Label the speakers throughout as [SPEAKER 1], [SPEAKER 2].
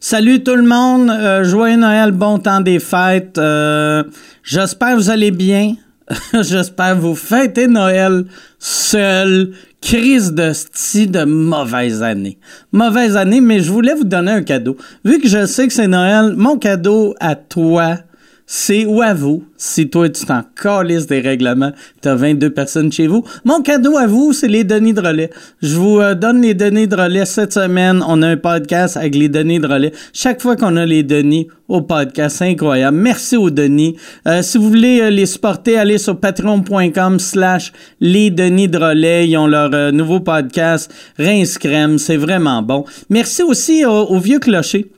[SPEAKER 1] Salut tout le monde, euh, joyeux Noël, bon temps des fêtes. Euh, J'espère vous allez bien. J'espère vous fêtez Noël seul. Crise de style de mauvaise année. Mauvaise année, mais je voulais vous donner un cadeau. Vu que je sais que c'est Noël, mon cadeau à toi, c'est ou à vous, si toi tu t'en calisses des règlements, t'as 22 personnes chez vous. Mon cadeau à vous, c'est les données de relais. Je vous euh, donne les données de relais cette semaine. On a un podcast avec les données de relais. Chaque fois qu'on a les données au podcast, c'est incroyable. Merci aux données. Euh, si vous voulez euh, les supporter, allez sur patreon.com slash les données de relais. Ils ont leur euh, nouveau podcast, Rince Crème. C'est vraiment bon. Merci aussi euh, au aux vieux clochers.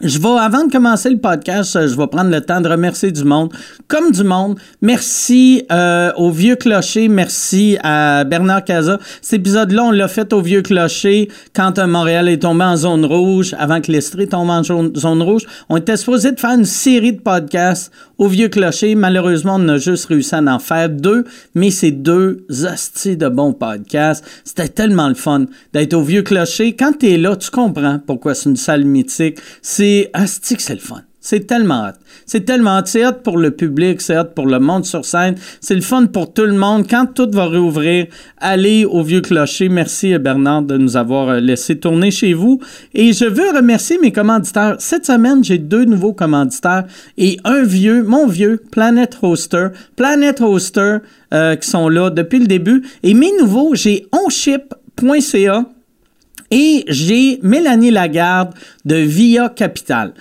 [SPEAKER 1] Je vais, avant de commencer le podcast, euh, je vais prendre le temps de remercier du monde. Comme du monde, merci euh, au Vieux Clocher, merci à Bernard Caza. Cet épisode-là, on l'a fait au Vieux Clocher quand euh, Montréal est tombé en zone rouge, avant que l'Estrie tombe en jaune- zone rouge. On était supposé de faire une série de podcasts au Vieux Clocher. Malheureusement, on a juste réussi à en faire deux, mais c'est deux hosties de bons podcasts. C'était tellement le fun d'être au Vieux Clocher. Quand t'es là, tu comprends pourquoi c'est une salle mythique. C'est hostie que c'est le fun. C'est tellement hot. C'est tellement hot. C'est hot pour le public, c'est hot pour le monde sur scène. C'est le fun pour tout le monde. Quand tout va réouvrir, allez au Vieux Clocher. Merci euh, Bernard de nous avoir euh, laissé tourner chez vous. Et je veux remercier mes commanditaires. Cette semaine, j'ai deux nouveaux commanditaires et un vieux, mon vieux, Planet Hoster. Planet Hoster euh, qui sont là depuis le début. Et mes nouveaux, j'ai onship.ca. Et j'ai Mélanie Lagarde de Via Capital.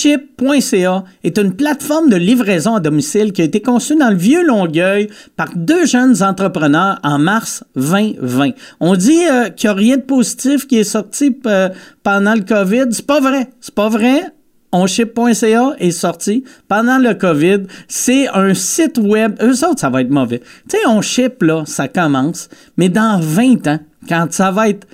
[SPEAKER 1] Onship.ca est une plateforme de livraison à domicile qui a été conçue dans le vieux Longueuil par deux jeunes entrepreneurs en mars 2020. On dit euh, qu'il n'y a rien de positif qui est sorti euh, pendant le COVID. C'est pas vrai. C'est pas vrai. Onship.ca est sorti pendant le COVID. C'est un site web. Eux autres, ça va être mauvais. Tu sais, on ship, là, ça commence. Mais dans 20 ans, quand ça va être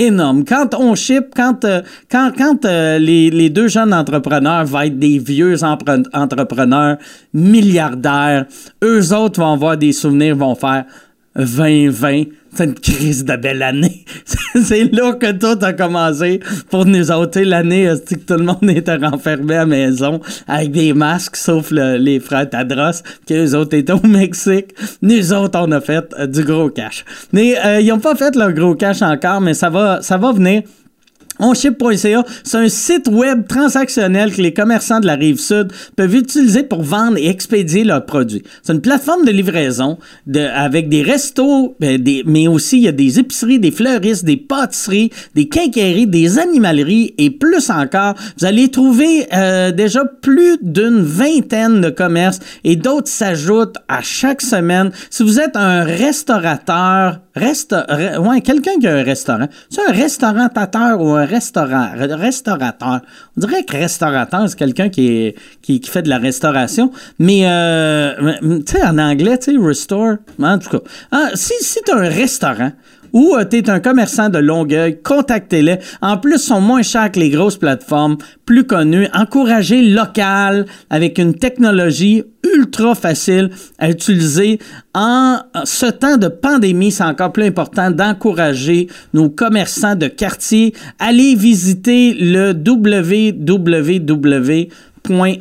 [SPEAKER 1] énorme, quand on ship, quand, euh, quand, quand euh, les, les deux jeunes entrepreneurs vont être des vieux empre- entrepreneurs milliardaires, eux autres vont avoir des souvenirs, vont faire 2020, c'est une crise de belle année. C'est- c'est là que tout a commencé pour nous autres. L'année, euh, c'est que tout le monde était renfermé à la maison avec des masques, sauf le- les frères Tadros, qui eux autres étaient au Mexique. Nous autres, on a fait euh, du gros cash. Mais euh, ils n'ont pas fait leur gros cash encore, mais ça va, ça va venir. Onship.ca, c'est un site web transactionnel que les commerçants de la rive sud peuvent utiliser pour vendre et expédier leurs produits. C'est une plateforme de livraison de- avec des restos, ben, des- mais aussi il y a des épiceries, des fleuristes, des pâtisseries, des quincailleries, des animaleries et plus encore. Vous allez trouver euh, déjà plus d'une vingtaine de commerces et d'autres s'ajoutent à chaque semaine. Si vous êtes un restaurateur, resta- re- ouais, quelqu'un qui a un restaurant, c'est un restaurantateur ou un restaurant, re- restaurateur. On dirait que restaurateur, c'est quelqu'un qui, est- qui, qui fait de la restauration. Mais, euh, tu sais, en anglais, tu sais, restore, en tout cas. Ah, si si tu as un restaurant, ou euh, t'es un commerçant de Longueuil, contactez-les. En plus, ils sont moins chers que les grosses plateformes, plus connues. Encouragez local avec une technologie ultra facile à utiliser. En ce temps de pandémie, c'est encore plus important d'encourager nos commerçants de quartier. Allez visiter le www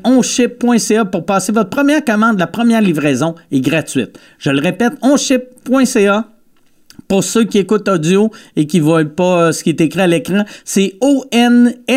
[SPEAKER 1] onship.ca pour passer votre première commande. La première livraison est gratuite. Je le répète, onship.ca pour ceux qui écoutent audio et qui ne voient pas euh, ce qui est écrit à l'écran, c'est onship.ca.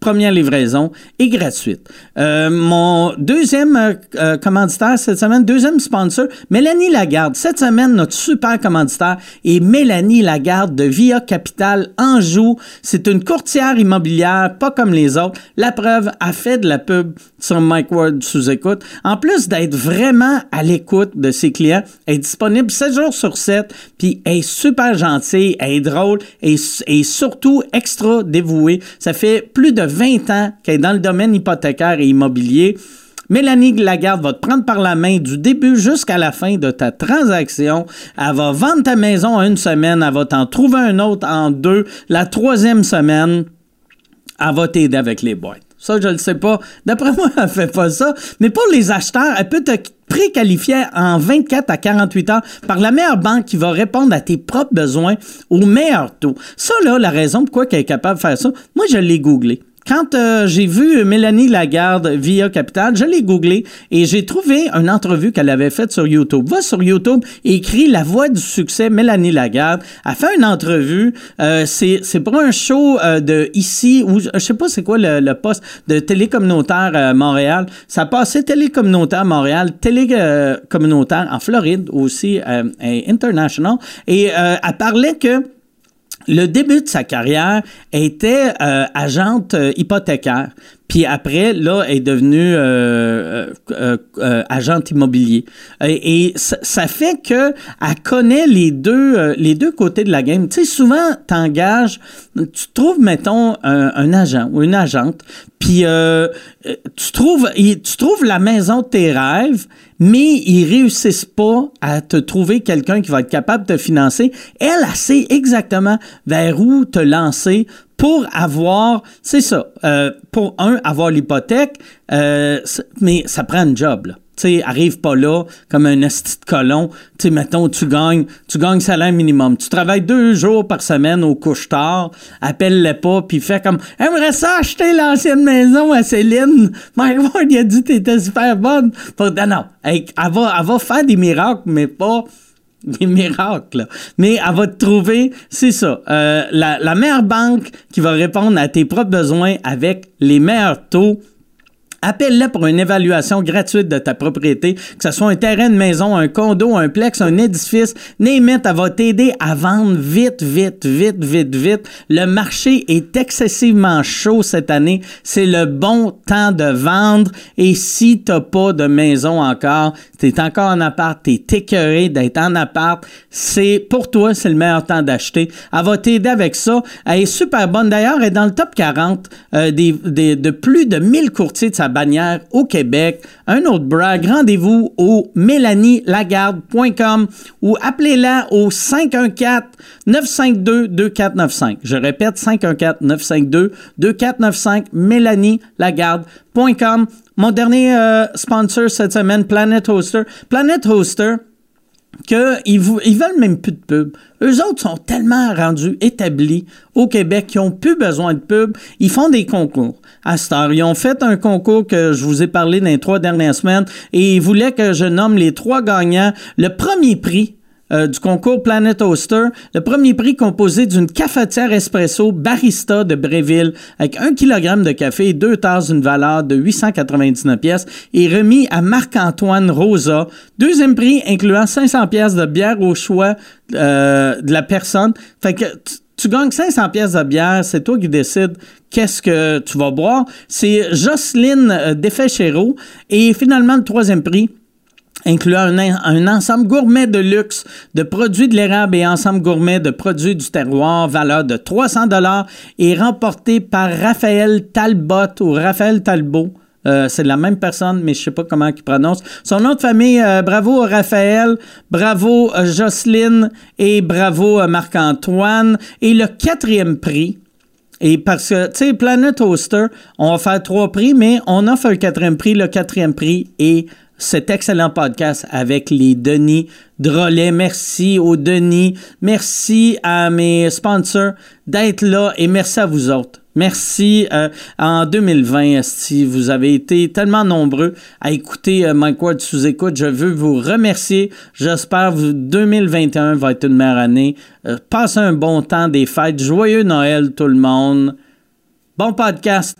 [SPEAKER 1] Première livraison et gratuite. Euh, mon deuxième euh, euh, commanditaire cette semaine, deuxième sponsor, Mélanie Lagarde. Cette semaine, notre super commanditaire est Mélanie Lagarde de Via Capital Anjou. C'est une courtière immobilière, pas comme les autres. La preuve, a fait de la pub sur Mike Ward sous écoute. En plus d'être vraiment à l'écoute de ses clients, elle est disponible 7 jours sur 7, puis elle est super gentille, elle est drôle et, et surtout extra dévouée. Ça fait plus de 20 ans qu'elle est dans le domaine hypothécaire et immobilier. Mélanie Lagarde va te prendre par la main du début jusqu'à la fin de ta transaction. Elle va vendre ta maison en une semaine, elle va t'en trouver un autre en deux, la troisième semaine elle va t'aider avec les boîtes. Ça, je le sais pas. D'après moi, elle fait pas ça. Mais pour les acheteurs, elle peut te préqualifier en 24 à 48 heures par la meilleure banque qui va répondre à tes propres besoins au meilleur taux. Ça, là, la raison pourquoi elle est capable de faire ça, moi, je l'ai googlé quand euh, j'ai vu Mélanie Lagarde via Capital, je l'ai googlé et j'ai trouvé une entrevue qu'elle avait faite sur YouTube. Va sur YouTube, écrit La voix du succès, Mélanie Lagarde. Elle fait une entrevue. Euh, c'est, c'est pour un show euh, de ici, ou euh, je sais pas c'est quoi le, le poste de télécommunautaire à Montréal. Ça passait télécommunautaire Montréal, télécommunautaire en Floride aussi, euh, international. Et euh, elle parlait que le début de sa carrière était euh, agente euh, hypothécaire. Puis après, là, est devenue euh, agente immobilier. Et, et ça, ça, fait que elle connaît les deux, euh, les deux côtés de la game. Tu sais, souvent, t'engages, tu trouves, mettons, un, un agent ou une agente, puis euh, tu trouves, tu trouves la maison de tes rêves, mais ils réussissent pas à te trouver quelqu'un qui va être capable de te financer. Elle, elle sait exactement vers où te lancer pour avoir, c'est ça, euh, pour un, avoir l'hypothèque, euh, mais ça prend un job, là tu arrive pas là comme un esti de colon. Tu sais, mettons, tu gagnes, tu gagnes salaire minimum. Tu travailles deux jours par semaine au couche-tard, appelle-le pas, puis fais comme « Aimerais ça acheter l'ancienne maison à Céline? » Mike Ward, il a dit « T'étais super bonne. » Non, non. Elle, elle, va, elle va faire des miracles, mais pas des miracles. Là. Mais elle va te trouver, c'est ça, euh, la, la meilleure banque qui va répondre à tes propres besoins avec les meilleurs taux Appelle-la pour une évaluation gratuite de ta propriété, que ce soit un terrain de maison, un condo, un plex, un édifice. Némette, elle va t'aider à vendre vite, vite, vite, vite, vite. Le marché est excessivement chaud cette année. C'est le bon temps de vendre. Et si t'as pas de maison encore, t'es encore en appart, t'es écœuré d'être en appart, c'est pour toi, c'est le meilleur temps d'acheter. Elle va t'aider avec ça. Elle est super bonne. D'ailleurs, elle est dans le top 40 euh, des, des, de plus de 1000 courtiers de sa bannière au Québec. Un autre brag, rendez-vous au mélanielagarde.com ou appelez-la au 514-952-2495. Je répète, 514-952-2495, mélanielagarde.com. Mon dernier euh, sponsor cette semaine, Planet Hoster. Planet Hoster, qu'ils ils veulent même plus de pub. Eux autres sont tellement rendus établis au Québec qu'ils n'ont plus besoin de pub. Ils font des concours. À cette heure, ils ont fait un concours que je vous ai parlé dans les trois dernières semaines et ils voulaient que je nomme les trois gagnants. Le premier prix, euh, du concours Planet Oster, le premier prix composé d'une cafetière espresso barista de Bréville avec un kilogramme de café et deux tasses d'une valeur de 899 pièces est remis à Marc-Antoine Rosa. Deuxième prix incluant 500 pièces de bière au choix euh, de la personne. Fait que tu, tu gagnes 500 pièces de bière, c'est toi qui décides qu'est-ce que tu vas boire. C'est Jocelyne euh, Defechero. Et finalement, le troisième prix, incluant un, un, ensemble gourmet de luxe de produits de l'érable et ensemble gourmet de produits du terroir, valeur de 300 dollars, et remporté par Raphaël Talbot ou Raphaël Talbot. Euh, c'est la même personne, mais je sais pas comment il prononce. Son nom de famille, euh, bravo Raphaël, bravo euh, Jocelyne et bravo euh, Marc-Antoine. Et le quatrième prix, et parce que, tu sais, Planet Hoster, on va faire trois prix, mais on offre un quatrième prix. Le quatrième prix est cet excellent podcast avec les Denis Drolet. Merci aux Denis. Merci à mes sponsors d'être là et merci à vous autres. Merci. Euh, en 2020, si vous avez été tellement nombreux à écouter euh, Mike Ward sous écoute, je veux vous remercier. J'espère que 2021 va être une meilleure année. Euh, passez un bon temps des fêtes. Joyeux Noël tout le monde. Bon podcast.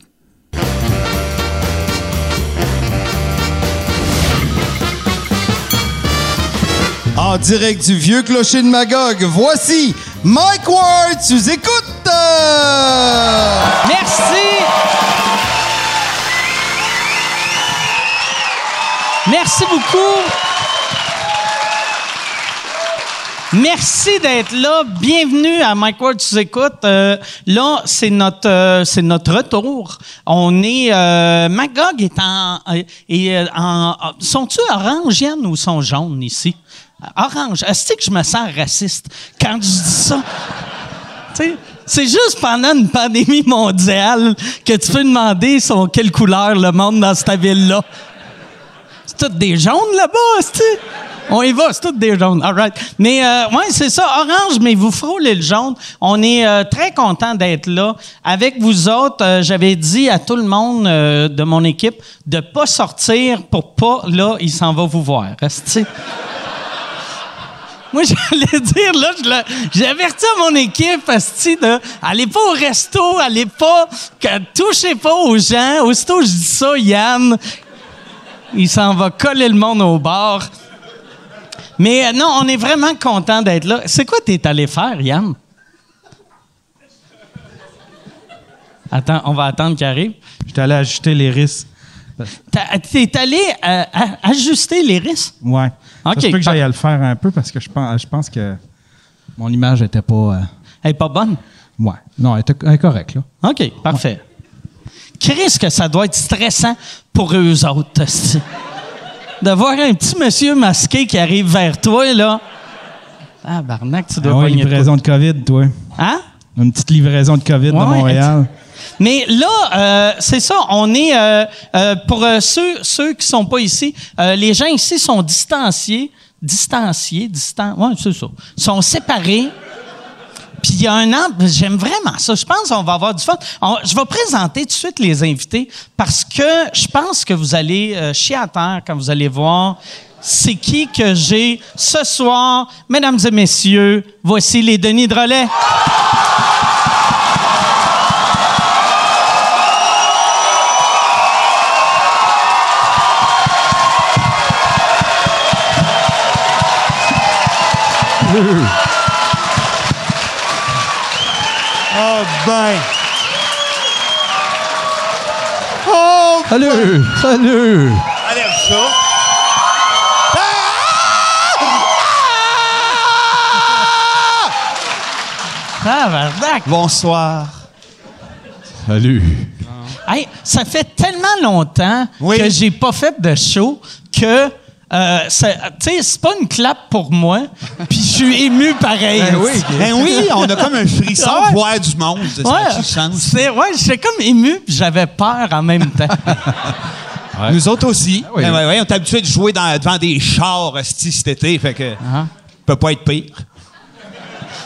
[SPEAKER 2] En direct du vieux clocher de Magog, voici Mike Ward sous écoute! Euh!
[SPEAKER 1] Merci! Merci beaucoup! Merci d'être là. Bienvenue à Mike Ward sous écoute. Euh, là, c'est notre euh, c'est notre retour. On est euh, Magog est en, euh, est en euh, sont-tu orange Yann, ou sont jaunes ici? Orange. Est-ce que je me sens raciste quand je dis ça? tu sais, C'est juste pendant une pandémie mondiale que tu peux demander sont quelle couleur le monde dans cette ville-là. C'est toutes des jaunes là-bas, c'est on y va, c'est toutes des jaunes. All right. Mais euh, ouais, c'est ça, orange, mais vous frôlez le jaune. On est euh, très content d'être là avec vous autres. euh, J'avais dit à tout le monde euh, de mon équipe de pas sortir pour pas là, il s'en va vous voir. Restez. Moi, j'allais dire, là, je le- j'ai averti à mon équipe, asti, de, allez pas au resto, allez pas, que, touchez pas aux gens. Aussitôt, que je dis ça, Yann, il s'en va coller le monde au bar. Mais euh, non, on est vraiment content d'être là. C'est quoi t'es allé faire, Yann? Attends, on va attendre qu'il arrive.
[SPEAKER 3] J'étais allé ajuster les risques.
[SPEAKER 1] T'as- T'es allé euh, a- ajuster les risques?
[SPEAKER 3] Ouais.
[SPEAKER 1] Ok.
[SPEAKER 3] Ça se peut que j'aille le faire un peu parce que je pense, je pense que mon image était pas. euh,
[SPEAKER 1] Elle est pas bonne?
[SPEAKER 3] ouais. Non, elle était elle est correcte, là.
[SPEAKER 1] OK, parfait. Chris, que ça doit être stressant pour eux autres, hostie. De voir un petit monsieur masqué qui arrive vers toi, là. Ah, barnac, tu dois
[SPEAKER 3] Ah ouais,
[SPEAKER 1] pogner de quoi.
[SPEAKER 3] livraison de COVID, toi.
[SPEAKER 1] Hein?
[SPEAKER 3] Une petite livraison de COVID de
[SPEAKER 1] Ouais, ouais,
[SPEAKER 3] Montréal.
[SPEAKER 1] Mais là, euh, c'est ça, on est euh, euh, pour euh, ceux ceux qui sont pas ici, euh, les gens ici sont distanciés, distanciés, distan, ouais, c'est ça, sont séparés. Puis il y a un an, j'aime vraiment ça. Je pense qu'on va avoir du fun. On- je vais présenter tout de suite les invités parce que je pense que vous allez euh, chier à terre quand vous allez voir c'est qui que j'ai ce soir. Mesdames et messieurs, voici les Denis Drolet.
[SPEAKER 2] Oh ben! Oh!
[SPEAKER 3] Salut! Salut!
[SPEAKER 2] Enlève ça!
[SPEAKER 1] Tabarnak!
[SPEAKER 2] Bonsoir.
[SPEAKER 3] Salut!
[SPEAKER 1] Hey, ça fait tellement longtemps
[SPEAKER 2] Oui.
[SPEAKER 1] que j'ai pas fait de show que euh, ça- tu sais, c'est pas une clap pour moi, puis je suis ému pareil.
[SPEAKER 2] Ben oui, on a comme un frisson
[SPEAKER 1] Ah ouais.
[SPEAKER 2] de voir du monde. C'est
[SPEAKER 1] Ouais,
[SPEAKER 2] ça qui change.
[SPEAKER 1] c'est ouais, j'étais comme ému, puis j'avais peur en même temps.
[SPEAKER 2] Nous autres aussi.
[SPEAKER 3] oui.
[SPEAKER 2] Ben ouais, ouais, on est habitué de jouer dans- devant des chars hostie, cet été, fait que peut pas être pire.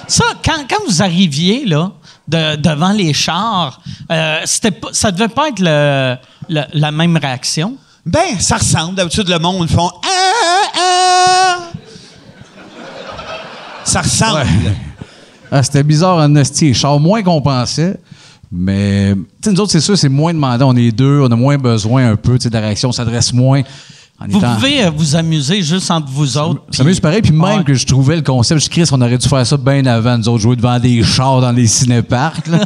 [SPEAKER 1] Ça, quand, quand vous arriviez là, de- devant les chars, euh, c'était pas- ça devait pas être le- le- la même réaction.
[SPEAKER 2] Ben, ça ressemble. D'habitude, le monde font ah, ah. Ça ressemble.
[SPEAKER 4] Ah, c'était bizarre, en esti. Char moins qu'on pensait. Mais, tu sais, nous autres, c'est sûr, c'est moins demandé. On est deux, on a moins besoin un peu, tu sais, de la réaction, on s'adresse moins. En
[SPEAKER 1] Vous
[SPEAKER 4] étant...
[SPEAKER 1] pouvez euh, vous amuser juste entre vous autres.
[SPEAKER 4] Ça m'amuse pareil, puis même
[SPEAKER 1] Ouais.
[SPEAKER 4] que je trouvais le concept, je dis, Chris, on aurait dû faire ça bien avant, nous autres, jouer devant des chars dans les cinéparcs, là.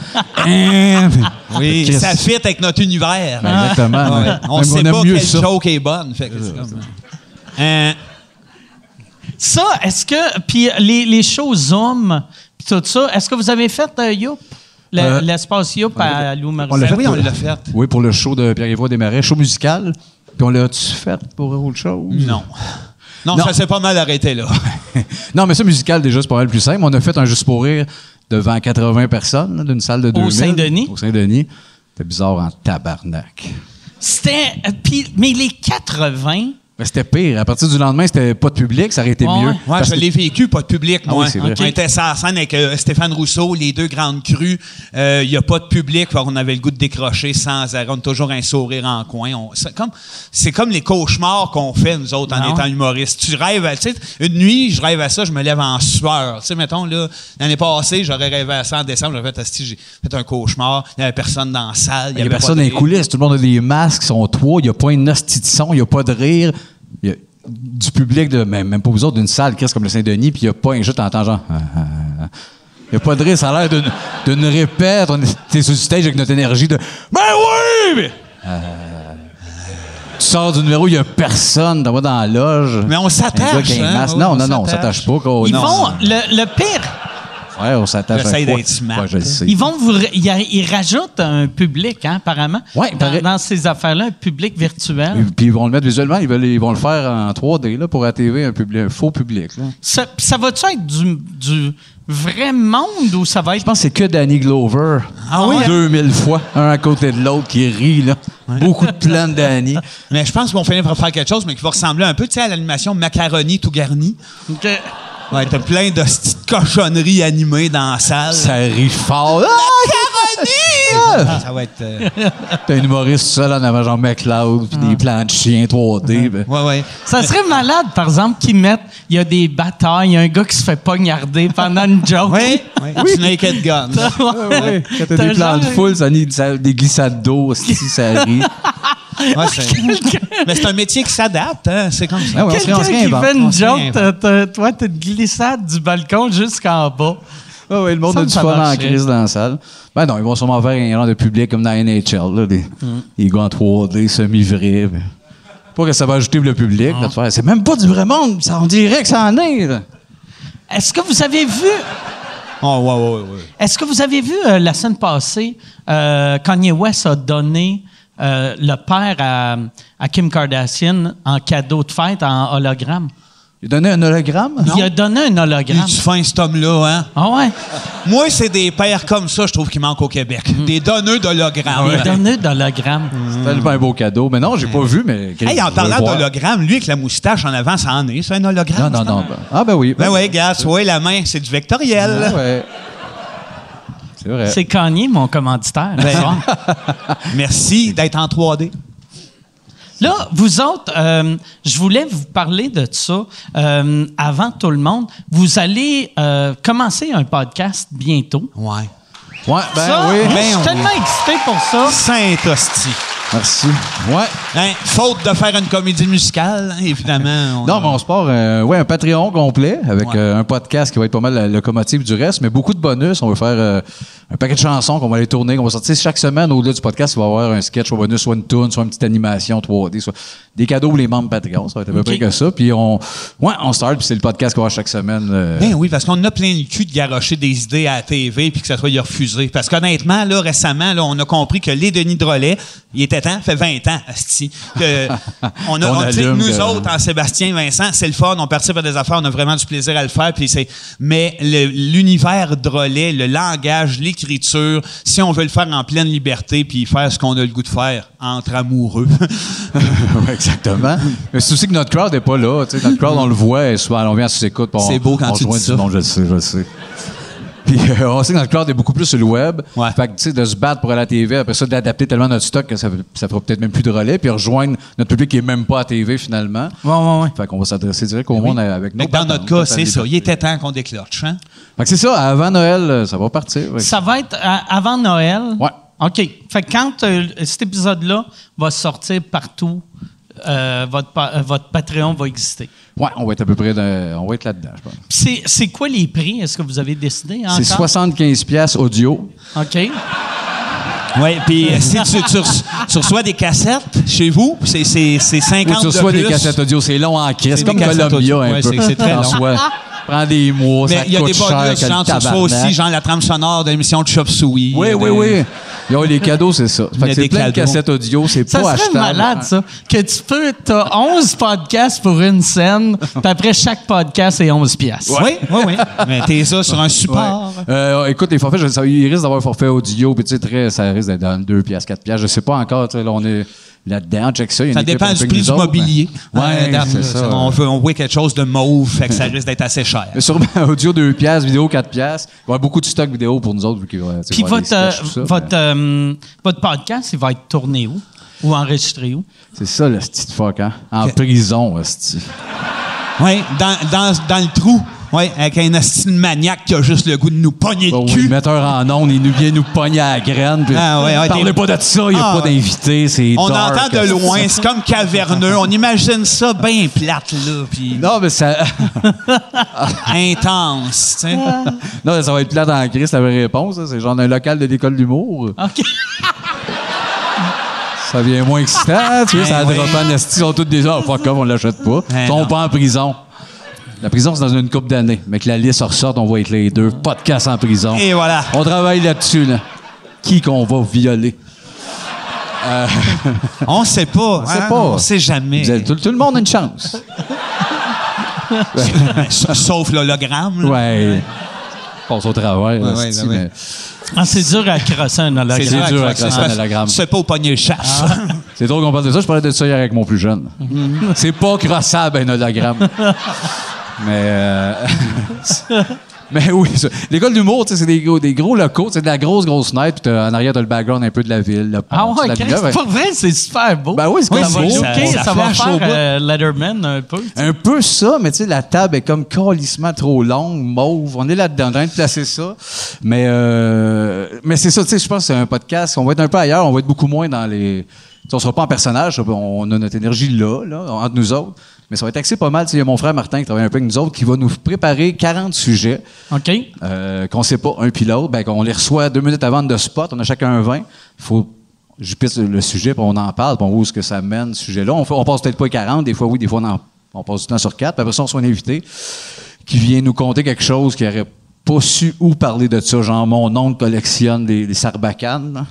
[SPEAKER 4] Hein?
[SPEAKER 2] Oui, Ah,
[SPEAKER 4] Chris.
[SPEAKER 2] ça fit avec notre univers.
[SPEAKER 4] Ben, exactement.
[SPEAKER 2] Ouais.
[SPEAKER 4] ouais.
[SPEAKER 2] On
[SPEAKER 4] Même,
[SPEAKER 2] sait
[SPEAKER 4] aime
[SPEAKER 2] pas
[SPEAKER 4] mieux
[SPEAKER 2] quelle
[SPEAKER 4] ça.
[SPEAKER 2] joke est bonne. Fait que c'est comme- Euh,
[SPEAKER 1] Ça, est-ce que. Puis les, les shows hommes, puis tout ça, est-ce que vous avez fait euh, Youp? Le-
[SPEAKER 4] Euh,
[SPEAKER 1] L'espace Youp à Lou
[SPEAKER 4] on l'a
[SPEAKER 1] Morissette?
[SPEAKER 4] fait,
[SPEAKER 2] oui, on
[SPEAKER 4] pour-
[SPEAKER 2] l'a fait.
[SPEAKER 4] Oui, pour le show de Pierre-Yvois Desmarais, show musical. Puis on l'a-tu fait pour autre chose?
[SPEAKER 2] Non. non.
[SPEAKER 4] Non.
[SPEAKER 2] ça s'est pas mal arrêté là.
[SPEAKER 4] non, mais ça, musical, déjà, c'est pas mal plus simple. On a fait un Juste pour rire devant 80 personnes, là, d'une salle de 2000.
[SPEAKER 1] Saint-Denis?
[SPEAKER 4] Au Saint-Denis. C'était bizarre en tabarnak.
[SPEAKER 1] C'était. euh, puis- mais les 80.
[SPEAKER 4] Mais c'était pire. À partir du lendemain, c'était pas de public, ça aurait été
[SPEAKER 1] Ouais,
[SPEAKER 4] mieux.
[SPEAKER 1] ouais.
[SPEAKER 2] Ouais,
[SPEAKER 4] Parce
[SPEAKER 2] je
[SPEAKER 4] que-
[SPEAKER 2] l'ai vécu, pas de public,
[SPEAKER 4] Ah
[SPEAKER 2] moi.
[SPEAKER 4] oui, c'est vrai.
[SPEAKER 2] On était sur la scène avec euh, Stéphane Rousseau, les deux grandes crues. Euh, Il n'y a pas de public, alors on avait le goût de décrocher sans arrêt. On a toujours un sourire en coin. On- C'est comme, c'est comme les cauchemars qu'on fait, nous autres, en
[SPEAKER 1] Non.
[SPEAKER 2] étant humoristes. Tu rêves à, tu sais, une nuit, je rêve à ça, je me lève en sueur. Tu sais, mettons, là, l'année passée, j'aurais rêvé à ça en décembre, j'aurais fait, Asti, j'ai fait un cauchemar, il n'y avait personne dans la salle.
[SPEAKER 4] Il y a
[SPEAKER 2] avait pas
[SPEAKER 4] personne dans
[SPEAKER 2] de-
[SPEAKER 4] les coulisses. Tout le monde a des masques, ils sont trois. Il n'y a pas une hostie de son, il n'y a pas de rire. Il y a du public, de, même, même pas vous autres, d'une salle, Chris, comme le Saint-Denis, puis il n'y a pas un jeu, t'entends genre. Ah, ah, ah. Il n'y a pas de rire, ça a l'air d'une- d'une répète. On était sur le stage avec notre énergie de. Ben oui! mais- Ah. tu sors du numéro, il n'y a personne, t'en vas dans la loge.
[SPEAKER 2] Mais on
[SPEAKER 4] Un gars
[SPEAKER 2] s'attache.
[SPEAKER 4] qui a un
[SPEAKER 2] hein?
[SPEAKER 4] masque.
[SPEAKER 2] Oui,
[SPEAKER 4] Non,
[SPEAKER 2] on
[SPEAKER 4] Oh, non, non, on
[SPEAKER 2] s'attache.
[SPEAKER 4] s'attache pas. quoi.
[SPEAKER 1] Ils
[SPEAKER 4] Non.
[SPEAKER 1] vont. Le, le pire.
[SPEAKER 4] frère, on s'attache à
[SPEAKER 2] J'essaie
[SPEAKER 4] quoi?
[SPEAKER 2] d'être smart.
[SPEAKER 4] Ouais, je le sais.
[SPEAKER 1] Ils vont vous, ra- ils, a- ils rajoutent un public, hein, apparemment.
[SPEAKER 4] Ouais,
[SPEAKER 1] dans,
[SPEAKER 4] pareil.
[SPEAKER 1] dans ces affaires-là, un public virtuel.
[SPEAKER 4] Puis ils vont le mettre visuellement, ils, veulent- ils vont le faire en 3D là, pour attirer un, public, un faux public. là.
[SPEAKER 1] Ça, pis ça va-tu être du, du vrai monde ou ça va
[SPEAKER 4] Je
[SPEAKER 1] être.
[SPEAKER 4] pense que c'est que Danny Glover.
[SPEAKER 2] Ah oui?
[SPEAKER 4] 2000 fois, un à côté de l'autre qui rit. Là. Beaucoup de plans de Danny.
[SPEAKER 2] Mais je pense qu'ils vont finir par faire quelque chose, mais qui va ressembler un peu tu sais, à l'animation Macaroni tout garni.
[SPEAKER 1] que-
[SPEAKER 2] Ouais, t'as plein de petites cochonneries animées dans la salle.
[SPEAKER 4] Ça rit fort. Ah, Macaroni!
[SPEAKER 2] Ça va être. euh,
[SPEAKER 4] T'as un humoriste seul en avant, genre McLeod, puis des plans de chiens 3D. ben.
[SPEAKER 2] Ouais, ouais.
[SPEAKER 1] Ça serait malade, par exemple, qu'ils mettent. Il y a des batailles, il y a un gars qui se fait poignarder pendant une joke.
[SPEAKER 2] Oui, oui. du Naked Gun.
[SPEAKER 4] Ah, Ouais, Quand t'as
[SPEAKER 1] T'as
[SPEAKER 4] des plans de
[SPEAKER 1] genre-
[SPEAKER 4] foule, ça nique ça- des glissades d'eau, si ça rit.
[SPEAKER 2] Ouais, c'est- Mais c'est un métier qui s'adapte, hein, c'est comme ça.
[SPEAKER 4] Ah ouais, on se- on
[SPEAKER 1] Quelqu'un
[SPEAKER 4] se
[SPEAKER 1] qui
[SPEAKER 4] réinvente,
[SPEAKER 1] fait
[SPEAKER 2] on
[SPEAKER 1] une
[SPEAKER 2] se
[SPEAKER 1] joke,
[SPEAKER 2] réinvente.
[SPEAKER 1] t'as- t'as- toi, t'as une glissade du balcon jusqu'en bas.
[SPEAKER 4] Ah ouais, le monde
[SPEAKER 1] Ça
[SPEAKER 4] a
[SPEAKER 1] me
[SPEAKER 4] du
[SPEAKER 1] ça
[SPEAKER 4] fun en
[SPEAKER 1] marcherait.
[SPEAKER 4] crise dans la salle. Ben non, ils vont sûrement faire un rang de public comme dans la NHL, là, des,
[SPEAKER 2] Mm.
[SPEAKER 4] des gars en 3D, semi-vrais. ben. Pas que ça va ajouter le public.
[SPEAKER 2] Ah.
[SPEAKER 4] là, de faire, C'est même pas du vrai monde, ça, on dirait que ça en est. là.
[SPEAKER 1] Est-ce que vous avez vu.
[SPEAKER 2] Oh, ouais, ouais, ouais.
[SPEAKER 1] Est-ce que vous avez vu euh, la semaine passée, euh, Kanye West a donné euh, le père à, à Kim Kardashian en cadeau de fête en hologramme?
[SPEAKER 4] Il a donné un hologramme?
[SPEAKER 1] Il a donné un
[SPEAKER 2] Il
[SPEAKER 1] hologramme.
[SPEAKER 2] est fin, cet homme-là, hein?
[SPEAKER 1] Ah ouais?
[SPEAKER 2] Moi, c'est des pères comme ça, je trouve, qui manquent au Québec.
[SPEAKER 4] Hmm.
[SPEAKER 2] Des donneurs
[SPEAKER 4] Ah
[SPEAKER 2] d'hologrammes.
[SPEAKER 1] Il a donné d'hologramme.
[SPEAKER 4] C'est tellement un beau cadeau. Mais non, j'ai pas vu, mais.
[SPEAKER 2] Eh Hey, en
[SPEAKER 4] je vais le
[SPEAKER 2] parlant
[SPEAKER 4] voir.
[SPEAKER 2] d'hologramme, lui, avec la moustache en avant, ça en est. C'est un
[SPEAKER 4] Non,
[SPEAKER 2] hologramme.
[SPEAKER 4] non,
[SPEAKER 2] ça?
[SPEAKER 4] non. ben- Ah, ben oui.
[SPEAKER 2] Ben oui, gars, ouais, la main, c'est du
[SPEAKER 4] Ah
[SPEAKER 2] vectoriel.
[SPEAKER 4] ouais. C'est vrai.
[SPEAKER 1] C'est Kanye, mon commanditaire.
[SPEAKER 2] Ben,
[SPEAKER 1] ce soir.
[SPEAKER 2] Merci d'être en 3D.
[SPEAKER 1] Là, vous autres, euh, je voulais vous parler de ça euh, avant tout le monde. Vous allez euh, commencer un podcast bientôt.
[SPEAKER 2] Ouais.
[SPEAKER 4] Ouais, ben
[SPEAKER 1] Ça,
[SPEAKER 4] oui.
[SPEAKER 1] Je
[SPEAKER 2] ben
[SPEAKER 1] suis
[SPEAKER 2] oui.
[SPEAKER 1] tellement excité pour ça.
[SPEAKER 2] Saint hostie.
[SPEAKER 4] Merci. Ouais.
[SPEAKER 2] Hein, faute de faire une comédie musicale, hein, évidemment. on
[SPEAKER 4] Non,
[SPEAKER 2] a-
[SPEAKER 4] mais on se part, euh, ouais, un Patreon complet avec
[SPEAKER 2] Ouais.
[SPEAKER 4] euh, un podcast qui va être pas mal la locomotive du reste, mais beaucoup de bonus. On va faire euh, un paquet de chansons qu'on va aller tourner, qu'on va sortir chaque semaine. Au-delà du podcast, il va y avoir un sketch, soit bonus, soit une tune, soit une petite animation 3D, soit des cadeaux pour les membres Patreon. Ça va être à peu près que ça. Puis on, ouais, on start, puis c'est le podcast qu'on va avoir chaque semaine. euh,
[SPEAKER 2] Ben oui, parce qu'on a plein le cul de garocher des idées à la TV puis que ça soit refusé. Parce qu'honnêtement, là, récemment, là, on a compris que les Denis Drolet, il était temps, fait 20 ans, asti, que on a,
[SPEAKER 4] On
[SPEAKER 2] on- tu sais,
[SPEAKER 4] allume
[SPEAKER 2] nous
[SPEAKER 4] que-
[SPEAKER 2] autres, en Sébastien, Vincent, c'est le fun, on participe à des affaires, on a vraiment du plaisir à le faire, puis c'est, mais le- l'univers Drolet, le langage, l'écriture, si on veut le faire en pleine liberté puis faire ce qu'on a le goût de faire entre amoureux.
[SPEAKER 4] Ouais, exactement. Mais c'est aussi que notre crowd n'est pas là. tu sais. notre crowd, on le voit, et souvent, on vient sur écoute.
[SPEAKER 2] C'est beau quand tu dis ça.
[SPEAKER 4] Non, je le sais, je le sais. Puis euh, on sait que notre crowd est beaucoup plus sur le web.
[SPEAKER 2] Ouais.
[SPEAKER 4] Fait que, tu sais, de se battre pour aller à la TV, après ça, d'adapter tellement notre stock que ça, ça fera peut-être même plus de relais, puis rejoindre notre public qui n'est même pas à TV finalement.
[SPEAKER 1] Ouais, ouais, ouais.
[SPEAKER 4] Fait qu'on va s'adresser direct au monde avec nos
[SPEAKER 2] Fait que Eh dans notre
[SPEAKER 4] patentes,
[SPEAKER 2] cas,
[SPEAKER 4] patentes
[SPEAKER 2] c'est
[SPEAKER 4] des
[SPEAKER 2] ça, il
[SPEAKER 4] patentes.
[SPEAKER 2] était temps qu'on déclenche. Hein?
[SPEAKER 4] Fait que c'est ça, avant Noël, euh, ça va partir. ouais.
[SPEAKER 1] Ça va être à- avant Noël.
[SPEAKER 4] Ouais.
[SPEAKER 1] OK. Fait que quand euh, cet épisode-là va sortir partout, euh, votre, pa- euh, votre Patreon va exister.
[SPEAKER 4] Ouais, on va être à peu près de- on va être là-dedans, je pense.
[SPEAKER 1] Puis C'est c'est quoi les prix? Est-ce que vous avez décidé encore?
[SPEAKER 4] C'est 75$ piastres audio.
[SPEAKER 1] OK.
[SPEAKER 2] Oui, puis euh, si tu, tu re- tu reçois des cassettes chez vous, c'est, c'est, c'est 50
[SPEAKER 4] Ou tu reçois
[SPEAKER 2] de plus.
[SPEAKER 4] des cassettes audio, c'est long en crise,
[SPEAKER 2] C'est
[SPEAKER 4] comme
[SPEAKER 2] des cassettes
[SPEAKER 4] Columbia
[SPEAKER 2] audio.
[SPEAKER 4] un
[SPEAKER 2] Ouais,
[SPEAKER 4] peu.
[SPEAKER 2] c'est- c'est très
[SPEAKER 4] T'en
[SPEAKER 2] long.
[SPEAKER 4] reçois- Prends des mois, ça
[SPEAKER 2] Mais il y a des
[SPEAKER 4] coûte cher,
[SPEAKER 2] bonus,
[SPEAKER 4] quel
[SPEAKER 2] genre, tu reçois aussi,
[SPEAKER 4] tabarnak.
[SPEAKER 2] genre, la trame sonore de l'émission de Chop Suey.
[SPEAKER 4] Oui,
[SPEAKER 2] euh,
[SPEAKER 4] oui,
[SPEAKER 2] des-
[SPEAKER 4] oui. Ils ont les cadeaux, c'est ça.
[SPEAKER 2] Il y
[SPEAKER 4] Fait
[SPEAKER 2] a
[SPEAKER 4] que c'est
[SPEAKER 2] des
[SPEAKER 4] plein de
[SPEAKER 2] cadeaux.
[SPEAKER 4] cassettes audio, c'est
[SPEAKER 1] Ça
[SPEAKER 4] pas
[SPEAKER 1] serait
[SPEAKER 4] achetable.
[SPEAKER 1] malade, ça. Que tu peux, t'as 11 podcasts pour une scène, puis après chaque podcast, c'est 11 piastres.
[SPEAKER 2] Oui, oui, oui. Mais t'es ça sur un
[SPEAKER 4] Ouais.
[SPEAKER 2] support.
[SPEAKER 4] Euh, écoute, les forfaits, je, ça, il risque d'avoir un forfait audio, puis tu sais, très, ça risque d'être dans 2 piastres, 4 piastres. Je sais pas encore, tu sais, là, on est là-dedans, on check ça. il y a
[SPEAKER 2] Ça
[SPEAKER 4] une équipe
[SPEAKER 2] dépend
[SPEAKER 4] un
[SPEAKER 2] du
[SPEAKER 4] peu
[SPEAKER 2] prix
[SPEAKER 4] que
[SPEAKER 2] du
[SPEAKER 4] nous autres,
[SPEAKER 2] mobilier.
[SPEAKER 4] mais-
[SPEAKER 2] Euh,
[SPEAKER 4] Ouais,
[SPEAKER 2] date,
[SPEAKER 4] c'est
[SPEAKER 2] là,
[SPEAKER 4] ça.
[SPEAKER 2] On veut, on veut quelque chose de mauve, fait que ça risque d'être assez cher.
[SPEAKER 4] Mais sûrement, audio 2 piastres, vidéo 4 piastres. Il va y avoir beaucoup de stock vidéo pour nous autres, vu qu'il va, tu sais,
[SPEAKER 1] Puis
[SPEAKER 4] il va y avoir
[SPEAKER 1] votre,
[SPEAKER 4] des sketchs,
[SPEAKER 1] euh,
[SPEAKER 4] tout ça, ben.
[SPEAKER 1] votre,
[SPEAKER 4] mais-
[SPEAKER 1] euh, votre podcast, il va être tourné où? Ou enregistré où?
[SPEAKER 4] C'est ça, le sti de fuck, hein? En prison, le sti.
[SPEAKER 2] Oui, dans, dans, dans le trou. Oui, avec un style maniaque qui a juste le goût de nous pogner
[SPEAKER 4] Bon,
[SPEAKER 2] le
[SPEAKER 4] Oh, oui,
[SPEAKER 2] cul.
[SPEAKER 4] le metteur en onde, il nous vient nous pogner à la graine. Puis
[SPEAKER 2] Ah, ouais, ouais,
[SPEAKER 4] parlez
[SPEAKER 2] t'es-
[SPEAKER 4] pas de ça, il n'y a
[SPEAKER 2] Ah,
[SPEAKER 4] pas
[SPEAKER 2] ouais.
[SPEAKER 4] d'invité, c'est
[SPEAKER 2] On
[SPEAKER 4] dark, hein.
[SPEAKER 2] entend de
[SPEAKER 4] esti.
[SPEAKER 2] loin, c'est comme caverneux. On imagine ça bien plate, là, puis
[SPEAKER 4] Non, mais ça,
[SPEAKER 2] intense, tu sais.
[SPEAKER 4] non, ça va être plate en crise, la vraie réponse. hein. C'est genre un local de l'école d'humour.
[SPEAKER 1] OK.
[SPEAKER 4] Ça vient moins excitant, tu vois, ça
[SPEAKER 2] Eh oui.
[SPEAKER 4] drop en esti. Ils sont tous des gens, fuck off, on l'achète pas.
[SPEAKER 2] Eh
[SPEAKER 4] Ils sont
[SPEAKER 2] non.
[SPEAKER 4] pas en prison. La prison, c'est dans une couple d'années. Mais que la liste ressorte, on va être les deux. Podcast en prison.
[SPEAKER 2] Et voilà.
[SPEAKER 4] On travaille là-dessus, là. Qui qu'on va violer?
[SPEAKER 2] On sait pas. hein, On
[SPEAKER 4] sait pas.
[SPEAKER 2] sait jamais.
[SPEAKER 4] Vous avez- tout, tout le monde a une chance.
[SPEAKER 2] S- Sauf l'hologramme. là.
[SPEAKER 4] Ouais. Passe au travail.
[SPEAKER 2] Ouais, ouais, ouais.
[SPEAKER 1] Ah, c'est dur à crasser un hologramme.
[SPEAKER 4] C'est dur à crasser un
[SPEAKER 2] parce-
[SPEAKER 4] hologramme.
[SPEAKER 2] C'est pas au poignet chasse.
[SPEAKER 4] C'est drôle qu'on parle de ça. Je parlais de ça hier avec mon plus jeune. C'est pas crossable un hologramme. mais, euh, mais oui, ça. l'école d'humour, tu sais, c'est des, gros- des gros locaux. C'est de la grosse, grosse fenêtre. Puis t'as- en arrière, t'as le background un peu de la ville. le pont,
[SPEAKER 1] Ah
[SPEAKER 4] c'est
[SPEAKER 1] ouais,
[SPEAKER 4] la
[SPEAKER 1] Chris,
[SPEAKER 4] ville-là, ouais.
[SPEAKER 1] pour vrai, c'est super beau.
[SPEAKER 4] Ben oui, c'est
[SPEAKER 1] ça
[SPEAKER 4] quoi,
[SPEAKER 1] va
[SPEAKER 4] c'est beau.
[SPEAKER 1] looker,
[SPEAKER 2] Ça-
[SPEAKER 1] ça,
[SPEAKER 2] ça
[SPEAKER 1] va
[SPEAKER 2] flash
[SPEAKER 1] faire
[SPEAKER 2] au bout.
[SPEAKER 1] euh, Letterman un peu.
[SPEAKER 4] Un peu ça, mais tu sais, la table est comme calissement trop longue, mauve. On est là-dedans, en train de placer ça. Mais, euh, mais c'est ça, tu sais, je pense que c'est un podcast. On va être un peu ailleurs, on va être beaucoup moins dans les. tu sais, on sera pas en personnage, on a notre énergie là, là, entre nous autres. Mais ça va être axé pas mal. Tu sais, Il y a mon frère Martin qui travaille un peu avec nous autres, qui va nous préparer 40 sujets
[SPEAKER 1] OK.
[SPEAKER 4] euh, qu'on sait pas, un puis l'autre. Ben, qu'on les reçoit deux minutes avant de spot. On a chacun 20. Il faut. Je pisse le sujet, puis on en parle, puis on voit où ce que ça mène, ce sujet-là. On, fait- on passe peut-être pas 40, des fois oui, des fois on, en- on passe du temps sur 4, puis après ça, on soit un invité qui vient nous conter quelque chose qui aurait pas su où parler de ça, genre mon oncle collectionne des, des sarbacanes.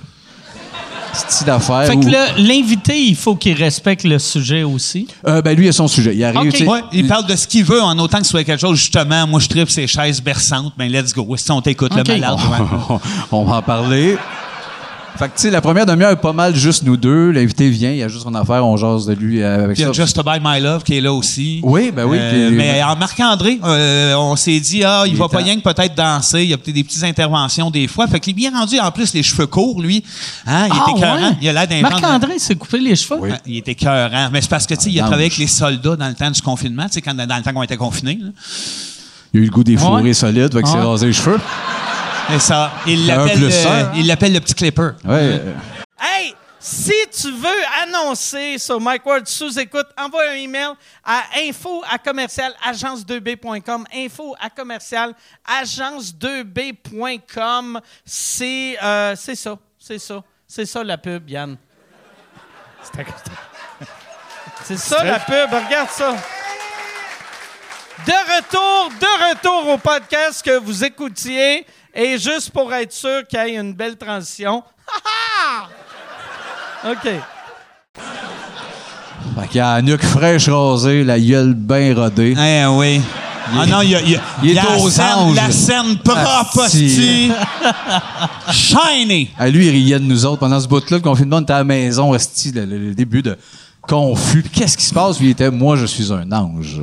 [SPEAKER 4] C'est style d'affaire.
[SPEAKER 1] Fait que
[SPEAKER 4] ou-
[SPEAKER 1] le- l'invité, il faut qu'il respecte le sujet aussi.
[SPEAKER 4] Euh, ben lui, il a son sujet. Il arrive,
[SPEAKER 1] Ok.
[SPEAKER 4] tu sais,
[SPEAKER 2] Ouais, il parle de ce qu'il veut en autant que ce soit quelque chose. Justement, moi, je tripe ces chaises berçantes. Ben, let's go. Si on t'écoute,
[SPEAKER 1] Ok.
[SPEAKER 2] le malade. ouais.
[SPEAKER 4] on va en parler. Fait que, tu sais, la première demi-heure est pas mal juste nous deux. L'invité vient, il a juste son affaire, on jase de lui euh, avec
[SPEAKER 2] Puis il y
[SPEAKER 4] ça.
[SPEAKER 2] a Just to Buy My Love qui est là aussi.
[SPEAKER 4] Oui, ben oui,
[SPEAKER 2] Euh,
[SPEAKER 4] puis-
[SPEAKER 2] mais en Marc-André, euh, on s'est dit, ah, il,
[SPEAKER 4] Il
[SPEAKER 2] va
[SPEAKER 4] est
[SPEAKER 2] pas
[SPEAKER 4] temps.
[SPEAKER 2] rien que peut-être danser. Il y a peut-être des petites interventions des fois. Fait qu'il est bien rendu, en plus, les cheveux courts, lui. Hein,
[SPEAKER 4] Ah
[SPEAKER 2] il est écœurant.
[SPEAKER 1] Ah, ouais?
[SPEAKER 2] Il a l'air d'un genre de-
[SPEAKER 1] Marc-André s'est coupé les cheveux.
[SPEAKER 2] Hein, Il était écœurant. Mais c'est parce que, tu sais, il a
[SPEAKER 4] Ah,
[SPEAKER 2] travaillé
[SPEAKER 4] non,
[SPEAKER 2] avec les soldats dans le temps du confinement, tu sais, quand, dans le temps qu'on était confinés. là.
[SPEAKER 4] Il a eu le goût des fourrés
[SPEAKER 1] Ouais.
[SPEAKER 4] solides, fait que c'est
[SPEAKER 1] Ouais.
[SPEAKER 4] rasé les cheveux.
[SPEAKER 2] Et ça, il
[SPEAKER 4] Un
[SPEAKER 2] l'appelle
[SPEAKER 4] plus
[SPEAKER 2] euh,
[SPEAKER 4] un.
[SPEAKER 2] il l'appelle le petit clipper.
[SPEAKER 4] Ouais. euh,
[SPEAKER 5] Hey, si tu veux annoncer sur Mike Ward sous écoute, envoie un email à info à commercial agence2b.com. Info à commercial agence2b.com. C'est euh, c'est ça, c'est ça, c'est ça la pub, Yann. C'est ça la pub, regarde ça. De retour, de retour au podcast que vous écoutiez. Et juste pour être sûr qu'il y ait une belle transition. OK.
[SPEAKER 4] Fait qu'il a la nuque fraîche rasée, la gueule bien rodée.
[SPEAKER 2] Eh oui. Ah non, il y a, il y a-
[SPEAKER 4] il est
[SPEAKER 2] il y a
[SPEAKER 4] aux
[SPEAKER 2] la, scène,
[SPEAKER 4] anges. Ah,
[SPEAKER 2] la scène propre,
[SPEAKER 4] Asti.
[SPEAKER 2] hostie. Shiny.
[SPEAKER 4] À lui, il riait de nous autres. Pendant ce bout-là, le confinement, on était à la maison, resti, le, le- le début de confus. Puis Qu'est-ce qui se passe? Puis il était, moi, je suis un ange.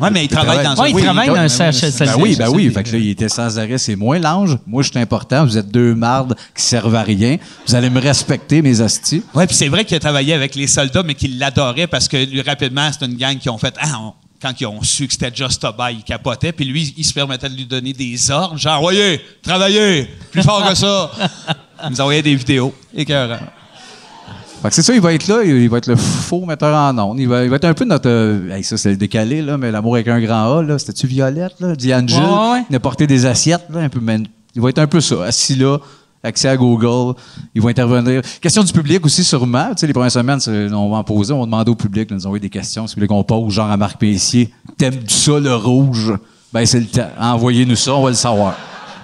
[SPEAKER 2] Oui, mais il travaille dans
[SPEAKER 1] Ouais,
[SPEAKER 2] un...
[SPEAKER 1] il travaille dans un CHSLD.
[SPEAKER 4] Ben oui, ben oui. Fait que là, il était sans arrêt. C'est moi l'ange. Moi, je suis important. Vous êtes deux mardes qui servent à rien. Vous allez me respecter, mes astis.
[SPEAKER 2] Ouais, puis c'est vrai qu'il a travaillé avec les soldats, mais qu'il l'adorait parce que lui, rapidement, c'est une gang qui ont fait. Ah, on- quand ils ont su que c'était Just a Buy, ils capotaient. Puis lui, il se permettait de lui donner des ordres, genre, voyez, travaillez, plus fort que ça. Il nous envoyait des vidéos. Écœurant.
[SPEAKER 4] Fait que c'est ça, il va être là, il va être le faux metteur en ondes. Il va, il va être un peu notre. euh, hey, ça, c'est le décalé, là, mais l'amour avec un grand A, là. C'était-tu Violette, là? Diane Gill.
[SPEAKER 1] Ouais, ouais, ouais.
[SPEAKER 4] Il a porté des assiettes, là, un peu. mais il va être un peu ça, assis là, accès à Google. Il va intervenir. Question du public aussi, sûrement. Tu sais, les premières semaines, c'est- on va en poser, on va demander au public, de nous envoyer des questions. Si vous voulez qu'on pose, genre à Marc Pessier, t'aimes ça le rouge? Ben, c'est le temps. Envoyez-nous ça, on va le savoir.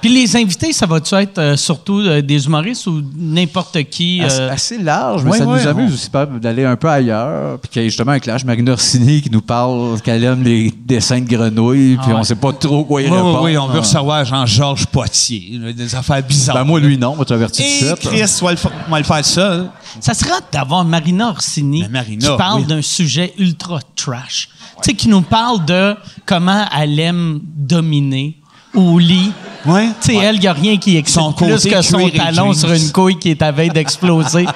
[SPEAKER 1] Puis les invités, ça va-tu être euh, surtout euh, des humoristes ou n'importe
[SPEAKER 2] Ah,
[SPEAKER 1] qui?
[SPEAKER 4] Asse-
[SPEAKER 1] euh,
[SPEAKER 4] assez large, mais
[SPEAKER 1] ouais,
[SPEAKER 4] ça
[SPEAKER 1] ouais,
[SPEAKER 4] nous amuse aussi pas- d'aller un peu ailleurs. Puis qu'il y a justement un clash. Marine Orsini qui nous parle qu'elle aime les dessins de grenouilles,
[SPEAKER 2] Ah
[SPEAKER 4] puis on sait pas trop quoi y
[SPEAKER 2] Oui, oui,
[SPEAKER 4] répondre.
[SPEAKER 2] oui, on veut
[SPEAKER 4] Ah.
[SPEAKER 2] recevoir Jean-Georges Potier. là, Des affaires bizarres.
[SPEAKER 4] Ben moi, lui, non, on t'avertit
[SPEAKER 2] Et
[SPEAKER 4] tout de suite.
[SPEAKER 2] Chris, on va le fa- on va le faire ça. hein.
[SPEAKER 1] Ça serait hot d'avoir Marina Orsini
[SPEAKER 2] Mais Ben, Marina,
[SPEAKER 1] qui parle
[SPEAKER 2] oui.
[SPEAKER 1] d'un sujet ultra trash. Tu sais, qui nous parle de comment elle aime dominer au lit.
[SPEAKER 2] Ouais.
[SPEAKER 1] Tu sais,
[SPEAKER 2] Ouais.
[SPEAKER 1] elle, il n'y a rien qui excite
[SPEAKER 2] Son
[SPEAKER 1] plus
[SPEAKER 2] côté
[SPEAKER 1] que son
[SPEAKER 2] cuir et
[SPEAKER 1] talon
[SPEAKER 2] jeans.
[SPEAKER 1] sur une couille qui est à veille d'exploser.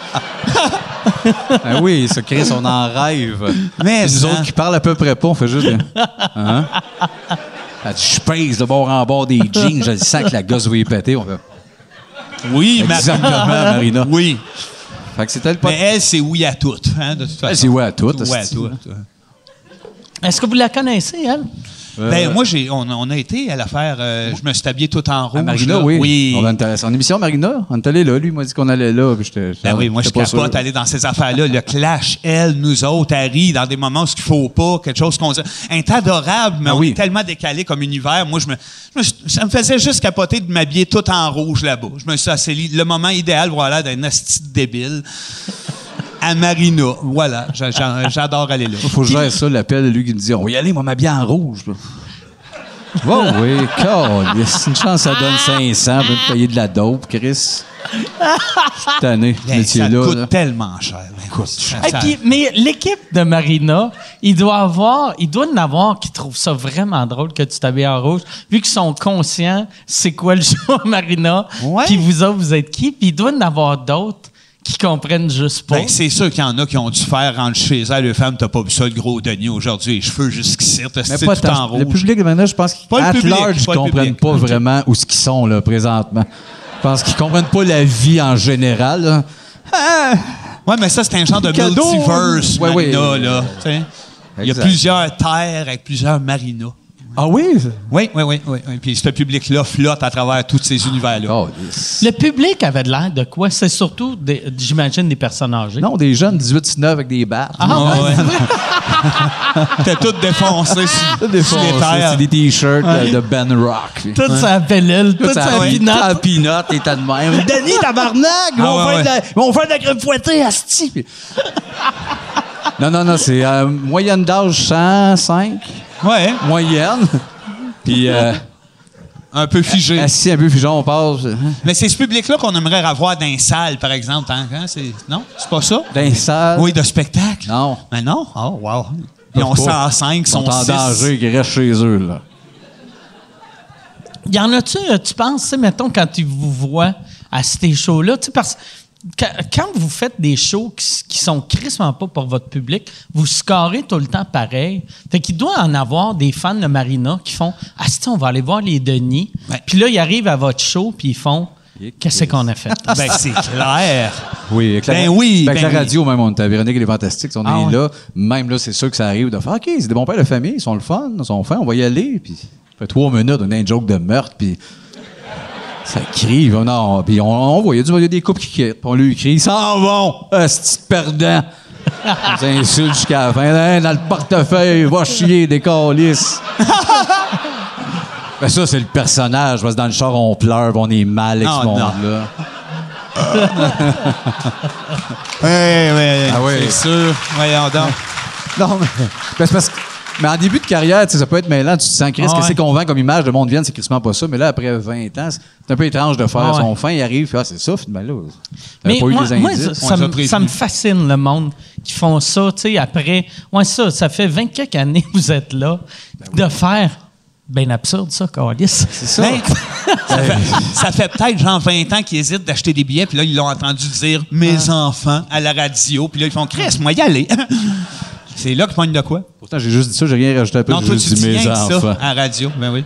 [SPEAKER 4] Ben oui, ça, Chris, on en rêve.
[SPEAKER 2] Mais
[SPEAKER 4] nous
[SPEAKER 2] hein.
[SPEAKER 4] autres qui parlent à peu près pas, on fait juste. des- Hein? Elle dit, Je pèse de bord en bord des jeans, je le sens que la gosse va y péter. On fait,
[SPEAKER 2] Oui,
[SPEAKER 4] Exactement,
[SPEAKER 2] Marina.
[SPEAKER 4] Marina.
[SPEAKER 2] Oui.
[SPEAKER 4] Fait que c'était le
[SPEAKER 2] Mais
[SPEAKER 4] podcast.
[SPEAKER 2] elle, c'est oui à tout. hein, de toute façon.
[SPEAKER 4] c'est oui à tout,
[SPEAKER 2] Oui à
[SPEAKER 4] hostie.
[SPEAKER 2] tout.
[SPEAKER 1] Est-ce que vous la connaissez, elle?
[SPEAKER 4] Euh,
[SPEAKER 2] Ben, moi, j'ai, on, on a été à l'affaire. euh, je me suis habillé tout en rouge.
[SPEAKER 4] À Ah, Marina,
[SPEAKER 2] là.
[SPEAKER 4] oui. On a en émission, Marina, on est allé là. Lui il m'a dit qu'on allait là. Puis j'étais-
[SPEAKER 2] Ben oui, moi, je
[SPEAKER 4] j'étais pas
[SPEAKER 2] capote
[SPEAKER 4] sûr.
[SPEAKER 2] aller dans ces affaires-là. Le clash, elle, nous autres, Harry, dans des moments où ce qu'il faut pas, quelque chose qu'on dit. Un tas adorable, mais
[SPEAKER 4] Ah
[SPEAKER 2] on
[SPEAKER 4] oui.
[SPEAKER 2] est tellement décalé comme univers. Moi, je me, je me suis- ça me faisait juste capoter de m'habiller tout en rouge là-bas. Je me suis assis, le moment idéal, voilà, d'un asti de débile. À Marina. Voilà. J'a- j'a- J'adore aller là.
[SPEAKER 4] Faut que je gère ça, l'appel, lui qui me dit On va y aller, moi, m'habiller en rouge. là. Wow, oui, c'est une chance, ça donne 500 pour me payer de la dope, Chris. Cette année,
[SPEAKER 2] Hey,
[SPEAKER 4] ce
[SPEAKER 2] ça
[SPEAKER 4] métier-là.
[SPEAKER 2] coûte
[SPEAKER 4] là.
[SPEAKER 2] tellement cher. Écoute, ça-
[SPEAKER 1] Hey, puis- mais l'équipe de Marina, il doit avoir, il doit en avoir qui trouvent ça vraiment drôle que tu t'habilles en rouge, vu qu'ils sont conscients c'est quoi le show à Marina,
[SPEAKER 2] Ouais.
[SPEAKER 1] puis vous autres, vous êtes qui, puis il doit en avoir d'autres qui comprennent juste pas.
[SPEAKER 2] Ben, c'est sûr qu'il y en a qui ont dû faire rentrer chez elles. Les femmes, t'as pas vu ça, le gros Denis, aujourd'hui, les cheveux jusqu'ici, t'as
[SPEAKER 4] Mais
[SPEAKER 2] c'est
[SPEAKER 4] pas
[SPEAKER 2] tout en
[SPEAKER 4] tant.
[SPEAKER 2] rouge.
[SPEAKER 4] Le public, maintenant, je pense qu'ils
[SPEAKER 2] Pas le
[SPEAKER 4] at
[SPEAKER 2] public,
[SPEAKER 4] large, ils
[SPEAKER 2] pas le
[SPEAKER 4] comprennent
[SPEAKER 2] public.
[SPEAKER 4] pas vraiment où ce qu'ils sont, là, présentement. Je pense qu'ils comprennent pas la vie en général. là. Ah!
[SPEAKER 2] Ouais, mais ça, c'est un genre de
[SPEAKER 4] Cadeau.
[SPEAKER 2] multiverse,
[SPEAKER 4] Ouais, ouais.
[SPEAKER 2] Marina, là. tu sais. Il y a
[SPEAKER 4] Exact.
[SPEAKER 2] plusieurs terres avec plusieurs marinas.
[SPEAKER 4] Ah oui?
[SPEAKER 2] Oui, oui, oui, oui. oui. Puis ce public-là flotte à travers tous ces univers-là.
[SPEAKER 4] Oh, yes.
[SPEAKER 1] Le public avait de l'air de quoi? C'est surtout, des- j'imagine, des personnes âgées.
[SPEAKER 4] Non, des jeunes 18-19 avec des barres.
[SPEAKER 2] Ah, ouais. T'es tout défoncé sur,
[SPEAKER 4] Ça, des
[SPEAKER 2] sur
[SPEAKER 4] fois,
[SPEAKER 2] les
[SPEAKER 4] c'est
[SPEAKER 2] terres.
[SPEAKER 4] c'est des t-shirts euh, de Ben Rock. puis.
[SPEAKER 1] Toute sa pellule, toute
[SPEAKER 4] Ça,
[SPEAKER 1] sa
[SPEAKER 4] ouais,
[SPEAKER 1] pinotte.
[SPEAKER 4] ta pinotte et t'as de même. Denis, tabarnak! Ils vont,
[SPEAKER 2] Ah, ouais,
[SPEAKER 4] faire de
[SPEAKER 2] ouais.
[SPEAKER 4] la, ils vont faire de la crème fouettée, asti! Puis- non, non, non, c'est euh, moyenne d'âge 105.
[SPEAKER 2] Ouais, hein?
[SPEAKER 4] Moyenne. Puis euh,
[SPEAKER 2] un peu figé.
[SPEAKER 4] assis un peu, puis genre, on passe euh,
[SPEAKER 2] Mais c'est ce public-là qu'on aimerait avoir dans les salles, par exemple. hein, hein, c'est- Non? C'est pas ça?
[SPEAKER 4] dans les salles.
[SPEAKER 2] Oui, de spectacle?
[SPEAKER 4] Non.
[SPEAKER 2] Mais non? Oh, wow. Ils ont
[SPEAKER 4] Peuvent pas.
[SPEAKER 2] 105, ils
[SPEAKER 4] Ils sont
[SPEAKER 2] sont
[SPEAKER 4] en
[SPEAKER 2] 6.
[SPEAKER 4] danger, ils restent chez eux, là.
[SPEAKER 1] Y en a-tu, euh, tu penses, tu sais, mettons, quand ils vous voient à ces shows-là, tu sais, parce que quand vous faites des shows qui, s- qui sont crissement pas pour votre public, vous scorez tout le temps pareil. Fait qu'il doit en avoir des fans de Marina qui font Ah, si, on va aller voir les Denis.
[SPEAKER 2] Ouais.
[SPEAKER 1] Puis là, ils arrivent à votre show, puis ils font Qu'est-ce qu'on a fait?
[SPEAKER 2] Ben, c'est clair.
[SPEAKER 4] Oui, avec la,
[SPEAKER 2] Ben oui,
[SPEAKER 4] avec
[SPEAKER 2] ben
[SPEAKER 4] la
[SPEAKER 2] oui.
[SPEAKER 4] radio, même, on était à Véronique et les Fantastiques. On
[SPEAKER 1] Ah
[SPEAKER 4] est
[SPEAKER 1] ouais.
[SPEAKER 4] là. Même là, c'est sûr que ça arrive de faire OK, c'est des bons pères de famille, ils sont le fun, ils sont fins, on va y aller. Puis, ça fait trois minutes, on a un joke de meurtre, puis ça crie. on- Non, puis on, on voyait du il y a des couples qui quittent. puis on lui crie Ils s'en vont, petit perdant. On les insulte jusqu'à la fin. Hein, dans le portefeuille, va chier, des calices. Ben ça, c'est le personnage, parce que dans le char, on pleure, puis on est mal avec
[SPEAKER 2] Ah,
[SPEAKER 4] ce
[SPEAKER 2] non.
[SPEAKER 4] monde-là.
[SPEAKER 2] Oui, oui,
[SPEAKER 4] Ah oui.
[SPEAKER 2] c'est sûr. Voyons donc.
[SPEAKER 4] Non, mais ben, c'est parce que. Mais en début de carrière, tu sais, ça peut être mêlant. Tu te sens, Chris,
[SPEAKER 2] Ah ouais.
[SPEAKER 4] qu'est-ce qu'on vend comme image de monde vienne, c'est crissement pas ça. Mais là, après 20 ans, c'est un peu étrange de faire
[SPEAKER 1] Ah ouais.
[SPEAKER 4] son fin. Il arrive, puis, ah, c'est ça, finalement. Là,
[SPEAKER 1] Mais
[SPEAKER 4] t'avais pas
[SPEAKER 1] moi,
[SPEAKER 4] eu des
[SPEAKER 1] moi, ça-
[SPEAKER 4] indices.
[SPEAKER 2] on
[SPEAKER 1] ça,
[SPEAKER 2] les a
[SPEAKER 1] me-
[SPEAKER 2] prévenus.
[SPEAKER 1] ça me fascine, le monde qui font ça, tu sais, après... Moi, ça, ça fait 20 quelques années que vous êtes là, de faire... Ben absurde, ça, Carlis.
[SPEAKER 4] C'est ça.
[SPEAKER 2] Ben, ça fait, ça fait peut-être genre 20 ans qu'ils hésitent d'acheter des billets, puis là, ils l'ont entendu dire mes enfants à la radio, puis là, ils font Chris, moi, y aller. c'est là qu'ils pognent de quoi?
[SPEAKER 4] Pourtant, j'ai juste dit ça, j'ai rien rajouté après.
[SPEAKER 2] non,
[SPEAKER 4] J'ai
[SPEAKER 2] toi, tu
[SPEAKER 4] juste
[SPEAKER 2] dis
[SPEAKER 4] dit mes
[SPEAKER 2] rien que ça
[SPEAKER 4] enfants.
[SPEAKER 2] à la radio. Ben oui.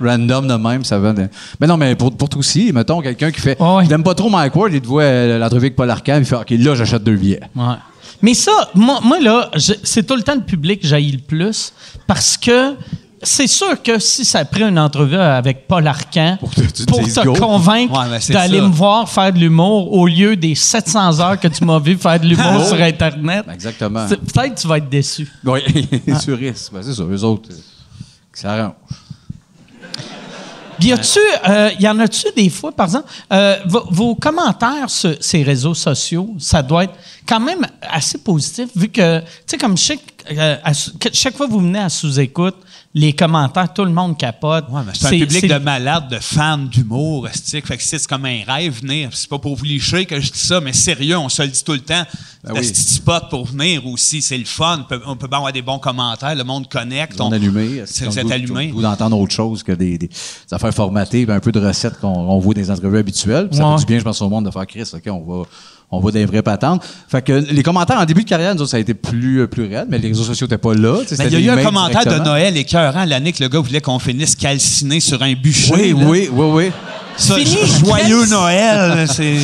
[SPEAKER 4] Random de même, ça va. de- Mais non, mais pour, pour toi aussi, mettons, quelqu'un qui fait.
[SPEAKER 1] Ah ouais.
[SPEAKER 4] Il aime pas trop Mike Ward, il te voit euh, l'entrevue avec Paul Arcand, il fait OK, là, j'achète deux billets.
[SPEAKER 1] Ouais. Mais ça, moi, moi, là, je- c'est tout le temps le public que j'haïs le plus parce que c'est sûr que si ça prend une entrevue avec Paul Arcan pour
[SPEAKER 4] que tu te dises go.
[SPEAKER 1] convaincre
[SPEAKER 2] Ouais, ben, c'est
[SPEAKER 1] d'aller
[SPEAKER 2] ça.
[SPEAKER 1] me voir faire de l'humour au lieu des 700 heures que tu m'as vu faire de
[SPEAKER 2] Ah,
[SPEAKER 1] l'humour sur Internet,
[SPEAKER 4] Exactement.
[SPEAKER 1] c'est- peut-être que tu vas être déçu.
[SPEAKER 4] Oui, sur risque. Ben, c'est ça, eux autres, euh, qui s'arrangent.
[SPEAKER 1] Puis y a-tu, euh, y en a-tu des fois, par exemple, euh, vos, vos commentaires sur ces réseaux sociaux, ça doit être quand même assez positif, vu que, tu sais, comme chaque, euh, à sous- que- chaque fois que vous venez à sous-écoute, les commentaires, tout le monde capote. ah,
[SPEAKER 2] Ouais, mais c'est un public de malades, de fans d'humour, estique. Fait que c'est comme un rêve venir. C'est pas pour vous licher que je dis ça, mais sérieux, on se le dit tout le temps.
[SPEAKER 4] Ben
[SPEAKER 2] C'est un
[SPEAKER 4] oui.
[SPEAKER 2] petit spot pour venir aussi, c'est le fun. On peut, on peut bien avoir des bons commentaires, le monde connecte.
[SPEAKER 4] On
[SPEAKER 2] on-
[SPEAKER 4] est allumé.
[SPEAKER 2] Si vous êtes allumé.
[SPEAKER 4] Ou d'entendre autre chose que des, des- des affaires formatées, ben, un peu de recettes qu'on on voit des entrevues habituelles. Puis Ça
[SPEAKER 1] Ouais.
[SPEAKER 4] fait du bien, je pense, au monde de faire Chris. OK, on va, on va des vraies patentes. Fait que les commentaires en début de carrière, nous autres, ça a été plus, euh, plus réel, mais les réseaux sociaux n'étaient pas là. Tu sais,
[SPEAKER 2] Mais
[SPEAKER 4] c'était
[SPEAKER 2] Ben, il y a eu
[SPEAKER 4] des
[SPEAKER 2] un
[SPEAKER 4] mails
[SPEAKER 2] commentaire de
[SPEAKER 4] directement.
[SPEAKER 2] Noël écœurant l'année que le gars voulait qu'on finisse calciné sur un bûcher.
[SPEAKER 4] Oui,
[SPEAKER 2] là.
[SPEAKER 4] oui, oui, oui.
[SPEAKER 2] Ça,
[SPEAKER 1] Fini.
[SPEAKER 2] joyeux Noël, c'est...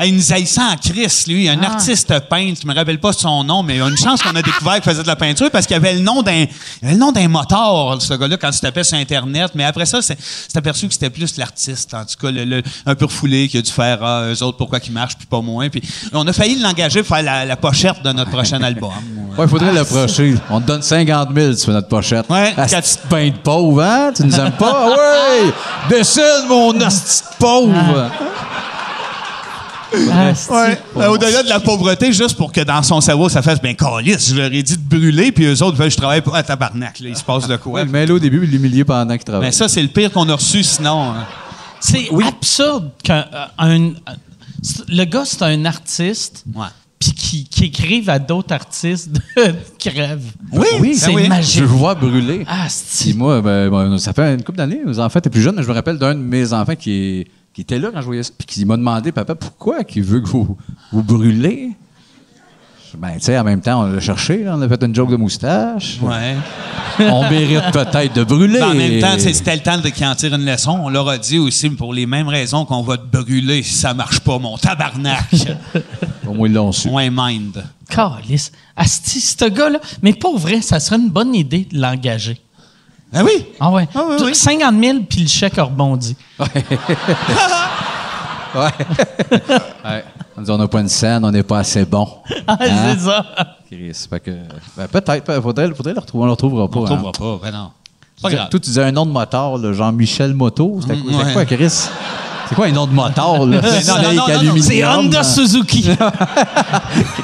[SPEAKER 2] Hey, il nous haïssait en Christ, lui. Un artiste peintre, je me rappelle pas son nom, mais une chance qu'on a découvert qu'il faisait de la peinture parce qu'il avait le nom d'un, il avait le nom d'un moteur, ce gars-là, quand tu tapais sur Internet. Mais après ça, c'est c'est aperçu que c'était plus l'artiste, en tout cas, le, le- un peu refoulé, qui a dû faire, ah, eux autres, pourquoi qu'ils marchent, puis pas moins. Puis on a failli l'engager pour faire la, la pochette de notre prochain album.
[SPEAKER 4] Ouais, il faudrait l'approcher. On te donne 50 000 tu fais notre pochette. Ah,
[SPEAKER 2] Ouais,
[SPEAKER 4] Asti
[SPEAKER 2] quatre-
[SPEAKER 4] de pain de pauvre, hein? Tu nous aimes pas? Ouais! Dessine, mon asti de pauvre!
[SPEAKER 2] Ah.
[SPEAKER 1] Asti.
[SPEAKER 2] Ouais. Euh, Au-delà de la pauvreté, juste pour que dans son cerveau, ça fasse, ben, calice, je leur ai dit de brûler, puis eux autres veulent que je travaille pour. Ah, tabarnak, là, il se passe de quoi.
[SPEAKER 4] Ouais, mais là, au début, il l'humilier pendant qu'il travaille.
[SPEAKER 2] Mais Ben, ça, c'est le pire qu'on a reçu, sinon. hein.
[SPEAKER 1] C'est absurde qu'un. euh, un- c'est- le gars, c'est un artiste.
[SPEAKER 2] Ouais.
[SPEAKER 1] Puis qui, qui écrive à d'autres artistes de crève.
[SPEAKER 4] oui,
[SPEAKER 1] c'est
[SPEAKER 2] ben oui.
[SPEAKER 4] Je
[SPEAKER 1] magique.
[SPEAKER 4] veux voir brûler.
[SPEAKER 1] Ah,
[SPEAKER 4] Puis
[SPEAKER 1] c'est-
[SPEAKER 4] moi, ben, bon, ça fait une couple d'années, mes enfants étaient plus jeunes, mais je me rappelle d'un de mes enfants qui, qui était là quand je voyais ça, puis qui m'a demandé, papa, pourquoi qu'il veut que vous, vous brûlez? Je dis, Ben, tu sais, en même temps, on l'a cherché, là, on a fait une joke de moustache.
[SPEAKER 2] Ouais.
[SPEAKER 4] On mérite peut-être de brûler.
[SPEAKER 2] Ben, en même temps, tu sais, c'était le temps de qu'ils en tirent une leçon. On leur a dit aussi, pour les mêmes raisons, qu'on va te brûler si ça marche pas, mon tabarnak.
[SPEAKER 4] Au moins, ils l'ont su.
[SPEAKER 2] Moins mind.
[SPEAKER 1] Calice. Asti, ce gars-là. Mais pour vrai, ça serait une bonne idée de l'engager.
[SPEAKER 2] Ben oui!
[SPEAKER 1] Ah ouais.
[SPEAKER 2] Ah oui,
[SPEAKER 1] Tu-
[SPEAKER 2] oui.
[SPEAKER 1] 50 000, puis le chèque a rebondi.
[SPEAKER 4] Ouais. On dit, on n'a pas une scène, on n'est pas assez bon.
[SPEAKER 1] Ah,
[SPEAKER 4] Hein?
[SPEAKER 1] c'est ça.
[SPEAKER 4] Chris, fait que, ben, peut-être, peut- faudrait, faudrait le retrouver, on le retrouvera pas.
[SPEAKER 2] On
[SPEAKER 4] hein.
[SPEAKER 2] trouvera pas, ben non. C'est Pas
[SPEAKER 4] Tu-
[SPEAKER 2] grave.
[SPEAKER 4] Toi, tu disais un nom de moteur, là, Jean-Michel Moto. C'était quoi,
[SPEAKER 2] Mm,
[SPEAKER 4] c'était quoi,
[SPEAKER 2] ouais.
[SPEAKER 4] Chris? C'est quoi un nom de moteur? Là? Snake
[SPEAKER 2] non, non, non,
[SPEAKER 4] aluminium,
[SPEAKER 1] C'est Honda
[SPEAKER 4] hein?
[SPEAKER 1] Suzuki.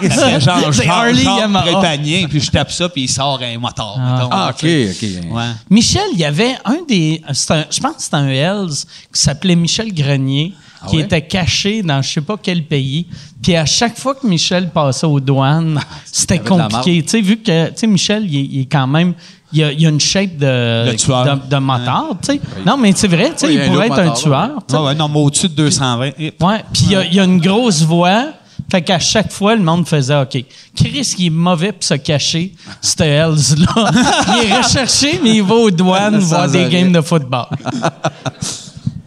[SPEAKER 2] C'est genre,
[SPEAKER 1] C'est
[SPEAKER 2] genre,
[SPEAKER 1] Harley
[SPEAKER 2] genre,
[SPEAKER 1] Yamaha.
[SPEAKER 2] Prépanier, puis je tape ça, puis il sort un moteur. mettons,
[SPEAKER 4] Ah,
[SPEAKER 2] tu
[SPEAKER 4] OK,
[SPEAKER 2] sais.
[SPEAKER 4] OK.
[SPEAKER 2] Ouais.
[SPEAKER 1] Michel, il y avait un des. c'est un- je pense que c'était un Hells qui s'appelait Michel Grenier,
[SPEAKER 4] Ah
[SPEAKER 1] qui
[SPEAKER 4] ouais?
[SPEAKER 1] était caché dans je sais pas quel pays. Puis à chaque fois que Michel passait aux douanes, c'était
[SPEAKER 4] avait Ah, de la
[SPEAKER 1] compliqué. Tu sais, vu que tu sais, Michel, il, est- il est quand même. Il a, il a une shape de,
[SPEAKER 2] De tueur.
[SPEAKER 1] de, de motard. tu sais. Non, mais c'est vrai, tu sais,
[SPEAKER 4] Oui, il
[SPEAKER 1] il
[SPEAKER 4] y a
[SPEAKER 1] pourrait
[SPEAKER 4] un
[SPEAKER 1] être
[SPEAKER 4] look
[SPEAKER 1] un
[SPEAKER 4] motard,
[SPEAKER 1] tueur. tu sais.
[SPEAKER 2] Ouais, Ah, ouais, non, mais au-dessus de 220. Eh,
[SPEAKER 1] Ouais, puis il y a- il y, a une grosse voix. Fait qu'à chaque fois, le monde faisait OK. Chris, il est mauvais pour se cacher, c'était Hells-là. il est recherché, mais il va aux douanes
[SPEAKER 4] Sans
[SPEAKER 1] voir des
[SPEAKER 4] arrêt.
[SPEAKER 1] games de football.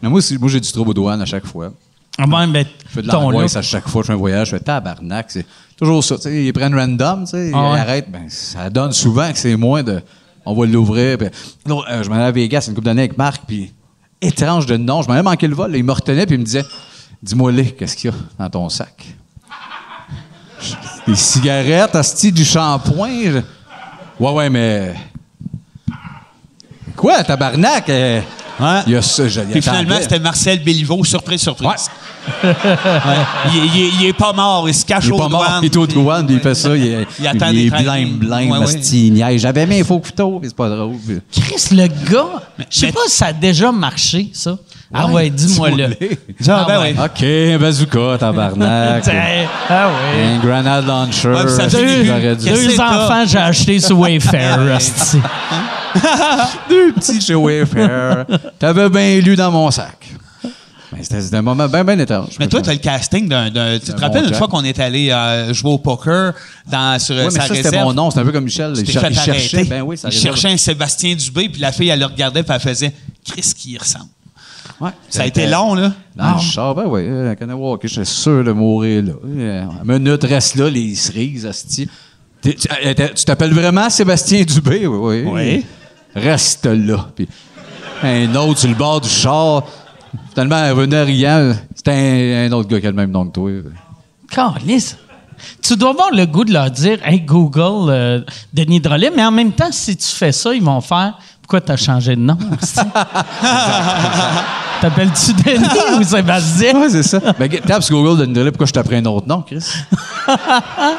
[SPEAKER 4] Mais moi, aussi, moi, j'ai du trouble aux douanes à chaque fois.
[SPEAKER 1] Ah ben, ben,
[SPEAKER 4] Je fais de
[SPEAKER 1] ton
[SPEAKER 4] l'angoisse
[SPEAKER 1] look.
[SPEAKER 4] à chaque fois. Je fais un voyage, je fais tabarnak. C'est toujours ça. tu sais, ils prennent random, tu sais,
[SPEAKER 1] Ah ouais.
[SPEAKER 4] ils arrêtent. Ben, ça donne souvent que c'est moins de. On va l'ouvrir. puis- Non, euh, je m'en allais à Vegas une couple d'années avec Marc, puis étrange de nom. Je m'en avais manqué le vol. là, il me retenait, puis il me disait Dis-moi-les, qu'est-ce qu'il y a dans ton sac Des cigarettes, asti, du shampoing. je- Ouais, ouais, mais. Quoi, tabarnak euh,
[SPEAKER 2] Ouais.
[SPEAKER 4] Il y a ça, je- il
[SPEAKER 2] Puis
[SPEAKER 4] attendait.
[SPEAKER 2] finalement, c'était Marcel Béliveau, surprise, surprise. Ouais. Il, est- il est- il est pas mort, il se cache
[SPEAKER 4] Il
[SPEAKER 2] au
[SPEAKER 4] est pas mort, il est au douane, puis il fait ça, il, est-
[SPEAKER 2] Il attend
[SPEAKER 4] il
[SPEAKER 2] des
[SPEAKER 4] est
[SPEAKER 2] traînées.
[SPEAKER 4] blême, blême,
[SPEAKER 2] Ouais, ouais.
[SPEAKER 4] asti, il niaise. J'avais mes faux couteaux, mais c'est pas drôle. puis-
[SPEAKER 1] Chris, le gars, je sais
[SPEAKER 2] mais-
[SPEAKER 1] pas si ça a déjà marché, ça. ah
[SPEAKER 4] Ouais,
[SPEAKER 1] ouais, dis-moi le.
[SPEAKER 4] dis-moi-le.
[SPEAKER 2] Genre, ben ouais.
[SPEAKER 4] OK, un bazooka, tabarnak.
[SPEAKER 1] T'sais, Ah ouais.
[SPEAKER 4] un granade launcher.
[SPEAKER 2] Ouais, puis ça fait
[SPEAKER 1] Deux,
[SPEAKER 2] des
[SPEAKER 4] J'aurais dû-
[SPEAKER 2] buts. Qu'est-ce que
[SPEAKER 1] deux
[SPEAKER 2] c'est,
[SPEAKER 1] enfants, j'ai acheté sur Wayfair. hostie.
[SPEAKER 4] deux petits chez Wayfair. T'avais bien lu dans mon sac. Mais c'était un moment bien, bien étrange.
[SPEAKER 2] Mais toi, tu as le casting d'un. d'un- Tu te
[SPEAKER 4] D'un
[SPEAKER 2] rappelles
[SPEAKER 4] bon
[SPEAKER 2] une
[SPEAKER 4] Jack.
[SPEAKER 2] fois qu'on est allé euh, jouer au poker dans, sur
[SPEAKER 4] Ouais,
[SPEAKER 2] euh,
[SPEAKER 4] mais
[SPEAKER 2] sa
[SPEAKER 4] ça, c'était
[SPEAKER 2] réserve?
[SPEAKER 4] mon nom. C'est un peu comme Michel. Il,
[SPEAKER 2] T'es
[SPEAKER 4] cher-
[SPEAKER 2] fait
[SPEAKER 4] il cherchait.
[SPEAKER 2] arrêter.
[SPEAKER 4] Ben oui, ça
[SPEAKER 2] il cherchait un Sébastien Dubé, puis la fille, elle le regardait, puis elle faisait Chris qui y ressemble. Ça a été long, là.
[SPEAKER 4] Dans le char, ben oui, euh, Kanawake, j'étais sûr de mourir là. Euh, minute, reste là, les cerises, asti. T'es- Tu euh, t'es- tu t'appelles vraiment Sébastien Dubé? Oui. oui.
[SPEAKER 2] Oui.
[SPEAKER 4] Reste là. Puis un autre sur le bord du char. Finalement, elle venait riant. C'était un, un autre gars qui a le même nom que toi.
[SPEAKER 1] Calisse. Tu dois avoir le goût de leur dire Hey Google, euh, Denis Drolet, mais en même temps, si tu fais ça, ils vont faire Pourquoi t'as changé de nom hostie? T'appelles-tu Denis ou Sébastien
[SPEAKER 4] Ouais, c'est ça. Ben, gu- tape sur Google de nous dire pourquoi je t'apprends un autre nom, Chris.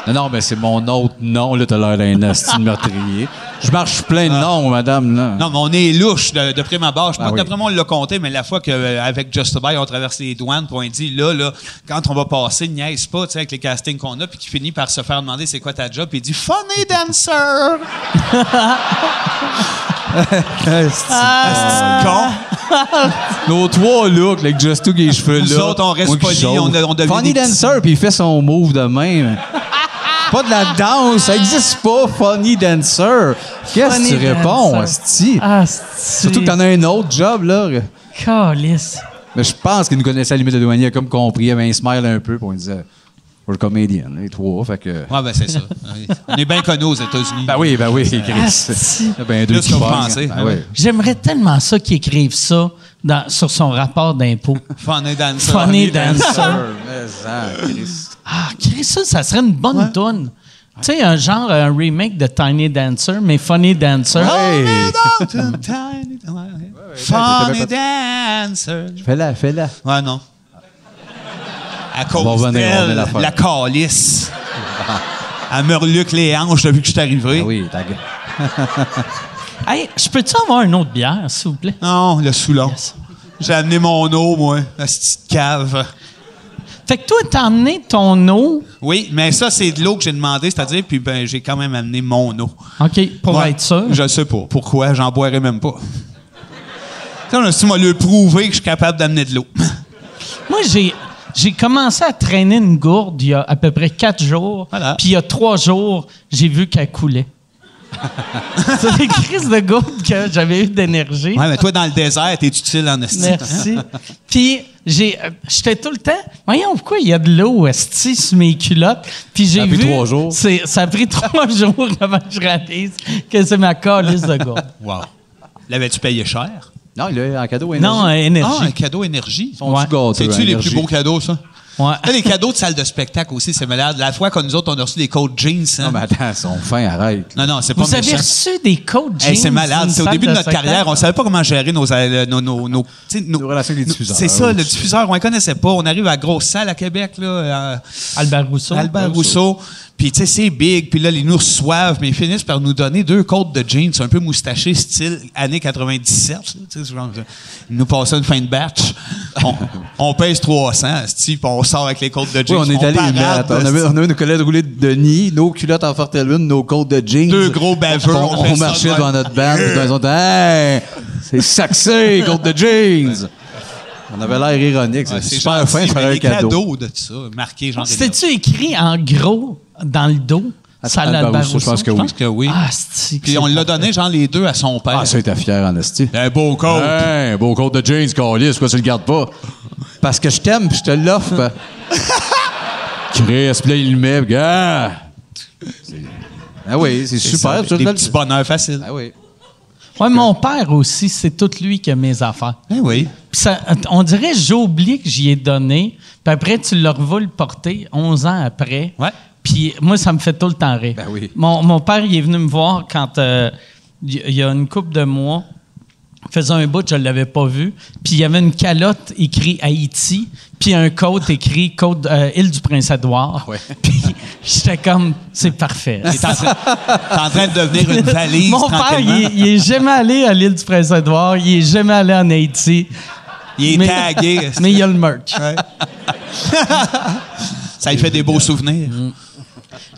[SPEAKER 4] non, non, mais c'est mon autre nom, là, t'as l'air d'un asti de meurtrier. Je marche plein de noms, madame, là.
[SPEAKER 2] Non, mais on est louche de, de prime abord. Je pense
[SPEAKER 4] Ah oui.
[SPEAKER 2] d'après moi, on l'a compté, mais la fois qu'avec Just a Buy, on traverse les douanes, puis on dit là, là, quand on va passer, niaise pas, tu sais, avec les castings qu'on a, puis qui finit par se faire demander c'est quoi ta job, puis il dit Funny dancer!
[SPEAKER 4] Ah,
[SPEAKER 2] Asti de con!
[SPEAKER 4] Nos trois looks, avec Just Two qui a les cheveux
[SPEAKER 2] Nous
[SPEAKER 4] là.
[SPEAKER 2] autres, on reste
[SPEAKER 4] moi qui
[SPEAKER 2] polis,
[SPEAKER 4] chauffe.
[SPEAKER 2] on a- on devient
[SPEAKER 4] Funny
[SPEAKER 2] des petits-
[SPEAKER 4] Dancer, puis il fait son move de même. pas de la danse, ça existe pas, Funny Dancer. Qu'est-ce que tu
[SPEAKER 1] Funny
[SPEAKER 4] réponds,
[SPEAKER 1] dancer.
[SPEAKER 4] Asti?
[SPEAKER 1] Ah, c'est-
[SPEAKER 4] Surtout que t'en as un autre job, là.
[SPEAKER 1] Calisse.
[SPEAKER 4] Mais je pense qu'ils nous connaissaient à la limite de douanier, comme compris, avait un smile un peu, puis on disait, we're comedian, les trois, fait que.
[SPEAKER 2] Ouais, ben c'est ça. On est bien connus aux États-Unis.
[SPEAKER 4] Ben oui, ben oui, Chris. Ben deux
[SPEAKER 2] Plus
[SPEAKER 4] qui
[SPEAKER 2] qu'on
[SPEAKER 4] pognent.
[SPEAKER 2] pensait.
[SPEAKER 4] Ben oui.
[SPEAKER 1] J'aimerais tellement ça qu'ils écrivent ça dans- sur son rapport d'impôt.
[SPEAKER 2] Funny dancer.
[SPEAKER 1] Funny dancer.
[SPEAKER 4] Mais ça, Chris.
[SPEAKER 1] Ah, Chris, ça, ça serait une bonne toune. Tu sais, un genre, un remake de Tiny Dancer, mais Funny Dancer.
[SPEAKER 4] Hey!
[SPEAKER 2] Funny dancer.
[SPEAKER 4] Fais-la, fais-la.
[SPEAKER 2] Ouais, non. À
[SPEAKER 4] va
[SPEAKER 2] cause
[SPEAKER 4] revenir, on
[SPEAKER 2] d'elle,
[SPEAKER 4] va la faire.
[SPEAKER 2] la calice. Elle me reluque les hanches depuis que je suis arrivé.
[SPEAKER 4] Ben oui, ta gueule.
[SPEAKER 1] Hey, je peux-tu avoir une autre bière, s'il vous plaît?
[SPEAKER 2] Non, le Soulon.
[SPEAKER 1] Yes.
[SPEAKER 2] J'ai amené mon eau, moi, la petite cave.
[SPEAKER 1] Fait que toi, t'as amené ton eau,
[SPEAKER 2] Oui, mais ça, c'est de l'eau que j'ai demandé, c'est-à-dire, puis ben, j'ai quand même amené mon eau.
[SPEAKER 1] OK, pour
[SPEAKER 2] Ouais,
[SPEAKER 1] être sûr.
[SPEAKER 2] Je sais pas. Pourquoi? J'en boirais même pas. Tu sais, on a su m'a le prouver que je suis capable d'amener de l'eau.
[SPEAKER 1] Moi, j'ai... J'ai commencé à traîner une gourde il y a à peu près quatre jours.
[SPEAKER 2] Voilà.
[SPEAKER 1] Puis il y a trois jours, j'ai vu qu'elle coulait. C'est une crise de gourde que j'avais eu d'énergie.
[SPEAKER 2] Ouais, mais toi, dans le désert, t'es utile en estime.
[SPEAKER 1] Merci. Puis j'ai, euh, j'étais tout le temps. Voyons pourquoi il y a de l'eau esti sur mes culottes. Puis j'ai
[SPEAKER 4] Ça a
[SPEAKER 1] vu.
[SPEAKER 4] pris trois jours.
[SPEAKER 1] c'est- ça a pris trois jours avant que je réalise que c'est ma calice de gourde.
[SPEAKER 2] Wow. L'avais-tu payé cher?
[SPEAKER 4] Non, il a en cadeau énergie.
[SPEAKER 1] non, euh,
[SPEAKER 2] Ah, un
[SPEAKER 1] énergie.
[SPEAKER 2] cadeau énergie.
[SPEAKER 4] Sont-tu
[SPEAKER 1] ouais.
[SPEAKER 4] gâteux,
[SPEAKER 2] C'est-tu les
[SPEAKER 4] hein, énergie?
[SPEAKER 2] plus beaux cadeaux, ça?
[SPEAKER 1] Ouais.
[SPEAKER 2] Là, les cadeaux de salle de spectacle aussi, c'est malade. La fois que nous autres, on a reçu des codes jeans. hein.
[SPEAKER 4] Non, mais attends, ils sont fins, arrête.
[SPEAKER 2] non, non, c'est pas
[SPEAKER 1] Vous avez
[SPEAKER 2] méchant.
[SPEAKER 1] reçu des codes
[SPEAKER 2] Hey,
[SPEAKER 1] jeans
[SPEAKER 2] c'est malade.
[SPEAKER 1] d'une
[SPEAKER 2] C'est au
[SPEAKER 1] salle
[SPEAKER 2] début de notre
[SPEAKER 1] spectacle?
[SPEAKER 2] carrière, on savait pas comment gérer nos, euh, nos, nos, nos- tu sais, nos-
[SPEAKER 4] Nos relations avec les
[SPEAKER 2] nos-
[SPEAKER 4] diffuseurs. hein,
[SPEAKER 2] C'est ça,
[SPEAKER 4] Oui.
[SPEAKER 2] le diffuseur, on ne connaissait pas. On arrive à la grosse salle à Québec, là. euh,
[SPEAKER 1] Albert Rousseau.
[SPEAKER 2] Albert Rousseau. Puis, tu sais, c'est big. Puis là, ils nous reçoivent, mais ils finissent par nous donner deux côtes de jeans un peu moustachés, style années 97. là, tu sais, ce genre de- ils nous passaient une fin de batch. On, on pèse 300, esti, puis on sort avec les côtes de
[SPEAKER 4] Oui,
[SPEAKER 2] jeans.
[SPEAKER 4] on est allé
[SPEAKER 2] parade,
[SPEAKER 4] On a vu, on a vu nos collègues rouler de nid, nos culottes en forte lune, nos côtes de jeans.
[SPEAKER 2] Deux gros baveux,
[SPEAKER 4] On,
[SPEAKER 2] on fait
[SPEAKER 4] on
[SPEAKER 2] ça
[SPEAKER 4] marchait
[SPEAKER 2] de
[SPEAKER 4] devant
[SPEAKER 2] même.
[SPEAKER 4] notre band. puis Ils ont dit Hey, c'est saxé, côtes de jeans. On avait l'air ironique. C'est
[SPEAKER 2] Ouais, c'est
[SPEAKER 4] super
[SPEAKER 2] gentil,
[SPEAKER 4] fin de
[SPEAKER 2] mais
[SPEAKER 4] faire un
[SPEAKER 2] les
[SPEAKER 4] cadeau. Ah,
[SPEAKER 2] cadeaux de ça, marqué genre.
[SPEAKER 1] C'était-tu écrit en gros dans le dos?
[SPEAKER 4] Attends,
[SPEAKER 1] Salle
[SPEAKER 4] Albert
[SPEAKER 1] Albert
[SPEAKER 4] Rousseau, je pense
[SPEAKER 2] Je
[SPEAKER 4] que oui.
[SPEAKER 2] pense que oui.
[SPEAKER 1] Ah, c'est
[SPEAKER 2] Puis on l'a donné, genre, les deux à son père.
[SPEAKER 4] Ah, ça, il était fier, en esti.
[SPEAKER 2] un Ben, beau coat.
[SPEAKER 4] Hey, beau coat de jeans, Carlis, pourquoi tu le gardes pas? Parce que je t'aime, puis je te l'offre. Chris, puis là, il le met, puis, ah! C'est- Ah oui, c'est
[SPEAKER 2] C'est ça,
[SPEAKER 4] super. tu
[SPEAKER 2] des
[SPEAKER 4] le-
[SPEAKER 2] petits bonheurs faciles.
[SPEAKER 4] Ah oui.
[SPEAKER 1] Ouais, mon père aussi, c'est tout lui qui a mes affaires.
[SPEAKER 2] Ben oui.
[SPEAKER 1] Puis ça- on dirait j'ai oublié que j'y ai donné. Puis après, tu le revas le porter 11 ans après.
[SPEAKER 2] Ouais.
[SPEAKER 1] Puis moi, ça me fait tout le temps rire.
[SPEAKER 4] Ben oui.
[SPEAKER 1] mon, mon père, il est venu me voir quand euh, il y- il y a une couple de mois. Il faisait un bout, je ne l'avais pas vu. Puis il y avait une calotte écrit Haïti, puis un côte écrit côte, euh, Île du Prince-Édouard.
[SPEAKER 4] Ah ouais.
[SPEAKER 1] Puis j'étais comme, c'est parfait.
[SPEAKER 2] T'es en, train- t'es en train de devenir une valise.
[SPEAKER 1] Mon père,
[SPEAKER 2] tranquillement.
[SPEAKER 1] il, est- il est jamais allé à l'île du Prince-Édouard, il est jamais allé en Haïti.
[SPEAKER 2] Il est
[SPEAKER 1] Mais-
[SPEAKER 2] tagué.
[SPEAKER 1] Mais il y a le merch.
[SPEAKER 2] Ça lui fait des beaux souvenirs.
[SPEAKER 1] Mm.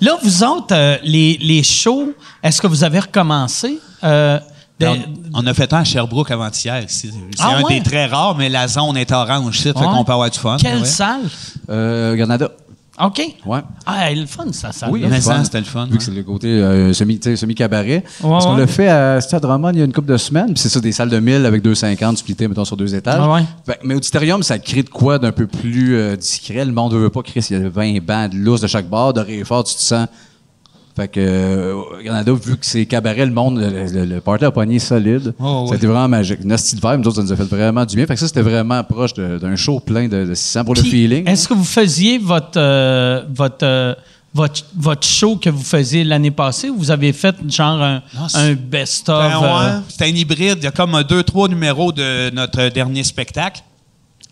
[SPEAKER 1] Là, vous autres, euh, les, les shows, est-ce que vous avez recommencé? Euh, de-
[SPEAKER 2] On, on a fait un à Sherbrooke avant-hier. ici. C'est
[SPEAKER 1] Ah
[SPEAKER 2] un
[SPEAKER 1] ouais?
[SPEAKER 2] des très rares, mais la zone est orange. ici, Fait
[SPEAKER 1] Ouais.
[SPEAKER 2] qu'on peut avoir du fun.
[SPEAKER 1] quelle
[SPEAKER 2] ouais.
[SPEAKER 1] salle?
[SPEAKER 4] Euh, Granada.
[SPEAKER 1] OK.
[SPEAKER 4] Ouais.
[SPEAKER 1] Ah, elle est le fun, ça, salle.
[SPEAKER 4] Oui,
[SPEAKER 2] Mais
[SPEAKER 4] le
[SPEAKER 2] ça,
[SPEAKER 4] fun.
[SPEAKER 2] c'était le fun,
[SPEAKER 4] Vu
[SPEAKER 2] ouais.
[SPEAKER 4] que c'est le côté euh, semi, tu sais, semi-cabaret. Parce qu'on
[SPEAKER 1] ouais.
[SPEAKER 4] l'a fait à c'était à Drummond il y a une couple de semaines. Puis c'est ça, des salles de 1000 avec 250 splittées, mettons, sur deux étages.
[SPEAKER 1] Ah ouais.
[SPEAKER 4] Fait que- mais auditorium, ça crée de quoi d'un peu plus euh, discret. Le monde ne veut pas créer s'il y a 20 bancs de lousse de chaque bord. De rire fort, tu te sens. Fait que, euh, au Canada, vu que c'est cabaret, le monde, le, le, le party a pogné solide.
[SPEAKER 1] Ah,
[SPEAKER 2] Oh, ouais.
[SPEAKER 4] C'était vraiment magique. Notre style de vibe, nous autres, ça nous a fait vraiment du bien. Fait que ça, c'était vraiment proche de- d'un show plein de, de 600 pour
[SPEAKER 1] Puis,
[SPEAKER 4] le feeling.
[SPEAKER 1] Est-ce que vous faisiez votre, euh, votre, euh, votre, votre show que vous faisiez l'année passée ou vous avez fait genre un,
[SPEAKER 2] Non, c'est-
[SPEAKER 1] un best-of?
[SPEAKER 2] Ben ouais,
[SPEAKER 1] euh,
[SPEAKER 2] C'est un hybride. Il y a comme euh, deux, trois numéros de notre dernier spectacle.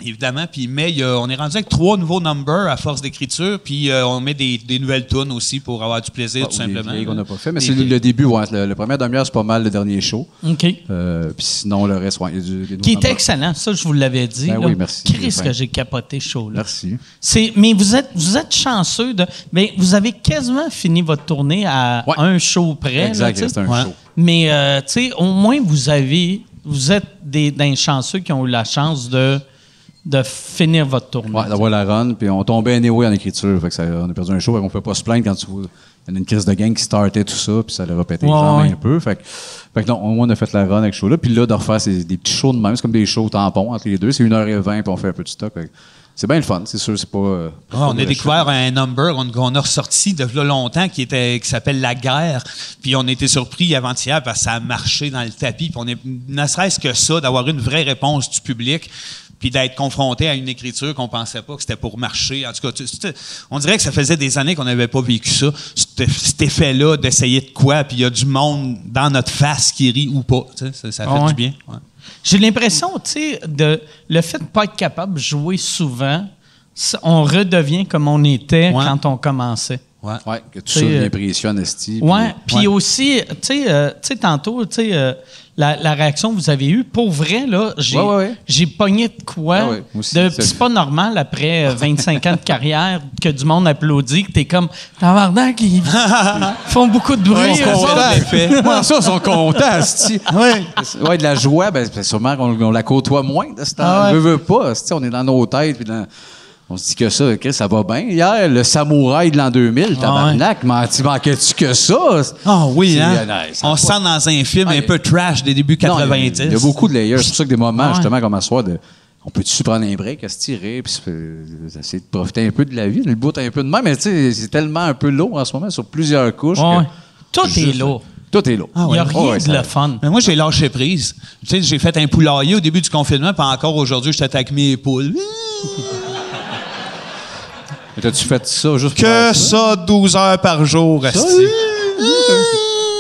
[SPEAKER 2] Évidemment, puis mais il y a- on est rendu avec trois nouveaux numbers à force d'écriture, puis euh, on met des, des nouvelles tunes aussi pour avoir du plaisir, tout
[SPEAKER 4] Ah, Ou des
[SPEAKER 2] simplement.
[SPEAKER 4] vieilles qu'on n'a pas fait, mais
[SPEAKER 2] Des
[SPEAKER 4] c'est le,
[SPEAKER 2] vieilles.
[SPEAKER 4] le début. Ouais. Le, le premier demi-heure, c'est pas mal le dernier show.
[SPEAKER 1] OK.
[SPEAKER 4] Euh, Puis sinon, le reste, ouais, il y a du- des nouveaux
[SPEAKER 1] Qui était
[SPEAKER 4] numbers.
[SPEAKER 1] excellent, ça, je vous l'avais dit.
[SPEAKER 4] Ah, bah. Ben
[SPEAKER 1] là.
[SPEAKER 4] oui, merci,
[SPEAKER 1] Christ
[SPEAKER 4] Sylvain.
[SPEAKER 1] que j'ai capoté chaud, là.
[SPEAKER 4] Merci.
[SPEAKER 1] C'est- mais vous êtes, vous êtes chanceux de. Mais vous avez quasiment fini votre tournée à
[SPEAKER 4] Ouais.
[SPEAKER 1] un show près. là,
[SPEAKER 4] Exact,
[SPEAKER 1] tu sais.
[SPEAKER 4] c'est un
[SPEAKER 2] Ouais.
[SPEAKER 4] show.
[SPEAKER 1] Mais euh, tu sais, au moins vous avez, vous êtes des, des chanceux qui ont eu la chance de de finir votre tournoi.
[SPEAKER 4] Ouais, d'avoir la run, puis on tombait anyway en écriture. Fait que ça, on a perdu un show, fait qu'on peut pas se plaindre quand tu vois- il y en a une crise de gang qui startait tout ça, puis ça leur a pété les
[SPEAKER 1] Ouais,
[SPEAKER 4] jambes
[SPEAKER 1] ouais.
[SPEAKER 4] un peu. Fait que, fait que non, au moins, on a fait la run avec ce show-là. Puis là, de refaire c'est des petits shows de même, c'est comme des shows tampons entre les deux. C'est 1h20, puis on fait un peu de stock. Fait que C'est bien le fun, c'est sûr, c'est pas. euh,
[SPEAKER 2] Ah,
[SPEAKER 4] pas
[SPEAKER 2] on
[SPEAKER 4] le
[SPEAKER 2] a
[SPEAKER 4] show.
[SPEAKER 2] découvert un number on- qu'on a ressorti de là longtemps qui était qui s'appelle La Guerre. Puis on était surpris avant-hier parce que ça a marché dans le tapis. Puis on est ne serait-ce que ça, d'avoir une vraie réponse du public, puis d'être confronté à une écriture qu'on pensait pas que c'était pour marcher. En tout cas, tu- tu- on dirait que ça faisait des années qu'on n'avait pas vécu ça. Cet, cet effet-là d'essayer de quoi, puis il y a du monde dans notre face qui rit ou pas. Tu sais, Ça, ça fait
[SPEAKER 1] Ah ouais.
[SPEAKER 2] du bien. ouais.
[SPEAKER 1] J'ai l'impression, tu sais, de le fait de pas être capable de jouer souvent, ça- on redevient comme on était
[SPEAKER 2] Ouais.
[SPEAKER 1] quand on commençait.
[SPEAKER 2] Ouais.
[SPEAKER 4] Ouais, que tout
[SPEAKER 1] C'est,
[SPEAKER 4] ça
[SPEAKER 1] euh,
[SPEAKER 4] l'impressionne, Esti. puis-
[SPEAKER 1] Ouais, puis aussi, tu sais, euh, tu sais, tantôt, tu sais, euh, la, la réaction que vous avez eue, pour vrai, là, j'ai
[SPEAKER 4] Ouais, ouais, ouais.
[SPEAKER 1] j'ai pogné de quoi.
[SPEAKER 4] Ah ouais, moi aussi,
[SPEAKER 1] de-
[SPEAKER 4] ça-
[SPEAKER 1] pis c'est pas normal après euh, 25 ans de carrière que du monde applaudit, que t'es comme, tabarnak, ils font beaucoup de bruit.
[SPEAKER 4] Ils
[SPEAKER 1] eux
[SPEAKER 4] sont
[SPEAKER 1] autres.
[SPEAKER 4] contents. Ouais, ça, ils sont contents, esti. Ouais, de la joie, ben, ben, sûrement qu'on on la côtoie moins de ce temps.
[SPEAKER 1] Ah ouais.
[SPEAKER 4] On veut, veut pas, esti, on est dans nos têtes. puis dans- On se dit que ça, Chris, ça va bien. Hier, le samouraï de l'an 2000, tabarnak, man, tu manquais-tu que ça?
[SPEAKER 2] Ah oui,
[SPEAKER 4] C'est-
[SPEAKER 2] hein?
[SPEAKER 4] euh, non, ça
[SPEAKER 2] on
[SPEAKER 4] va
[SPEAKER 2] se
[SPEAKER 4] pas.
[SPEAKER 2] sent dans un film
[SPEAKER 4] Ah,
[SPEAKER 2] un
[SPEAKER 4] il-
[SPEAKER 2] peu trash des débuts
[SPEAKER 4] Non, il y a-
[SPEAKER 2] 90.
[SPEAKER 4] Il y a beaucoup de layers. C'est pour ça que des moments,
[SPEAKER 1] Ouais.
[SPEAKER 4] justement, comme à soir, de, on peut-tu prendre un break, à se tirer, puis se- euh, essayer de profiter un peu de la vie, le bout un peu de même. Mais tu sais, c'est tellement un peu lourd en ce moment, sur plusieurs couches.
[SPEAKER 1] Ouais.
[SPEAKER 4] que-
[SPEAKER 1] Tout est
[SPEAKER 4] Juste-
[SPEAKER 1] lourd.
[SPEAKER 4] Tout est lourd.
[SPEAKER 1] Il n'y a
[SPEAKER 4] Ah
[SPEAKER 1] rien
[SPEAKER 4] ouais,
[SPEAKER 1] de
[SPEAKER 4] ça-
[SPEAKER 1] le fun.
[SPEAKER 2] Mais moi, j'ai lâché prise. Tu sais, j'ai fait un poulailler au début du confinement, puis encore aujourd'hui, je t'attaque mes poules.
[SPEAKER 4] Mais T'as-tu fait ça juste pour
[SPEAKER 2] Que
[SPEAKER 4] faire
[SPEAKER 2] ça, 12 heures par jour, esti.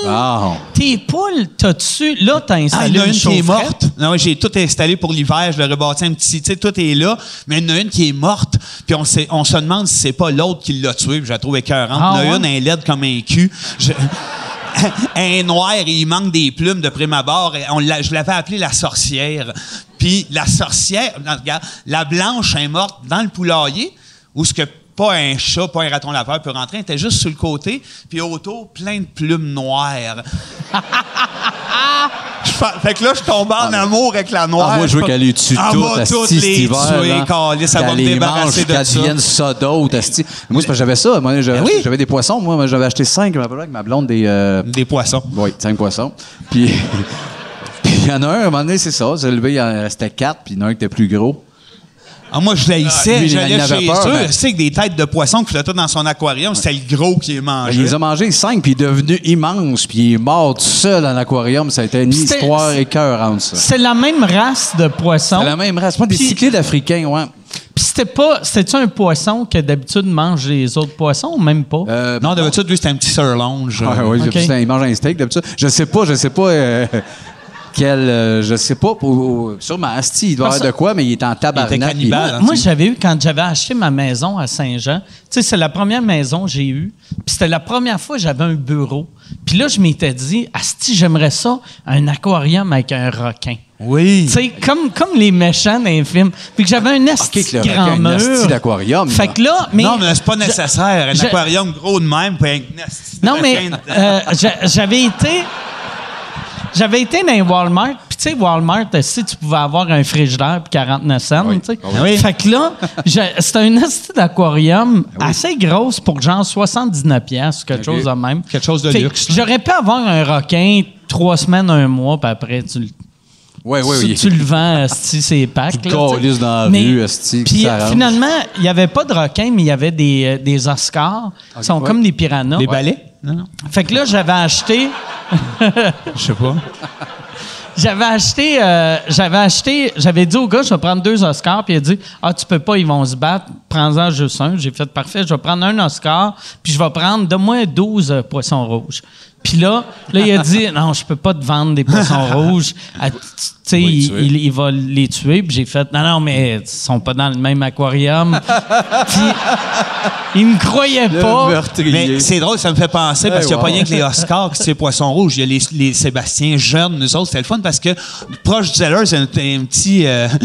[SPEAKER 4] Ah,
[SPEAKER 1] Tes poules, t'as-tu. Là, t'as
[SPEAKER 2] Ah,
[SPEAKER 1] installé
[SPEAKER 2] il y en a
[SPEAKER 1] une,
[SPEAKER 2] une qui est
[SPEAKER 1] chaufferette.
[SPEAKER 2] morte. Non, j'ai tout installé pour l'hiver. Je l'ai rebâti un petit... Tu sais, tout est là, mais il y en a une qui est morte. Puis on, s'est- on se demande si c'est pas l'autre qui l'a tuée. puis Je la trouve écœurante.
[SPEAKER 1] Ah,
[SPEAKER 2] il y en a
[SPEAKER 1] ouais?
[SPEAKER 2] une, elle est laide comme un cul. Je- Elle est noire et il manque des plumes de prime abord. Et on l'a- je l'avais appelée la sorcière. Puis la sorcière... non, regarde, la blanche est morte dans le poulailler où ce que pas un chat, pas un raton laveur peut rentrer. Elle était juste sur le côté, puis autour, plein de plumes noires. Je fa- Fait que là, je tombe en amour avec la noire.
[SPEAKER 4] Ah, moi, je veux
[SPEAKER 2] fais-
[SPEAKER 4] qu'elle les tue
[SPEAKER 2] Ah,
[SPEAKER 4] toutes,
[SPEAKER 2] moi,
[SPEAKER 4] asti,
[SPEAKER 2] toutes
[SPEAKER 4] cet
[SPEAKER 2] les
[SPEAKER 4] hiver.
[SPEAKER 2] tuer,
[SPEAKER 4] là.
[SPEAKER 2] câlisse, ça va
[SPEAKER 4] Qu'elle
[SPEAKER 2] me
[SPEAKER 4] les
[SPEAKER 2] débarrasser
[SPEAKER 4] mange,
[SPEAKER 2] de
[SPEAKER 4] qu'elle
[SPEAKER 2] ça.
[SPEAKER 4] devienne ça d'autre, asti. Moi, c'est parce que j'avais ça. à un moment donné, J'avais
[SPEAKER 2] Ben oui.
[SPEAKER 4] j'avais des poissons. Moi, j'avais acheté cinq, je me rappelle, avec ma blonde, des... euh,
[SPEAKER 2] Des poissons.
[SPEAKER 4] Oui, cinq poissons. Puis puis il y en a un, à un moment donné, c'est ça. J'ai levé, il en restait quatre, puis il y en a un qui était plus gros.
[SPEAKER 2] Ah, moi, je
[SPEAKER 4] Ah,
[SPEAKER 2] l'haïssais.
[SPEAKER 4] lui, il
[SPEAKER 2] J'allais
[SPEAKER 4] en avait
[SPEAKER 2] chez
[SPEAKER 4] peur,
[SPEAKER 2] eux.
[SPEAKER 4] mais-
[SPEAKER 2] Tu sais, avec des têtes de poissons qui flottaient dans son aquarium, c'était le gros qui est
[SPEAKER 4] Ben,
[SPEAKER 2] mangé.
[SPEAKER 4] il les a mangés, cinq, puis il est devenu immense, puis il est mort tout seul dans l'aquarium. Ça a été une
[SPEAKER 1] c'était-
[SPEAKER 4] histoire écœurante, ça.
[SPEAKER 1] C'est la même race de poisson.
[SPEAKER 4] C'est la même race. Moi, des
[SPEAKER 1] Puis-
[SPEAKER 4] cyclides africains, ouais.
[SPEAKER 1] Puis c'était pas. C'était-tu un poisson que d'habitude mange les autres poissons ou même pas?
[SPEAKER 4] Euh,
[SPEAKER 2] Non, d'habitude, lui, c'était un petit sirloin. je-
[SPEAKER 4] Ah, oui,
[SPEAKER 1] Ok.
[SPEAKER 4] d'habitude, il mange un steak d'habitude. Je sais pas, je sais pas euh, quel. euh, je sais pas. Pour, au- sûrement, Asti, il doit y avoir de quoi, mais il est en tabarnak.
[SPEAKER 2] Il était cannibale,
[SPEAKER 4] puis-
[SPEAKER 2] hein.
[SPEAKER 1] Moi,
[SPEAKER 2] tu-
[SPEAKER 1] j'avais eu, quand j'avais acheté ma maison à Saint-Jean, tu sais, c'est la première maison que j'ai eue. Puis c'était la première fois que j'avais un bureau. Puis là, je m'étais dit, Asti, j'aimerais ça, un aquarium avec un requin.
[SPEAKER 2] Oui.
[SPEAKER 1] Tu sais, comme, comme les méchants dans les films. Puis que j'avais un Asti
[SPEAKER 4] Ok, que le
[SPEAKER 1] de grand
[SPEAKER 4] requin, un asti
[SPEAKER 1] mur.
[SPEAKER 4] d'aquarium,
[SPEAKER 1] Fait
[SPEAKER 4] là.
[SPEAKER 1] que là, mais.
[SPEAKER 2] non, mais c'est pas
[SPEAKER 1] je-
[SPEAKER 2] nécessaire. Un
[SPEAKER 1] je-
[SPEAKER 2] aquarium gros de même, puis un nasty
[SPEAKER 1] Non, mais
[SPEAKER 2] requin dedans.
[SPEAKER 1] euh, j'a- j'avais été. J'avais été dans un Walmart, puis tu sais, Walmart, euh, si tu pouvais avoir un frigidaire puis 49 cents,
[SPEAKER 4] Oui.
[SPEAKER 1] tu sais.
[SPEAKER 4] Ah oui.
[SPEAKER 1] Fait que là, j'ai- c'était une assiette d'aquarium assez grosse pour genre 79 piastres, quelque
[SPEAKER 4] Ok.
[SPEAKER 1] chose de même.
[SPEAKER 2] Quelque chose de
[SPEAKER 1] Fait que
[SPEAKER 2] luxe, là.
[SPEAKER 1] J'aurais pu avoir un requin trois semaines, un mois, puis après, tu, le-
[SPEAKER 4] Ouais, ouais,
[SPEAKER 1] tu,
[SPEAKER 4] oui.
[SPEAKER 1] tu le vends, si c'est pack.
[SPEAKER 4] Tu
[SPEAKER 1] là, tu sais.
[SPEAKER 4] câlisses dans la
[SPEAKER 1] Mais-
[SPEAKER 4] rue, asti,
[SPEAKER 1] Puis euh,
[SPEAKER 4] ça rentre.
[SPEAKER 1] finalement, il n'y avait pas de requin, mais il y avait des, euh, des Oscars. Ils sont
[SPEAKER 4] ouais.
[SPEAKER 1] comme des piranhas.
[SPEAKER 2] Des balais? Non, non.
[SPEAKER 1] Fait que là, j'avais acheté.
[SPEAKER 2] Je sais pas.
[SPEAKER 1] J'avais acheté, euh, j'avais acheté, j'avais dit au gars, je vais prendre deux Oscars, puis il a dit, ah, tu peux pas, ils vont se battre, prends-en juste un. J'ai fait, parfait, je vais prendre un Oscar, puis je vais prendre de moins 12 euh, poissons rouges. Puis là, là, il a dit, non, je peux pas te vendre des poissons rouges. Ah, tu tu sais,
[SPEAKER 4] les
[SPEAKER 1] il,
[SPEAKER 4] tuer.
[SPEAKER 1] il- il va les tuer. Puis j'ai fait, non, non, mais ils sont pas dans le même aquarium. puis il me croyait pas.
[SPEAKER 4] euh,
[SPEAKER 2] Mais c'est drôle, ça me fait penser, parce qu'il n'y a pas rien que les Oscars, que c'est Poissons Rouges. Il y a les, les Sébastien Jeunes, nous autres, c'était le fun, parce que proche du Zellers, c'est un, un petit... euh,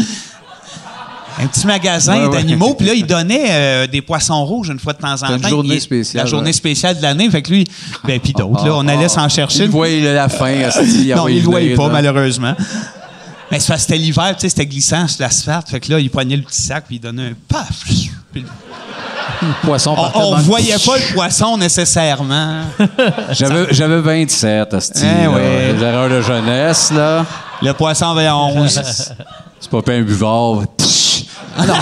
[SPEAKER 2] Un petit magasin
[SPEAKER 4] Ouais, ouais.
[SPEAKER 2] d'animaux, puis là, il donnait euh, des poissons rouges une fois de temps en temps.
[SPEAKER 4] une journée
[SPEAKER 2] Il-
[SPEAKER 4] spéciale,
[SPEAKER 2] La journée
[SPEAKER 4] ouais.
[SPEAKER 2] spéciale de l'année. Fait que lui, ben, puis
[SPEAKER 4] Ah,
[SPEAKER 2] d'autres, là, on allait s'en chercher. Euh,
[SPEAKER 4] Il voit la fin, asti.
[SPEAKER 2] non, il ne le voyait pas, malheureusement. Mais c'est parce que c'était l'hiver, tu sais, c'était glissant sur l'asphalte. Fait que là, il prenait le petit sac, puis il donnait un paf. Puis le-
[SPEAKER 4] Poisson
[SPEAKER 2] on,
[SPEAKER 4] partait
[SPEAKER 2] on
[SPEAKER 4] dans le-
[SPEAKER 2] voyait pas le poisson nécessairement.
[SPEAKER 4] J'avais, j'avais 27, Asti.
[SPEAKER 2] Eh
[SPEAKER 4] là.
[SPEAKER 2] ouais.
[SPEAKER 4] Les erreurs de jeunesse, là.
[SPEAKER 2] Le poisson avait 11.
[SPEAKER 4] C'est pas un buvard. Psh! Ah non.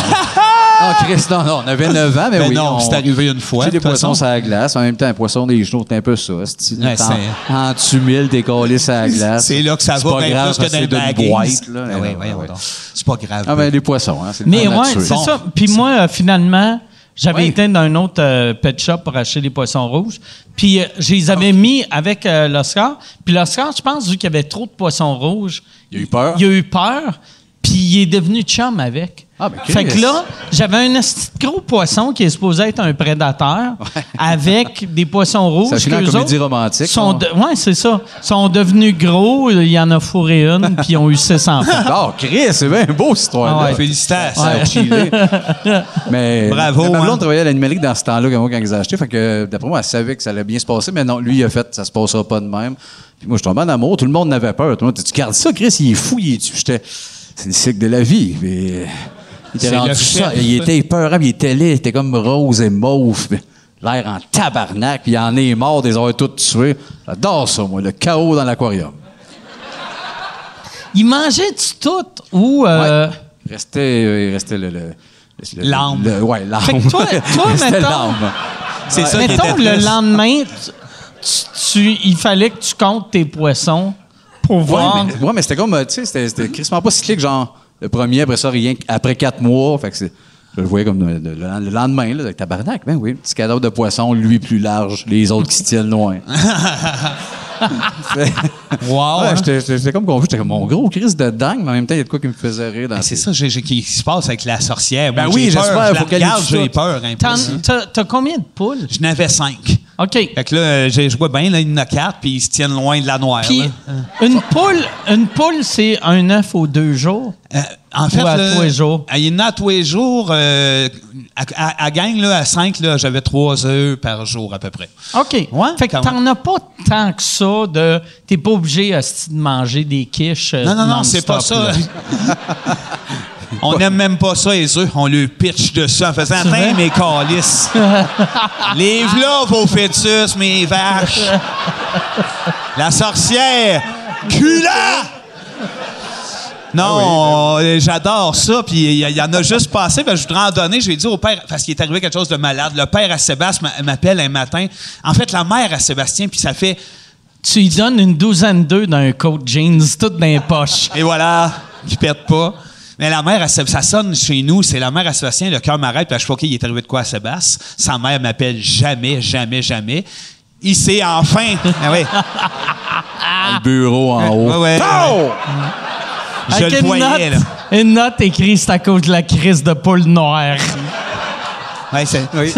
[SPEAKER 4] Ah, Chris, non, non. On avait 9 ans, mais
[SPEAKER 2] Ben
[SPEAKER 4] oui.
[SPEAKER 2] non,
[SPEAKER 4] on-
[SPEAKER 2] c'est arrivé une fois,
[SPEAKER 4] Tu sais,
[SPEAKER 2] de
[SPEAKER 4] les
[SPEAKER 2] toute
[SPEAKER 4] poissons,
[SPEAKER 2] façon.
[SPEAKER 4] ça glace. En même temps, un poisson des genoux, c'est un peu ça. asti.
[SPEAKER 2] Ouais, c'est-
[SPEAKER 4] en, en tumulte, t'es collé sur la glace.
[SPEAKER 2] C'est là que ça
[SPEAKER 4] C'est
[SPEAKER 2] va
[SPEAKER 4] pas
[SPEAKER 2] bien
[SPEAKER 4] grave,
[SPEAKER 2] plus que
[SPEAKER 4] parce
[SPEAKER 2] dans
[SPEAKER 4] c'est
[SPEAKER 2] les baggies.
[SPEAKER 4] d'une boîte, là.
[SPEAKER 2] Ah, ouais,
[SPEAKER 4] Non,
[SPEAKER 2] ouais,
[SPEAKER 4] ouais.
[SPEAKER 2] donc. C'est pas grave.
[SPEAKER 4] Ah, ben, les poissons, hein. C'est le
[SPEAKER 1] Mais
[SPEAKER 4] temps
[SPEAKER 1] ouais,
[SPEAKER 4] là-dessus.
[SPEAKER 1] c'est
[SPEAKER 2] Bon.
[SPEAKER 1] ça. Puis moi, euh, finalement, j'avais
[SPEAKER 4] Oui.
[SPEAKER 1] été dans un autre euh, pet shop pour acheter des poissons rouges. Puis euh, je les avais mis avec euh, l'Oscar. Puis l'Oscar, je pense, vu qu'il y avait trop de poissons rouges,
[SPEAKER 4] Il a eu peur.
[SPEAKER 1] Il a eu peur. Puis il est devenu chum avec.
[SPEAKER 4] Ah, ben,
[SPEAKER 1] fait que
[SPEAKER 4] Chris.
[SPEAKER 1] là, j'avais un esti de gros poisson qui est supposé être un prédateur avec des poissons rouges.
[SPEAKER 4] Ça finit en
[SPEAKER 1] qu'eux
[SPEAKER 4] comédie
[SPEAKER 1] autres
[SPEAKER 4] romantique, hein?
[SPEAKER 1] Sont
[SPEAKER 4] non?
[SPEAKER 1] de- ouais, c'est ça. sont devenus gros, il y en a fourré une, puis ils ont eu 600 enfants.
[SPEAKER 4] Ah, Chris, c'est bien beau, cette histoire-là.
[SPEAKER 1] Ah ouais.
[SPEAKER 2] Félicitations.
[SPEAKER 4] Ça a chillé. Mais
[SPEAKER 2] Bravo,
[SPEAKER 4] mais ma blonde
[SPEAKER 2] hein.
[SPEAKER 4] travaillait à l'animalique dans ce temps-là, quand quand ils achetaient. Fait que d'après moi, elle savait que ça allait bien se passer, mais non, lui, il a fait, ça se passera pas de même. Puis moi, je tombais en amour, tout le monde n'avait peur. Tout le monde dit, tu gardes ça, Chris, il est fou, il est tu. J'étais, c'est le cycle de la vie. Mais, il
[SPEAKER 2] C'est
[SPEAKER 4] était
[SPEAKER 2] le
[SPEAKER 4] rendu
[SPEAKER 2] chef.
[SPEAKER 4] ça. Il était épeurable, il était laid, il était comme rose et mauve. puis L'air en tabarnak, puis il en est mort, des heures toutes tuées. J'adore ça, moi, le chaos dans l'aquarium.
[SPEAKER 1] Ils mangeaient-tu tout ou. euh,
[SPEAKER 4] Restait, euh, il restait le. le- le- le-
[SPEAKER 2] L'âme.
[SPEAKER 4] le- Ouais, l'âme.
[SPEAKER 1] Fait que toi- toi,
[SPEAKER 4] Restait
[SPEAKER 1] mettons-
[SPEAKER 4] l'âme.
[SPEAKER 2] C'est ça qui
[SPEAKER 1] Mettons
[SPEAKER 2] était
[SPEAKER 1] le
[SPEAKER 2] triste.
[SPEAKER 1] lendemain, tu- tu- tu- il fallait que tu comptes tes poissons pour voir.
[SPEAKER 4] Ouais, mais, ouais, mais c'était comme, euh, tu sais, c'était- c'était crissement pas cyclique, genre, le premier, après ça, rien qu'après quatre mois. Fait que c'est- je le voyais comme le, le- le lendemain, là, avec tabarnak, ben oui, petit cadavre de poisson, lui plus large, les autres qui se tiennent loin. C'est-
[SPEAKER 2] Wow,
[SPEAKER 4] Ouais,
[SPEAKER 2] hein.
[SPEAKER 4] j'étais- J'étais j'étais comme confus, j'étais comme mon gros crise de dingue, mais en même temps, il y a de quoi qui me faisait rire dans
[SPEAKER 2] Ah, C'est
[SPEAKER 4] ces-
[SPEAKER 2] ça j'ai- j'ai- qui se passe avec la sorcière.
[SPEAKER 4] Ben
[SPEAKER 2] Moi,
[SPEAKER 4] oui,
[SPEAKER 2] j'ai peur,
[SPEAKER 4] j'espère,
[SPEAKER 2] je la
[SPEAKER 4] faut qu'elle
[SPEAKER 2] regarde,
[SPEAKER 4] ait tout
[SPEAKER 2] J'ai
[SPEAKER 4] ça.
[SPEAKER 2] peur. un peu.
[SPEAKER 1] T'en- T'as t'as combien de poules?
[SPEAKER 2] Je n'avais cinq.
[SPEAKER 1] OK.
[SPEAKER 2] Fait que là, euh, j'ai- je vois bien, là, il y en a quatre, puis ils se tiennent loin de la noire. là.
[SPEAKER 1] Puis Euh. une poule, une poule, c'est un œuf aux deux jours.
[SPEAKER 2] Euh, en fait,
[SPEAKER 1] Ou à
[SPEAKER 2] là,
[SPEAKER 1] tous les jours.
[SPEAKER 2] euh, Il y en a à tous les jours. euh, à, à- à gang, là, à cinq, là, j'avais trois œufs par jour à peu près.
[SPEAKER 1] OK.
[SPEAKER 2] Ouais,
[SPEAKER 1] fait que
[SPEAKER 2] quand
[SPEAKER 1] t'en as pas tant que ça de. T'es pas obligé hostie, de manger des quiches. euh,
[SPEAKER 2] Non, non, non, c'est
[SPEAKER 1] non-stop,
[SPEAKER 2] pas ça.
[SPEAKER 1] là.
[SPEAKER 2] On n'aime même pas ça, les œufs. On le pitch dessus en faisant
[SPEAKER 1] C'est vrai?
[SPEAKER 2] Tiens, mes calices. Les là vos fœtus, mes vaches. La sorcière. Cula! Non, on- j'adore ça. Puis il y, il y en a juste passé. Ben, je voudrais en donner. J'ai dit au père, parce qu'il est arrivé quelque chose de malade. Le père à Sébastien m'a- m'appelle un matin. En fait, la mère à Sébastien, puis ça fait
[SPEAKER 1] Tu lui donnes une douzaine d'œufs dans un coat jeans, tout dans les poches.
[SPEAKER 2] Et voilà, qui pète pas. Mais la mère, à Séb- ça sonne chez nous, c'est la mère à Sébastien, le cœur m'arrête, puis je suis OK, il est arrivé de quoi à Sébastien? Sa mère m'appelle jamais, jamais, jamais. Il s'est enfin. Ah oui.
[SPEAKER 4] le bureau en haut.
[SPEAKER 2] Ouais, ouais, ouais. Je
[SPEAKER 1] Avec
[SPEAKER 2] le
[SPEAKER 1] une
[SPEAKER 2] voyais, là.
[SPEAKER 1] note, une note écrite, c'est à cause de la crise de poule noire.
[SPEAKER 2] Ouais, c'est-
[SPEAKER 4] Oui,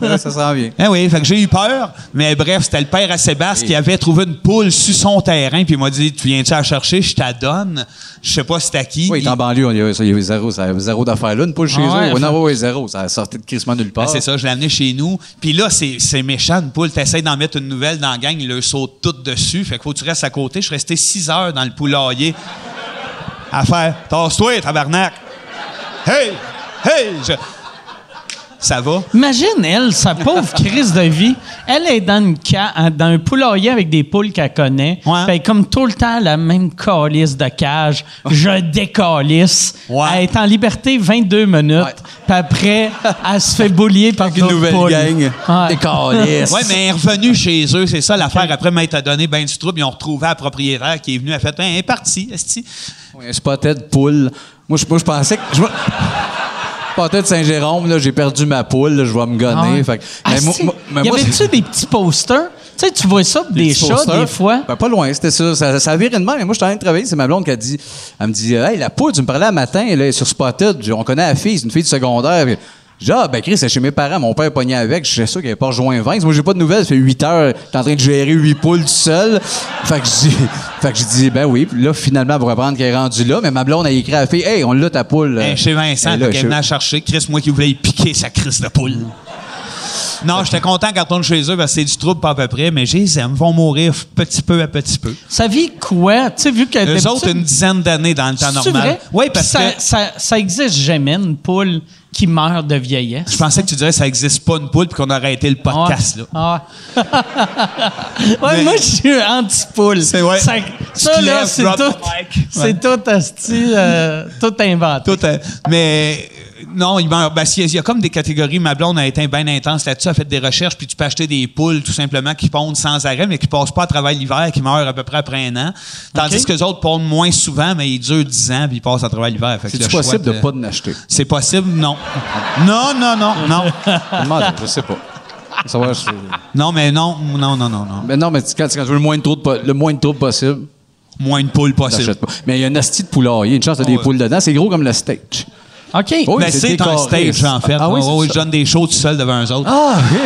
[SPEAKER 4] Ouais, ça s'en vient.
[SPEAKER 2] Ah oui, fait que j'ai eu peur, mais bref, c'était le père à Sébastien qui avait trouvé une poule sur son terrain, puis il m'a dit Tu viens-tu la chercher Je t'adonne. Je sais pas c'est à qui.
[SPEAKER 4] Oui, il est en banlieue, on y a- ça, il y avait zéro, ça, zéro d'affaires là, une poule chez
[SPEAKER 1] Ah ouais,
[SPEAKER 4] eux. Ouais,
[SPEAKER 1] enfin-
[SPEAKER 4] non, ouais, ouais, zéro. Ça a sorti de crissement nulle part.
[SPEAKER 2] Ben, c'est ça, je l'ai amené chez nous. Puis là, c'est c'est méchant, une poule. T'essayes d'en mettre une nouvelle dans la gang, ils le sautent toutes dessus. Fait qu'il faut que tu restes à côté. Je suis resté six heures dans le poulailler à faire Tasse-toi, tabarnak! Hey! Hey! Je- Ça va?
[SPEAKER 1] Imagine, elle, sa pauvre crise de vie, elle est dans, une ca- euh, dans un poulailler avec des poules qu'elle connaît.
[SPEAKER 2] Ouais.
[SPEAKER 1] Fait comme tout le temps, la même calice de cage, je décalisse.
[SPEAKER 2] Ouais.
[SPEAKER 1] Elle est en liberté 22 minutes.
[SPEAKER 4] Ouais.
[SPEAKER 1] Puis après, elle se fait boulier par
[SPEAKER 4] une
[SPEAKER 1] d'autres
[SPEAKER 4] nouvelle
[SPEAKER 1] poules.
[SPEAKER 4] gang.
[SPEAKER 1] Ouais.
[SPEAKER 4] Des câlisses.
[SPEAKER 2] Oui, mais elle est revenue chez eux, c'est ça l'affaire. Après m'être donné ben du trouble, ils ont retrouvé la propriétaire qui est venue, elle a fait Ben, elle est partie, esti.
[SPEAKER 4] Oui, Un spotted poule. Moi, je, moi, je pensais que. Je, me- spotted Saint-Jérôme, là, j'ai perdu ma poule, là, je vais me
[SPEAKER 1] Ah
[SPEAKER 4] gonner.
[SPEAKER 1] ouais.
[SPEAKER 4] Fait que-
[SPEAKER 1] Ah,
[SPEAKER 4] moi-
[SPEAKER 1] si.
[SPEAKER 4] moi- mais
[SPEAKER 1] y
[SPEAKER 4] moi, c'est-
[SPEAKER 1] avait-tu des petits posters? Tu sais, tu vois ça, pour des,
[SPEAKER 4] petits
[SPEAKER 1] chats,
[SPEAKER 4] posters.
[SPEAKER 1] des fois.
[SPEAKER 4] Ben, pas loin, c'était ça. Ça, ça virait de même. Et Moi, je suis en train de travailler. C'est ma blonde qui a dit. Elle me dit Hey, la poule, tu me parlais un matin, là, elle est sur Spotted. Je- On connaît la fille, c'est une fille du secondaire. Puis, je dis, ah, ben Chris, c'est chez mes parents. Mon père est pogné avec. Je suis sûr qu'elle n'est pas rejoint 20. Moi, j'ai pas de nouvelles. Ça fait 8 heures. T'es en train de gérer 8 poules tout seul. Fait que je dis, fait que je dis ben oui. Puis là, finalement, pour apprendre qu'elle est rendue là. Mais ma blonde a écrit à la fille Hey, on l'a ta poule.
[SPEAKER 2] Ben, chez Vincent,
[SPEAKER 4] Elle est Euh, là,
[SPEAKER 2] elle est
[SPEAKER 4] chez-
[SPEAKER 2] venue la chercher. Chris, moi qui voulais y piquer sa crise de poule. Non, j'étais content quand on est chez eux parce que c'est du trouble pas à peu près, mais je les aime, vont mourir petit peu à petit peu.
[SPEAKER 1] Ça vit quoi? Tu sais, vu que.
[SPEAKER 2] Eux
[SPEAKER 1] Euh, d'habitude-
[SPEAKER 2] autres, une dizaine d'années dans le temps
[SPEAKER 1] C'est-tu
[SPEAKER 2] normal.
[SPEAKER 1] vrai?
[SPEAKER 2] Oui,
[SPEAKER 1] Puis
[SPEAKER 2] parce
[SPEAKER 1] ça,
[SPEAKER 2] que
[SPEAKER 1] Ça, ça existe jamais, une poule qui meurt de vieillesse.
[SPEAKER 2] je pensais que tu dirais que ça n'existe pas une poule puis qu'on a arrêté le podcast. Là.
[SPEAKER 1] Ah. ouais,
[SPEAKER 2] Mais-
[SPEAKER 1] moi, je suis anti-poule.
[SPEAKER 2] C'est vrai.
[SPEAKER 1] Ça, ça,
[SPEAKER 2] Tu te
[SPEAKER 1] là,
[SPEAKER 2] lèves,
[SPEAKER 1] c'est
[SPEAKER 2] drop
[SPEAKER 1] tout.
[SPEAKER 2] the mic. Ouais.
[SPEAKER 1] C'est tout, asti, euh, tout inventé.
[SPEAKER 2] Tout, euh, mais euh, non, il meurt. Ben, s'il y a- il y a comme des catégories. Ma blonde a été bien intense là-dessus, a fait des recherches, puis tu peux acheter des poules tout simplement qui pondent sans arrêt, mais qui passent pas à travers l'hiver, qui meurent à peu près après un an. Tandis
[SPEAKER 1] Ok.
[SPEAKER 2] que les autres pondent moins souvent, mais ils durent 10 ans, puis ils passent à travers l'hiver. Fait que
[SPEAKER 4] C'est
[SPEAKER 2] le choix
[SPEAKER 4] possible de pas de l'acheter.
[SPEAKER 2] C'est possible, non. Non, non, non, non.
[SPEAKER 4] Je demande, je sais pas. Ça va, je-
[SPEAKER 2] Non, mais non, non, non, non, non.
[SPEAKER 4] Mais non, mais tu- quand, quand tu veux le moins de trouble, po- le moins de trouble possible,
[SPEAKER 2] Moins une poule possible.
[SPEAKER 4] t'achètes pas. Mais il y a une astie de poulard. Il y a une chance de des
[SPEAKER 2] Ah, Ouais.
[SPEAKER 4] poules dedans. C'est gros comme le steak.
[SPEAKER 2] Oh,
[SPEAKER 1] OK.
[SPEAKER 4] Oui,
[SPEAKER 2] mais c'est un
[SPEAKER 4] décoré.
[SPEAKER 2] stage, en fait.
[SPEAKER 4] Ah oui,
[SPEAKER 2] Oh, oui,
[SPEAKER 4] c'est
[SPEAKER 2] je
[SPEAKER 4] ça.
[SPEAKER 2] donne des shows tout seul devant eux autres.
[SPEAKER 4] Ah, oui.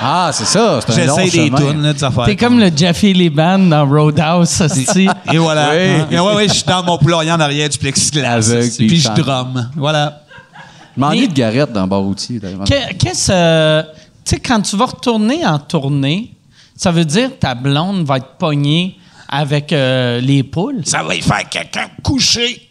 [SPEAKER 4] Ah, c'est ça. C'est un long
[SPEAKER 2] J'essaie des
[SPEAKER 4] chemin.
[SPEAKER 2] tunes, là, des affaires.
[SPEAKER 1] T'es comme le Jaffe Liban dans Roadhouse, asti.
[SPEAKER 2] Et voilà.
[SPEAKER 4] Oui.
[SPEAKER 2] Hein? Mais ouais, ouais, je suis dans mon poulailler en arrière du plexiglas.
[SPEAKER 4] Aveugle,
[SPEAKER 2] Puis
[SPEAKER 4] puis
[SPEAKER 2] je
[SPEAKER 4] fan.
[SPEAKER 2] drum. Voilà.
[SPEAKER 4] Je m'ennuie
[SPEAKER 1] Mais-
[SPEAKER 4] de Garrette dans Bar Outil. d'ailleurs.
[SPEAKER 1] Que- Qu'est-ce. euh, tu sais, quand tu vas retourner en tournée, ça veut dire que ta blonde va être pognée avec euh, les poules.
[SPEAKER 2] Ça va y faire quelqu'un coucher.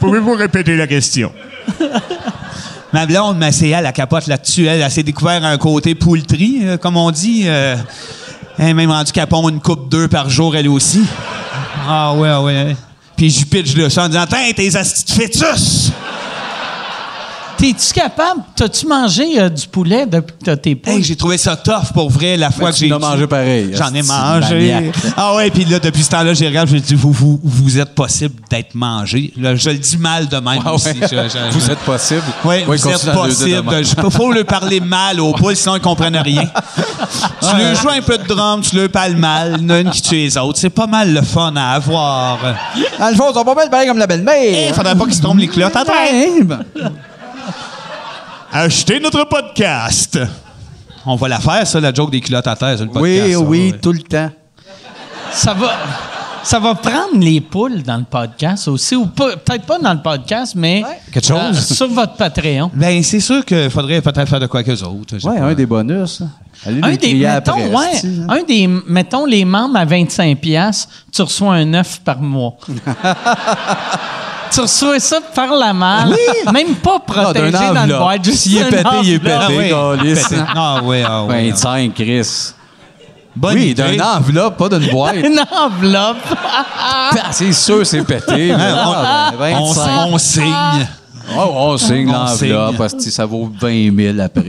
[SPEAKER 2] Pouvez-vous répéter la question? Ma blonde, ma CA, elle, elle capote là-dessus. Elle, elle s'est découvert un côté poultry, euh, comme on dit. euh, elle est même rendue qu'elle pond une coupe deux par jour, elle aussi. Ah ouais, ah ouais. Puis je pitch le ça en disant Tiens, tes astis de fœtus!
[SPEAKER 1] T'es-tu capable? T'as-tu mangé euh, du poulet depuis que t'as tes poules?
[SPEAKER 2] Hey, j'ai trouvé ça tough pour vrai la fois
[SPEAKER 4] Ben,
[SPEAKER 2] que
[SPEAKER 4] tu
[SPEAKER 2] j'ai.
[SPEAKER 4] l'as mangé pareil,
[SPEAKER 2] J'en ai
[SPEAKER 4] esti de
[SPEAKER 2] mangé.
[SPEAKER 4] maniaque.
[SPEAKER 2] Ah ouais, puis là, depuis ce temps-là, j'ai regardé, j'ai dit vous, vous, vous êtes possible d'être mangé. Là, je le dis mal de même
[SPEAKER 4] Ah
[SPEAKER 2] aussi.
[SPEAKER 4] ouais. Vous êtes possible.
[SPEAKER 2] Oui,
[SPEAKER 4] Ouais,
[SPEAKER 2] vous
[SPEAKER 4] continue
[SPEAKER 2] êtes
[SPEAKER 4] dans deux, deux
[SPEAKER 2] possible.
[SPEAKER 4] demain.
[SPEAKER 2] Il faut leur parler mal aux poules, sinon ils comprennent rien. tu leur joues un peu de drum, tu leur parles mal, il y en a une qui tue les autres. C'est pas mal le fun à avoir.
[SPEAKER 4] Alphonse, on va pas être pareil comme la
[SPEAKER 2] Il
[SPEAKER 4] belle-mère.
[SPEAKER 2] faudrait pas qu'ils se trompent les culottes. Attends!
[SPEAKER 4] Ouais, ben.
[SPEAKER 2] Achetez notre podcast. On va la faire, ça, la joke des culottes à terre, sur le podcast.
[SPEAKER 4] Oui,
[SPEAKER 2] ça,
[SPEAKER 4] oui,
[SPEAKER 2] ouais.
[SPEAKER 4] tout le temps.
[SPEAKER 1] Ça va, ça va prendre les poules dans le podcast aussi, ou pe- peut-être pas dans le podcast, mais euh,
[SPEAKER 4] Quelque chose.
[SPEAKER 1] sur votre Patreon.
[SPEAKER 2] Ben, c'est sûr qu'il faudrait peut-être faire de quoi qu'eux autres. je sais
[SPEAKER 4] Ouais, hein.
[SPEAKER 2] pas.
[SPEAKER 4] un des bonus. Allez
[SPEAKER 1] Un
[SPEAKER 4] les
[SPEAKER 1] des,
[SPEAKER 4] crier
[SPEAKER 1] mettons,
[SPEAKER 4] après,
[SPEAKER 1] ouais,
[SPEAKER 4] esti, hein.
[SPEAKER 1] un des, mettons, les membres à 25$, piastres, tu reçois un 9 par mois. tu reçois ça par la malle, même pas
[SPEAKER 4] Ah, d'un
[SPEAKER 1] protégé dans le
[SPEAKER 4] enveloppe.
[SPEAKER 1] boîte. juste
[SPEAKER 4] S'il est
[SPEAKER 1] une
[SPEAKER 4] pété, il est
[SPEAKER 1] enveloppe.
[SPEAKER 4] pété.
[SPEAKER 2] Ah oui,
[SPEAKER 4] Dégueulasse.
[SPEAKER 2] pété. Ah oui, ah oui.
[SPEAKER 4] 25, Chris.
[SPEAKER 2] Bonne
[SPEAKER 4] Ben, oui,
[SPEAKER 2] idée.
[SPEAKER 4] d'un enveloppe, pas d'une boîte.
[SPEAKER 1] Une enveloppe.
[SPEAKER 4] Ah, c'est sûr, c'est pété. mais
[SPEAKER 2] Ah,
[SPEAKER 4] ah, ben,
[SPEAKER 2] on,
[SPEAKER 4] 25.
[SPEAKER 2] on signe.
[SPEAKER 4] Oh, on signe
[SPEAKER 2] On
[SPEAKER 4] l'enveloppe
[SPEAKER 2] signe.
[SPEAKER 4] parce que ça vaut 20 000 après.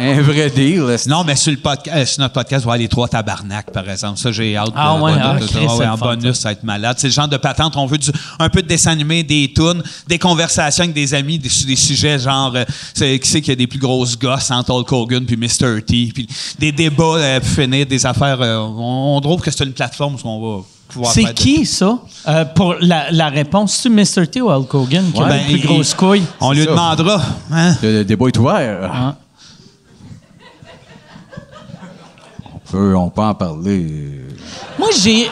[SPEAKER 4] Un vrai deal. esti.
[SPEAKER 2] Non, mais sur, le podca- euh, sur notre podcast, on va avoir les trois tabarnak, par exemple. Ça, j'ai hâte.
[SPEAKER 1] Ah
[SPEAKER 2] de-
[SPEAKER 1] ouais,
[SPEAKER 2] de- de-
[SPEAKER 1] ah,
[SPEAKER 2] de- de-
[SPEAKER 1] Christ,
[SPEAKER 2] ouais,
[SPEAKER 1] c'est le
[SPEAKER 2] en
[SPEAKER 1] fun,
[SPEAKER 2] bonus, ça va être malade. C'est le genre de patente, on veut du- un peu de dessin animé, des tunes, des conversations avec des amis des- sur des sujets genre, euh, c'est- qui c'est qu'il y a des plus grosses gosses entre Hulk Hogan puis Mr. T, puis des débats euh, pour finir, des affaires. euh, on, on trouve que c'est une plateforme où on va pouvoir faire
[SPEAKER 1] C'est
[SPEAKER 2] de-
[SPEAKER 1] qui, ça? Euh, pour la, la réponse, c'est Mr. T ou Hulk Hogan qui a
[SPEAKER 2] Ouais,
[SPEAKER 1] la
[SPEAKER 2] ben,
[SPEAKER 1] plus
[SPEAKER 2] il-
[SPEAKER 1] grosse couille?
[SPEAKER 2] On lui
[SPEAKER 4] ça.
[SPEAKER 2] demandera. Hein?
[SPEAKER 4] Le, le débat est ouvert.
[SPEAKER 1] Ah.
[SPEAKER 4] On, peut, on peut en parler
[SPEAKER 1] Moi, j'ai...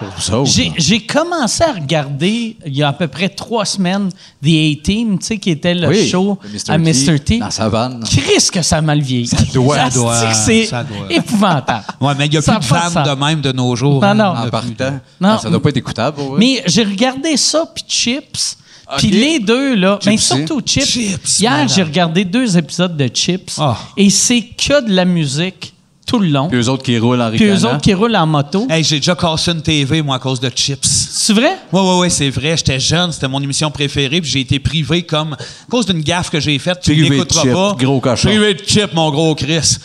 [SPEAKER 4] pour ça. ou
[SPEAKER 1] J'ai
[SPEAKER 4] pas?
[SPEAKER 1] j'ai commencé à regarder, il y a à peu près trois semaines, The A-Team, tu sais, qui était le
[SPEAKER 4] Oui,
[SPEAKER 1] show
[SPEAKER 4] le Mr.
[SPEAKER 1] à Mr. T.
[SPEAKER 4] Dans sa vanne.
[SPEAKER 1] Chris que ça a mal vieilli. Ça
[SPEAKER 4] doit,
[SPEAKER 1] se dit
[SPEAKER 2] doit,
[SPEAKER 1] que C'est
[SPEAKER 2] ça doit.
[SPEAKER 1] épouvantable.
[SPEAKER 2] Ouais, mais il n'y a
[SPEAKER 1] Ça
[SPEAKER 2] plus de
[SPEAKER 1] pas
[SPEAKER 2] femmes
[SPEAKER 1] ça.
[SPEAKER 2] de même de nos jours.
[SPEAKER 1] Non,
[SPEAKER 2] hein.
[SPEAKER 1] non.
[SPEAKER 4] En partant.
[SPEAKER 1] Non.
[SPEAKER 4] Ah, ça doit pas être écoutable. pour vrai.
[SPEAKER 1] Mais j'ai regardé ça, puis Chips, puis
[SPEAKER 4] Ok.
[SPEAKER 1] les deux, là, mais
[SPEAKER 4] aussi.
[SPEAKER 1] surtout Chips.
[SPEAKER 2] Chips,
[SPEAKER 1] Hier,
[SPEAKER 2] malade.
[SPEAKER 1] j'ai regardé deux épisodes de Chips,
[SPEAKER 2] Ah.
[SPEAKER 1] et c'est que de la musique tout le long,
[SPEAKER 4] Puis eux autres qui roulent en
[SPEAKER 1] puis
[SPEAKER 4] ricanant.
[SPEAKER 1] eux autres qui roulent en moto.
[SPEAKER 2] Hey, j'ai déjà cassé une TV, moi, à cause de chips.
[SPEAKER 1] C'est vrai?
[SPEAKER 2] Oui, oui, oui, c'est vrai. J'étais jeune, c'était mon émission préférée, puis j'ai été privé comme. À cause d'une gaffe que j'ai faite, tu
[SPEAKER 4] Privé de
[SPEAKER 2] l'écouteras
[SPEAKER 4] chip,
[SPEAKER 2] pas.
[SPEAKER 4] gros cochon.
[SPEAKER 2] Privé de chip, mon gros Chris.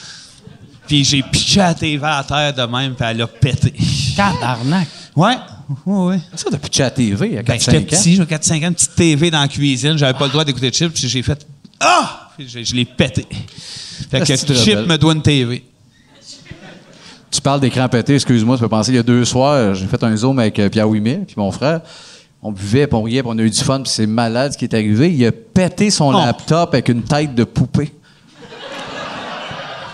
[SPEAKER 2] Puis j'ai pitché la TV à terre de même, puis elle a pété.
[SPEAKER 1] Tabarnak.
[SPEAKER 2] Ouais, ouais, ouais.
[SPEAKER 4] Ça, depuis Chat TV, il y a
[SPEAKER 2] Ben, j'étais
[SPEAKER 4] 4-5 ans.
[SPEAKER 2] petit, j'avais 4-5 ans, une petite TV dans la cuisine, j'avais pas le droit d'écouter Chip, puis j'ai fait Ah! Puis je, je l'ai pété. Fait que
[SPEAKER 4] Ah, c'est
[SPEAKER 2] Chip
[SPEAKER 4] très belle.
[SPEAKER 2] me doit une TV.
[SPEAKER 4] Tu parles d'écran pété, excuse-moi, tu peux penser, il y a deux soirs, j'ai fait un zoom avec euh, Pierre Ouimet, puis mon frère. On buvait, puis on riait, puis on a eu du fun, puis c'est malade ce qui est arrivé. Il a pété son
[SPEAKER 2] Oh.
[SPEAKER 4] laptop avec une tête de poupée.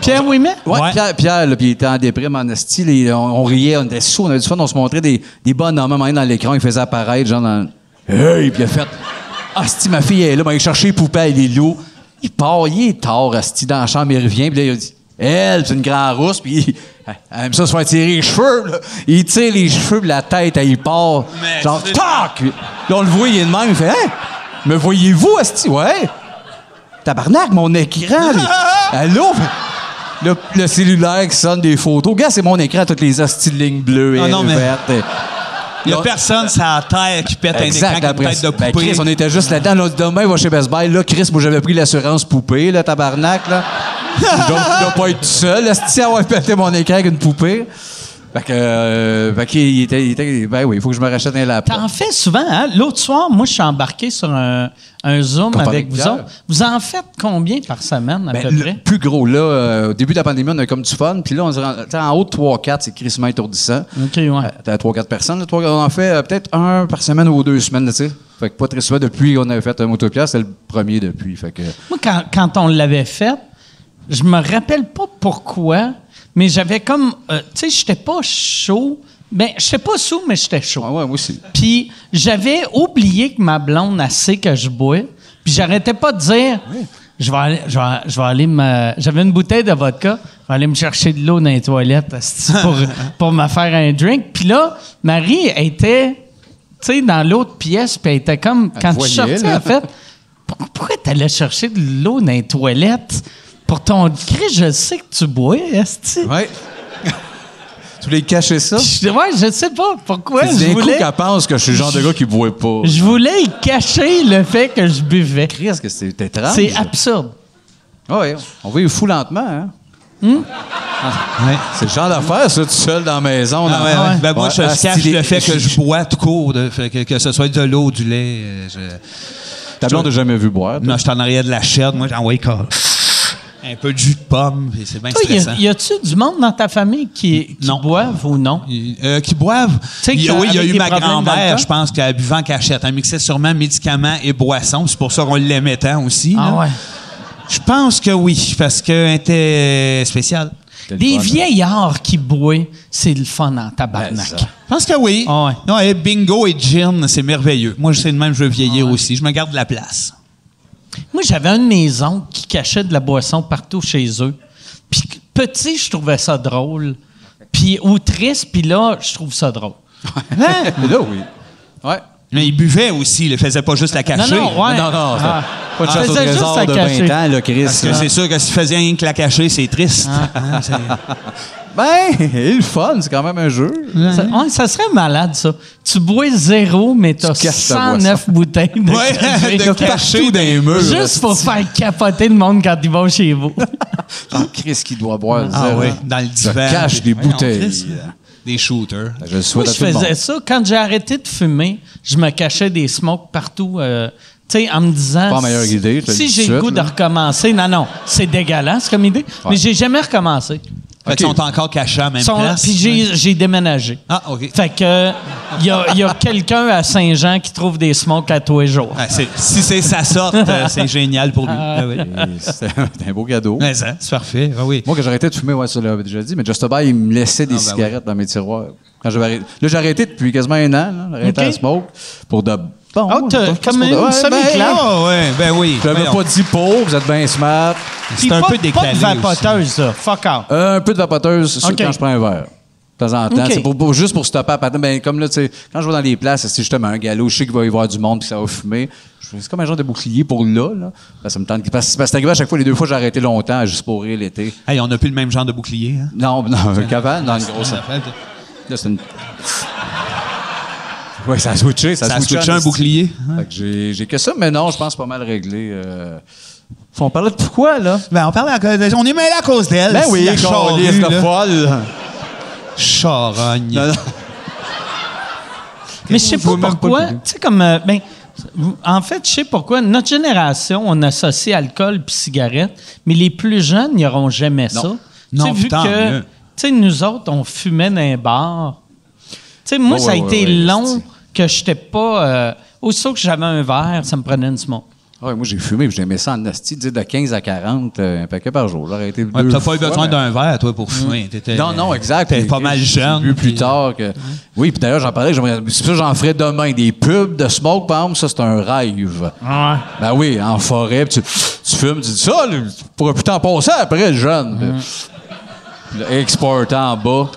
[SPEAKER 1] Pierre Ouimet?
[SPEAKER 4] Ouais,
[SPEAKER 2] Ouais.
[SPEAKER 4] Pierre, Pierre là, puis il était en déprime, en esti, là, il- on, on riait, on était sous, on avait du fun, on se montrait des, des bonhommes à un moment donné, dans l'écran, il faisait apparaître, genre dans le- Hey! Puis il a fait Asti, ma fille elle est là, ben, il cherchait les poupées, elle est lourde. Il part, il est tard, Asti, dans la chambre, il revient, puis là, il a dit Elle, c'est une grande rousse, puis il- elle aime ça se faire tirer les cheveux, là. Il tire les cheveux, puis la tête, elle, il part.
[SPEAKER 2] Mais
[SPEAKER 4] genre,
[SPEAKER 2] c'est-
[SPEAKER 4] tac! Puis Là, on le voit, il est de même, il fait Hein? Me voyez-vous, Asti? Ouais! Tabarnak, mon écran! mais- Allô? Le, le cellulaire qui sonne des photos. Gars, c'est mon écran, toutes les hosties de lignes bleues et
[SPEAKER 2] Ah non, mais-
[SPEAKER 4] vertes. et-
[SPEAKER 2] Il n'y a
[SPEAKER 4] Là,
[SPEAKER 2] personne sur la terre qui pète un
[SPEAKER 4] Exact,
[SPEAKER 2] écran qui
[SPEAKER 4] après
[SPEAKER 2] tête de
[SPEAKER 4] ça. Ben,
[SPEAKER 2] poupée.
[SPEAKER 4] Chris, on était juste là-dedans. Là, demain, il va chez Best Buy. Là, Chris, moi, j'avais pris l'assurance poupée, là, tabarnak, là. Je dois, je dois pas être tout seul, hostie, à avoir pété mon écran avec une poupée. Fait que, euh, fait qu'il- il était, il était- ben oui, il faut que je me rachète un laptop.
[SPEAKER 1] T'en fais souvent, hein? L'autre soir, moi, je suis embarqué sur un, un Zoom
[SPEAKER 4] Comparé
[SPEAKER 1] avec
[SPEAKER 4] avec
[SPEAKER 1] vous
[SPEAKER 4] Pierre.
[SPEAKER 1] autres. Vous en faites combien par semaine, à
[SPEAKER 4] Ben,
[SPEAKER 1] peu
[SPEAKER 4] le
[SPEAKER 1] près?
[SPEAKER 4] plus gros, là, euh, au début de la pandémie, on a comme du fun. Puis là, on est en, t'sais, en haut de 3-4, c'est crissement étourdissant.
[SPEAKER 1] OK, ouais.
[SPEAKER 4] Euh, T'as 3-4 personnes. là, trois- on en fait euh, peut-être un par semaine ou deux semaines, là, tu sais. Fait que pas très souvent depuis qu'on avait fait un motopière, c'était le premier depuis. Fait que.
[SPEAKER 1] Moi, quand, quand on l'avait fait, je me rappelle pas pourquoi, mais j'avais comme. euh, tu sais, j'étais pas chaud. Ben, j'étais pas sous, mais j'étais chaud.
[SPEAKER 4] Ah ouais, moi aussi.
[SPEAKER 1] Puis j'avais oublié que ma blonde elle sait que je bois. Puis j'arrêtais pas de dire je vais aller, je vais, je vais aller me. J'avais une bouteille de vodka, je vais aller me chercher de l'eau dans les toilettes asti, pour, pour me faire un drink. Puis là, Marie était tu sais, dans l'autre pièce, puis elle était comme
[SPEAKER 4] Elle
[SPEAKER 1] quand
[SPEAKER 4] te
[SPEAKER 1] tu
[SPEAKER 4] voyait,
[SPEAKER 1] sortais,
[SPEAKER 4] là.
[SPEAKER 1] en fait. Pourquoi, pourquoi t'allais chercher de l'eau dans les toilettes pour ton cri? Je sais que tu bois, esti.
[SPEAKER 4] Ouais. tu voulais cacher ça?
[SPEAKER 1] Je- Ouais, je sais pas pourquoi.
[SPEAKER 4] C'est
[SPEAKER 1] je
[SPEAKER 4] d'un coup
[SPEAKER 1] voulais...
[SPEAKER 4] qu'elle pense que je suis le genre de gars qui boit pas.
[SPEAKER 1] Je voulais y cacher le fait que je buvais.
[SPEAKER 4] Chris, que c'est étrange.
[SPEAKER 1] C'est absurde.
[SPEAKER 4] Ouais, on va fou lentement, hein.
[SPEAKER 2] Hmm?
[SPEAKER 4] Ah,
[SPEAKER 2] Ouais.
[SPEAKER 4] C'est le genre d'affaire, ça, tout seul dans la maison.
[SPEAKER 2] Ah
[SPEAKER 4] dans-
[SPEAKER 2] ouais, ouais. Ben, moi,
[SPEAKER 4] Ouais,
[SPEAKER 2] je
[SPEAKER 4] asti,
[SPEAKER 2] cache le
[SPEAKER 4] les-
[SPEAKER 2] fait que je bois tout court, de- fait que, que ce soit de l'eau, du lait. euh, je-
[SPEAKER 4] Ta blonde n'a jamais vu boire. toi.
[SPEAKER 2] Non, je suis en arrière de la chaîne. Moi, j'envoie call. Un peu de jus de pomme, puis c'est bien
[SPEAKER 1] Toi, y
[SPEAKER 2] stressant.
[SPEAKER 1] a- y a-tu du monde dans ta famille qui, qui
[SPEAKER 2] Non.
[SPEAKER 1] boivent ou non?
[SPEAKER 2] Euh, qui boivent.
[SPEAKER 1] sais
[SPEAKER 2] Il y a-
[SPEAKER 1] que
[SPEAKER 2] oui, il y a
[SPEAKER 1] avec
[SPEAKER 2] eu
[SPEAKER 1] des
[SPEAKER 2] ma
[SPEAKER 1] problèmes
[SPEAKER 2] grand-mère,
[SPEAKER 1] d'alcool.
[SPEAKER 2] je pense, qui a bu en cachette. Elle mixait sûrement médicaments et boissons. C'est pour ça qu'on l'aimait tant aussi. là.
[SPEAKER 1] Ah ouais.
[SPEAKER 2] Je pense que oui, parce qu'elle était spéciale.
[SPEAKER 1] Des vieillards qui boivent, c'est le fun en tabarnak.
[SPEAKER 4] Ben, ça.
[SPEAKER 2] Je pense que oui.
[SPEAKER 1] Ah ouais.
[SPEAKER 2] Non, et bingo et gin, c'est merveilleux. Moi, je sais de même, je veux vieillir
[SPEAKER 1] Ah
[SPEAKER 2] aussi. Je me garde de la place.
[SPEAKER 1] Moi, j'avais un de mes oncles qui cachait de la boisson partout chez eux. Puis petit, je trouvais ça drôle. Puis ou triste, puis là, je trouve ça drôle. Hein?
[SPEAKER 4] Mais là, oui. Ouais.
[SPEAKER 2] Mais il buvait aussi, il ne faisait pas juste la
[SPEAKER 1] Non,
[SPEAKER 2] cacher.
[SPEAKER 1] non, ouais.
[SPEAKER 4] Non, non,
[SPEAKER 1] Ah.
[SPEAKER 4] Pas de
[SPEAKER 1] Ah.
[SPEAKER 4] chasse au
[SPEAKER 1] Faisait juste
[SPEAKER 4] trésor
[SPEAKER 1] la
[SPEAKER 4] de
[SPEAKER 1] cacher.
[SPEAKER 4] 20 ans, là, Chris.
[SPEAKER 2] Parce que c'est sûr que s'il faisait rien que la cacher, c'est triste.
[SPEAKER 1] Ah,
[SPEAKER 2] Hein, c'est-
[SPEAKER 4] Ben, il le fun, c'est quand même un jeu.
[SPEAKER 1] Ça, ouais, ça serait malade, ça. Tu bois zéro, mais t'as
[SPEAKER 4] Tu casses ta
[SPEAKER 1] 109 bouteilles de
[SPEAKER 2] Ouais,
[SPEAKER 1] café.
[SPEAKER 2] de cacher dans les murs.
[SPEAKER 1] Juste pour faire capoter le monde quand ils vont chez vous.
[SPEAKER 4] Ah, Chris qui doit boire.
[SPEAKER 2] Ah
[SPEAKER 4] zéro.
[SPEAKER 2] oui, dans le divan.
[SPEAKER 4] cache des
[SPEAKER 2] Voyons,
[SPEAKER 4] bouteilles.
[SPEAKER 2] Christ. Des shooters.
[SPEAKER 4] Je le
[SPEAKER 1] Moi,
[SPEAKER 4] souhaite
[SPEAKER 1] je
[SPEAKER 4] à tout le
[SPEAKER 1] faisais
[SPEAKER 4] monde.
[SPEAKER 1] ça. Quand j'ai arrêté de fumer, je me cachais des smokes partout. euh, tu sais, en me disant.
[SPEAKER 4] Pas la meilleure idée, je te le
[SPEAKER 1] Si
[SPEAKER 4] dis
[SPEAKER 1] j'ai
[SPEAKER 4] tout
[SPEAKER 1] le
[SPEAKER 4] de
[SPEAKER 1] goût
[SPEAKER 4] suite,
[SPEAKER 1] de
[SPEAKER 4] là.
[SPEAKER 1] recommencer. Non, non, c'est dégueulasse comme idée. Mais j'ai jamais recommencé.
[SPEAKER 2] Fait qu'ils sont encore cachés à la même
[SPEAKER 1] Sont-
[SPEAKER 2] place.
[SPEAKER 1] Puis j'ai- j'ai déménagé.
[SPEAKER 2] Ah, OK.
[SPEAKER 1] Fait que, il y a, y a quelqu'un à Saint-Jean qui trouve des smokes à tous les jours.
[SPEAKER 2] Ah, c'est- si c'est sa sorte, euh, c'est génial pour lui. Ah oui.
[SPEAKER 4] Et C'est c'est un beau cadeau.
[SPEAKER 2] Mais hein, c'est parfait. Ah oui.
[SPEAKER 4] Moi, quand j'arrêtais de fumer, ouais, ça l'avais déjà dit, mais Just a Buy, il me laissait des
[SPEAKER 2] Ah, ben
[SPEAKER 4] cigarettes dans mes tiroirs. Quand j'avais arrêté- Là, j'ai arrêté depuis quasiment un an. là. J'ai arrêté
[SPEAKER 1] Ok.
[SPEAKER 4] à smoke pour de bon.
[SPEAKER 1] Ah,
[SPEAKER 4] je
[SPEAKER 1] t'as-
[SPEAKER 4] pense
[SPEAKER 1] comme
[SPEAKER 4] pour de-
[SPEAKER 1] une
[SPEAKER 4] Ouais,
[SPEAKER 1] semi-claire.
[SPEAKER 4] ben,
[SPEAKER 2] Ah ouais, ben oui.
[SPEAKER 4] Je l'avais
[SPEAKER 2] Voyons.
[SPEAKER 4] pas dit pour, vous êtes bien smart.
[SPEAKER 2] C'est un
[SPEAKER 1] Pas-
[SPEAKER 2] peu décalé.
[SPEAKER 1] Pas de vapoteuse, ça. Fuck off.
[SPEAKER 4] Euh, un peu de vapoteuse c'est
[SPEAKER 1] Ok.
[SPEAKER 4] quand je prends un verre. De temps en temps.
[SPEAKER 1] Ok.
[SPEAKER 4] C'est pour, pour- juste pour stopper à patin. Ben, comme là, tu sais, quand je vais dans les places, c'est justement un galop, je sais qu'il va y avoir du monde puis ça va fumer. Je fais- C'est comme un genre de bouclier pour là, là. Ben, ça me tente. Parce parce que c'est arrivé à chaque fois, les deux fois, j'ai arrêté longtemps juste pour rire l'été.
[SPEAKER 2] aussi. Hey, on n'a plus le même genre de bouclier. Hein?
[SPEAKER 4] Non, non, un cavale, non, une grosse.
[SPEAKER 2] Ça,
[SPEAKER 4] Là, c'est une. Oui, ça a switché. Ça,
[SPEAKER 2] a switché un
[SPEAKER 4] esti.
[SPEAKER 2] bouclier.
[SPEAKER 4] Fait que j'ai- J'ai que ça, mais non, je pense pas mal réglé. euh. Faut en parler de pourquoi, là?
[SPEAKER 2] Ben, on parle à cause On est mêlé à cause d'elle.
[SPEAKER 4] Ben oui, câlisse de folle.
[SPEAKER 2] Charogne.
[SPEAKER 4] Non, non.
[SPEAKER 1] Mais je sais pas
[SPEAKER 4] Faut même pas
[SPEAKER 1] pourquoi.
[SPEAKER 4] le goûter.
[SPEAKER 1] Tu sais, comme. euh, ben, en fait, je sais pourquoi. Notre génération, on associe alcool puis cigarette, mais les plus jeunes ils n'auront jamais ça. Tu sais,
[SPEAKER 2] Non,
[SPEAKER 1] vu
[SPEAKER 2] tant
[SPEAKER 1] que.
[SPEAKER 2] mieux.
[SPEAKER 1] Tu sais, nous autres, on fumait dans un bar. Tu sais, moi,
[SPEAKER 4] Ouais,
[SPEAKER 1] ça a
[SPEAKER 4] ouais,
[SPEAKER 1] été
[SPEAKER 4] ouais, ouais,
[SPEAKER 1] long
[SPEAKER 4] c'est-
[SPEAKER 1] que j'étais pas. euh, aussitôt que j'avais un verre, ça me prenait une smoke.
[SPEAKER 4] Ah ouais, moi, j'ai fumé, puis j'aimais ça en asti, dire de 15 à 40, euh, un paquet par jour. J'aurais été
[SPEAKER 2] Ouais,
[SPEAKER 4] deux
[SPEAKER 2] t'as pas eu
[SPEAKER 4] fois,
[SPEAKER 2] besoin
[SPEAKER 4] mais-
[SPEAKER 2] d'un verre, toi, pour fumer. T'étais-
[SPEAKER 4] Mm. Non, non, exact.
[SPEAKER 2] T'étais
[SPEAKER 4] Puis
[SPEAKER 2] pas mal
[SPEAKER 4] j'ai
[SPEAKER 2] jeune.
[SPEAKER 4] vu plus
[SPEAKER 2] puis-
[SPEAKER 4] tard que. Oui, puis d'ailleurs, j'en parlais, j'aimerais- c'est sûr, j'en ferais demain. Des pubs de smoke, par exemple, ça, c'est un rêve. Ben oui, en forêt, puis tu, tu fumes, tu dis ça, là, tu pourras plus t'en passer après, le jeune. Puis là, exportant en bas.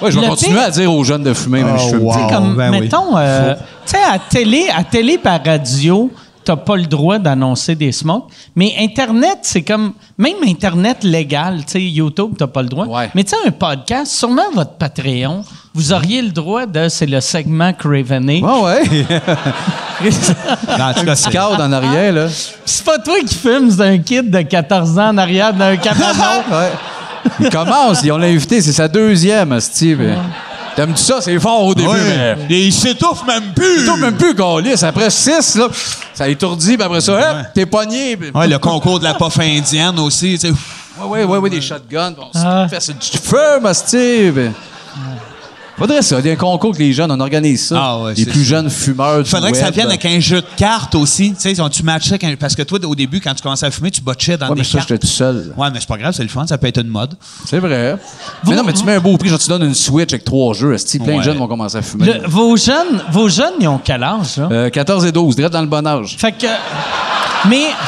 [SPEAKER 4] Oui, je vais
[SPEAKER 1] Le
[SPEAKER 4] continuer
[SPEAKER 1] pire-
[SPEAKER 4] à dire aux jeunes de fumer, même si je fume
[SPEAKER 2] Ah, wow.
[SPEAKER 4] plus.
[SPEAKER 1] sais, comme,
[SPEAKER 2] ben oui.
[SPEAKER 1] mettons, euh, tu sais, à télé, à télé par radio, t'as pas le droit d'annoncer des smokes. Mais Internet, c'est comme, même Internet légal, tu sais, YouTube, t'as pas le droit.
[SPEAKER 4] Ouais.
[SPEAKER 1] Mais tu sais, un podcast, sûrement votre Patreon, vous auriez le droit de, c'est le segment Cravené.
[SPEAKER 4] Ah ouais,
[SPEAKER 2] Non, en tout cas, c'est-
[SPEAKER 4] cadre en arrière, là.
[SPEAKER 1] C'est pas toi qui fumes, c'est un kid de 14 ans en arrière d'un cabanon.
[SPEAKER 4] Ouais. Ah Il commence, ils ont l'invité, c'est sa deuxième, Steve. T'aimes-tu ça? C'est fort au début,
[SPEAKER 2] Ouais.
[SPEAKER 4] mais...
[SPEAKER 2] Et il s'étouffe même plus.
[SPEAKER 4] Plutôt même plus qu'on lisse. Après 6, là, ça étourdit, puis après ça, hop,
[SPEAKER 2] Ouais.
[SPEAKER 4] t'es pogné. puis-
[SPEAKER 2] Ouais, le concours de la pof indienne aussi. tu sais.
[SPEAKER 4] Ouais, ouais, ouais, ouais, des shotguns. puis On
[SPEAKER 1] Ah.
[SPEAKER 4] se fait c'est du feu, ma Steve. Faudrait ça. Il y a un concours que les jeunes, on organise ça.
[SPEAKER 2] Ah ouais,
[SPEAKER 4] les
[SPEAKER 2] c'est
[SPEAKER 4] plus
[SPEAKER 2] ça.
[SPEAKER 4] jeunes fumeurs du
[SPEAKER 2] Faudrait que ça
[SPEAKER 4] web.
[SPEAKER 2] vienne avec un jeu de cartes aussi. Tu sais, si on- tu matches ça. quand- Parce que toi, au début, quand tu commençais à fumer, tu botchais dans
[SPEAKER 4] Ouais,
[SPEAKER 2] des
[SPEAKER 4] mais ça,
[SPEAKER 2] cartes.
[SPEAKER 4] j'étais tout seul.
[SPEAKER 2] Ouais, mais c'est pas grave, c'est le fun. Ça peut être une mode.
[SPEAKER 4] C'est vrai. mais non, mais tu mets un beau prix, genre tu donnes une Switch avec trois jeux. esti, plein
[SPEAKER 2] Ouais.
[SPEAKER 4] de jeunes vont commencer à fumer.
[SPEAKER 1] Le- vos jeunes, vos jeunes, ils ont quel âge, là?
[SPEAKER 4] Euh, 14 et 12, direct dans le bon âge.
[SPEAKER 1] Fait que. Mais.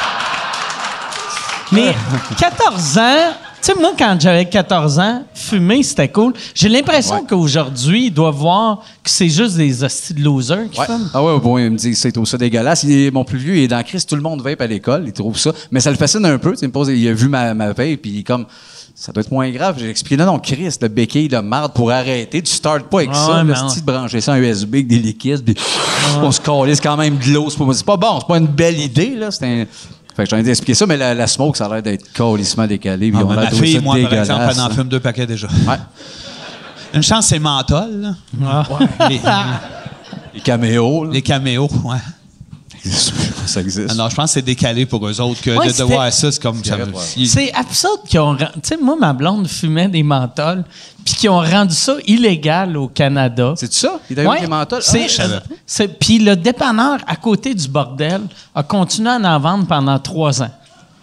[SPEAKER 1] Mais 14 ans. Tu sais, moi, quand j'avais 14 ans, fumer, c'était cool. J'ai l'impression
[SPEAKER 4] Ouais.
[SPEAKER 1] qu'aujourd'hui, ils doivent voir que c'est juste des hosties de losers qui
[SPEAKER 4] Ouais.
[SPEAKER 1] fument.
[SPEAKER 4] Ah ouais, bon, il me dit c'est tout ça dégueulasse. Il est- mon plus vieux, il est dans la crise, tout le monde vape à l'école, il trouve ça. Mais ça le fascine un peu. tu sais, Il me pose, il a vu ma, ma vape, puis il est comme ça doit être moins grave. J'ai expliqué non, non, Chris, le béquille de marde pour arrêter, tu startes pas avec
[SPEAKER 1] Ah ouais,
[SPEAKER 4] ça,
[SPEAKER 1] mais
[SPEAKER 4] le
[SPEAKER 1] ouais.
[SPEAKER 4] style de brancher ça en USB avec des liquides, puis on se calisse quand même de l'eau. C'est pas, c'est pas bon, c'est pas une belle idée, là. C'est un. Fait que j'en ai expliqué ça, mais la, la smoke, ça a l'air d'être calissement décalé. puis
[SPEAKER 2] Ah,
[SPEAKER 4] on
[SPEAKER 2] mais
[SPEAKER 4] a
[SPEAKER 2] ma
[SPEAKER 4] trouvé
[SPEAKER 2] fille et
[SPEAKER 4] ça
[SPEAKER 2] moi, par
[SPEAKER 4] dégueulasse,
[SPEAKER 2] exemple, on en
[SPEAKER 4] là.
[SPEAKER 2] fume deux paquets déjà.
[SPEAKER 4] Ouais.
[SPEAKER 2] Une chance, c'est menthol. là.
[SPEAKER 1] Ah.
[SPEAKER 2] Les,
[SPEAKER 4] Les caméos, là.
[SPEAKER 2] les caméos, ouais.
[SPEAKER 4] ça existe.
[SPEAKER 2] Ah Non, je pense que c'est décalé pour eux autres que
[SPEAKER 1] Ouais,
[SPEAKER 2] de
[SPEAKER 1] c'était-
[SPEAKER 2] devoir ça, c'est comme ça.
[SPEAKER 4] Cigarette, ouais.
[SPEAKER 2] Ils-
[SPEAKER 1] C'est absurde qu'ils ont. ren- Tu sais, moi, ma blonde fumait des menthols, puis qu'ils ont rendu ça illégal au Canada.
[SPEAKER 4] C'est ça? Il est arrivé avec les menthols? Ah,
[SPEAKER 1] c'est-
[SPEAKER 4] je
[SPEAKER 2] savais pas.
[SPEAKER 1] c'est- Puis le dépanneur à côté du bordel a continué à en vendre pendant trois ans.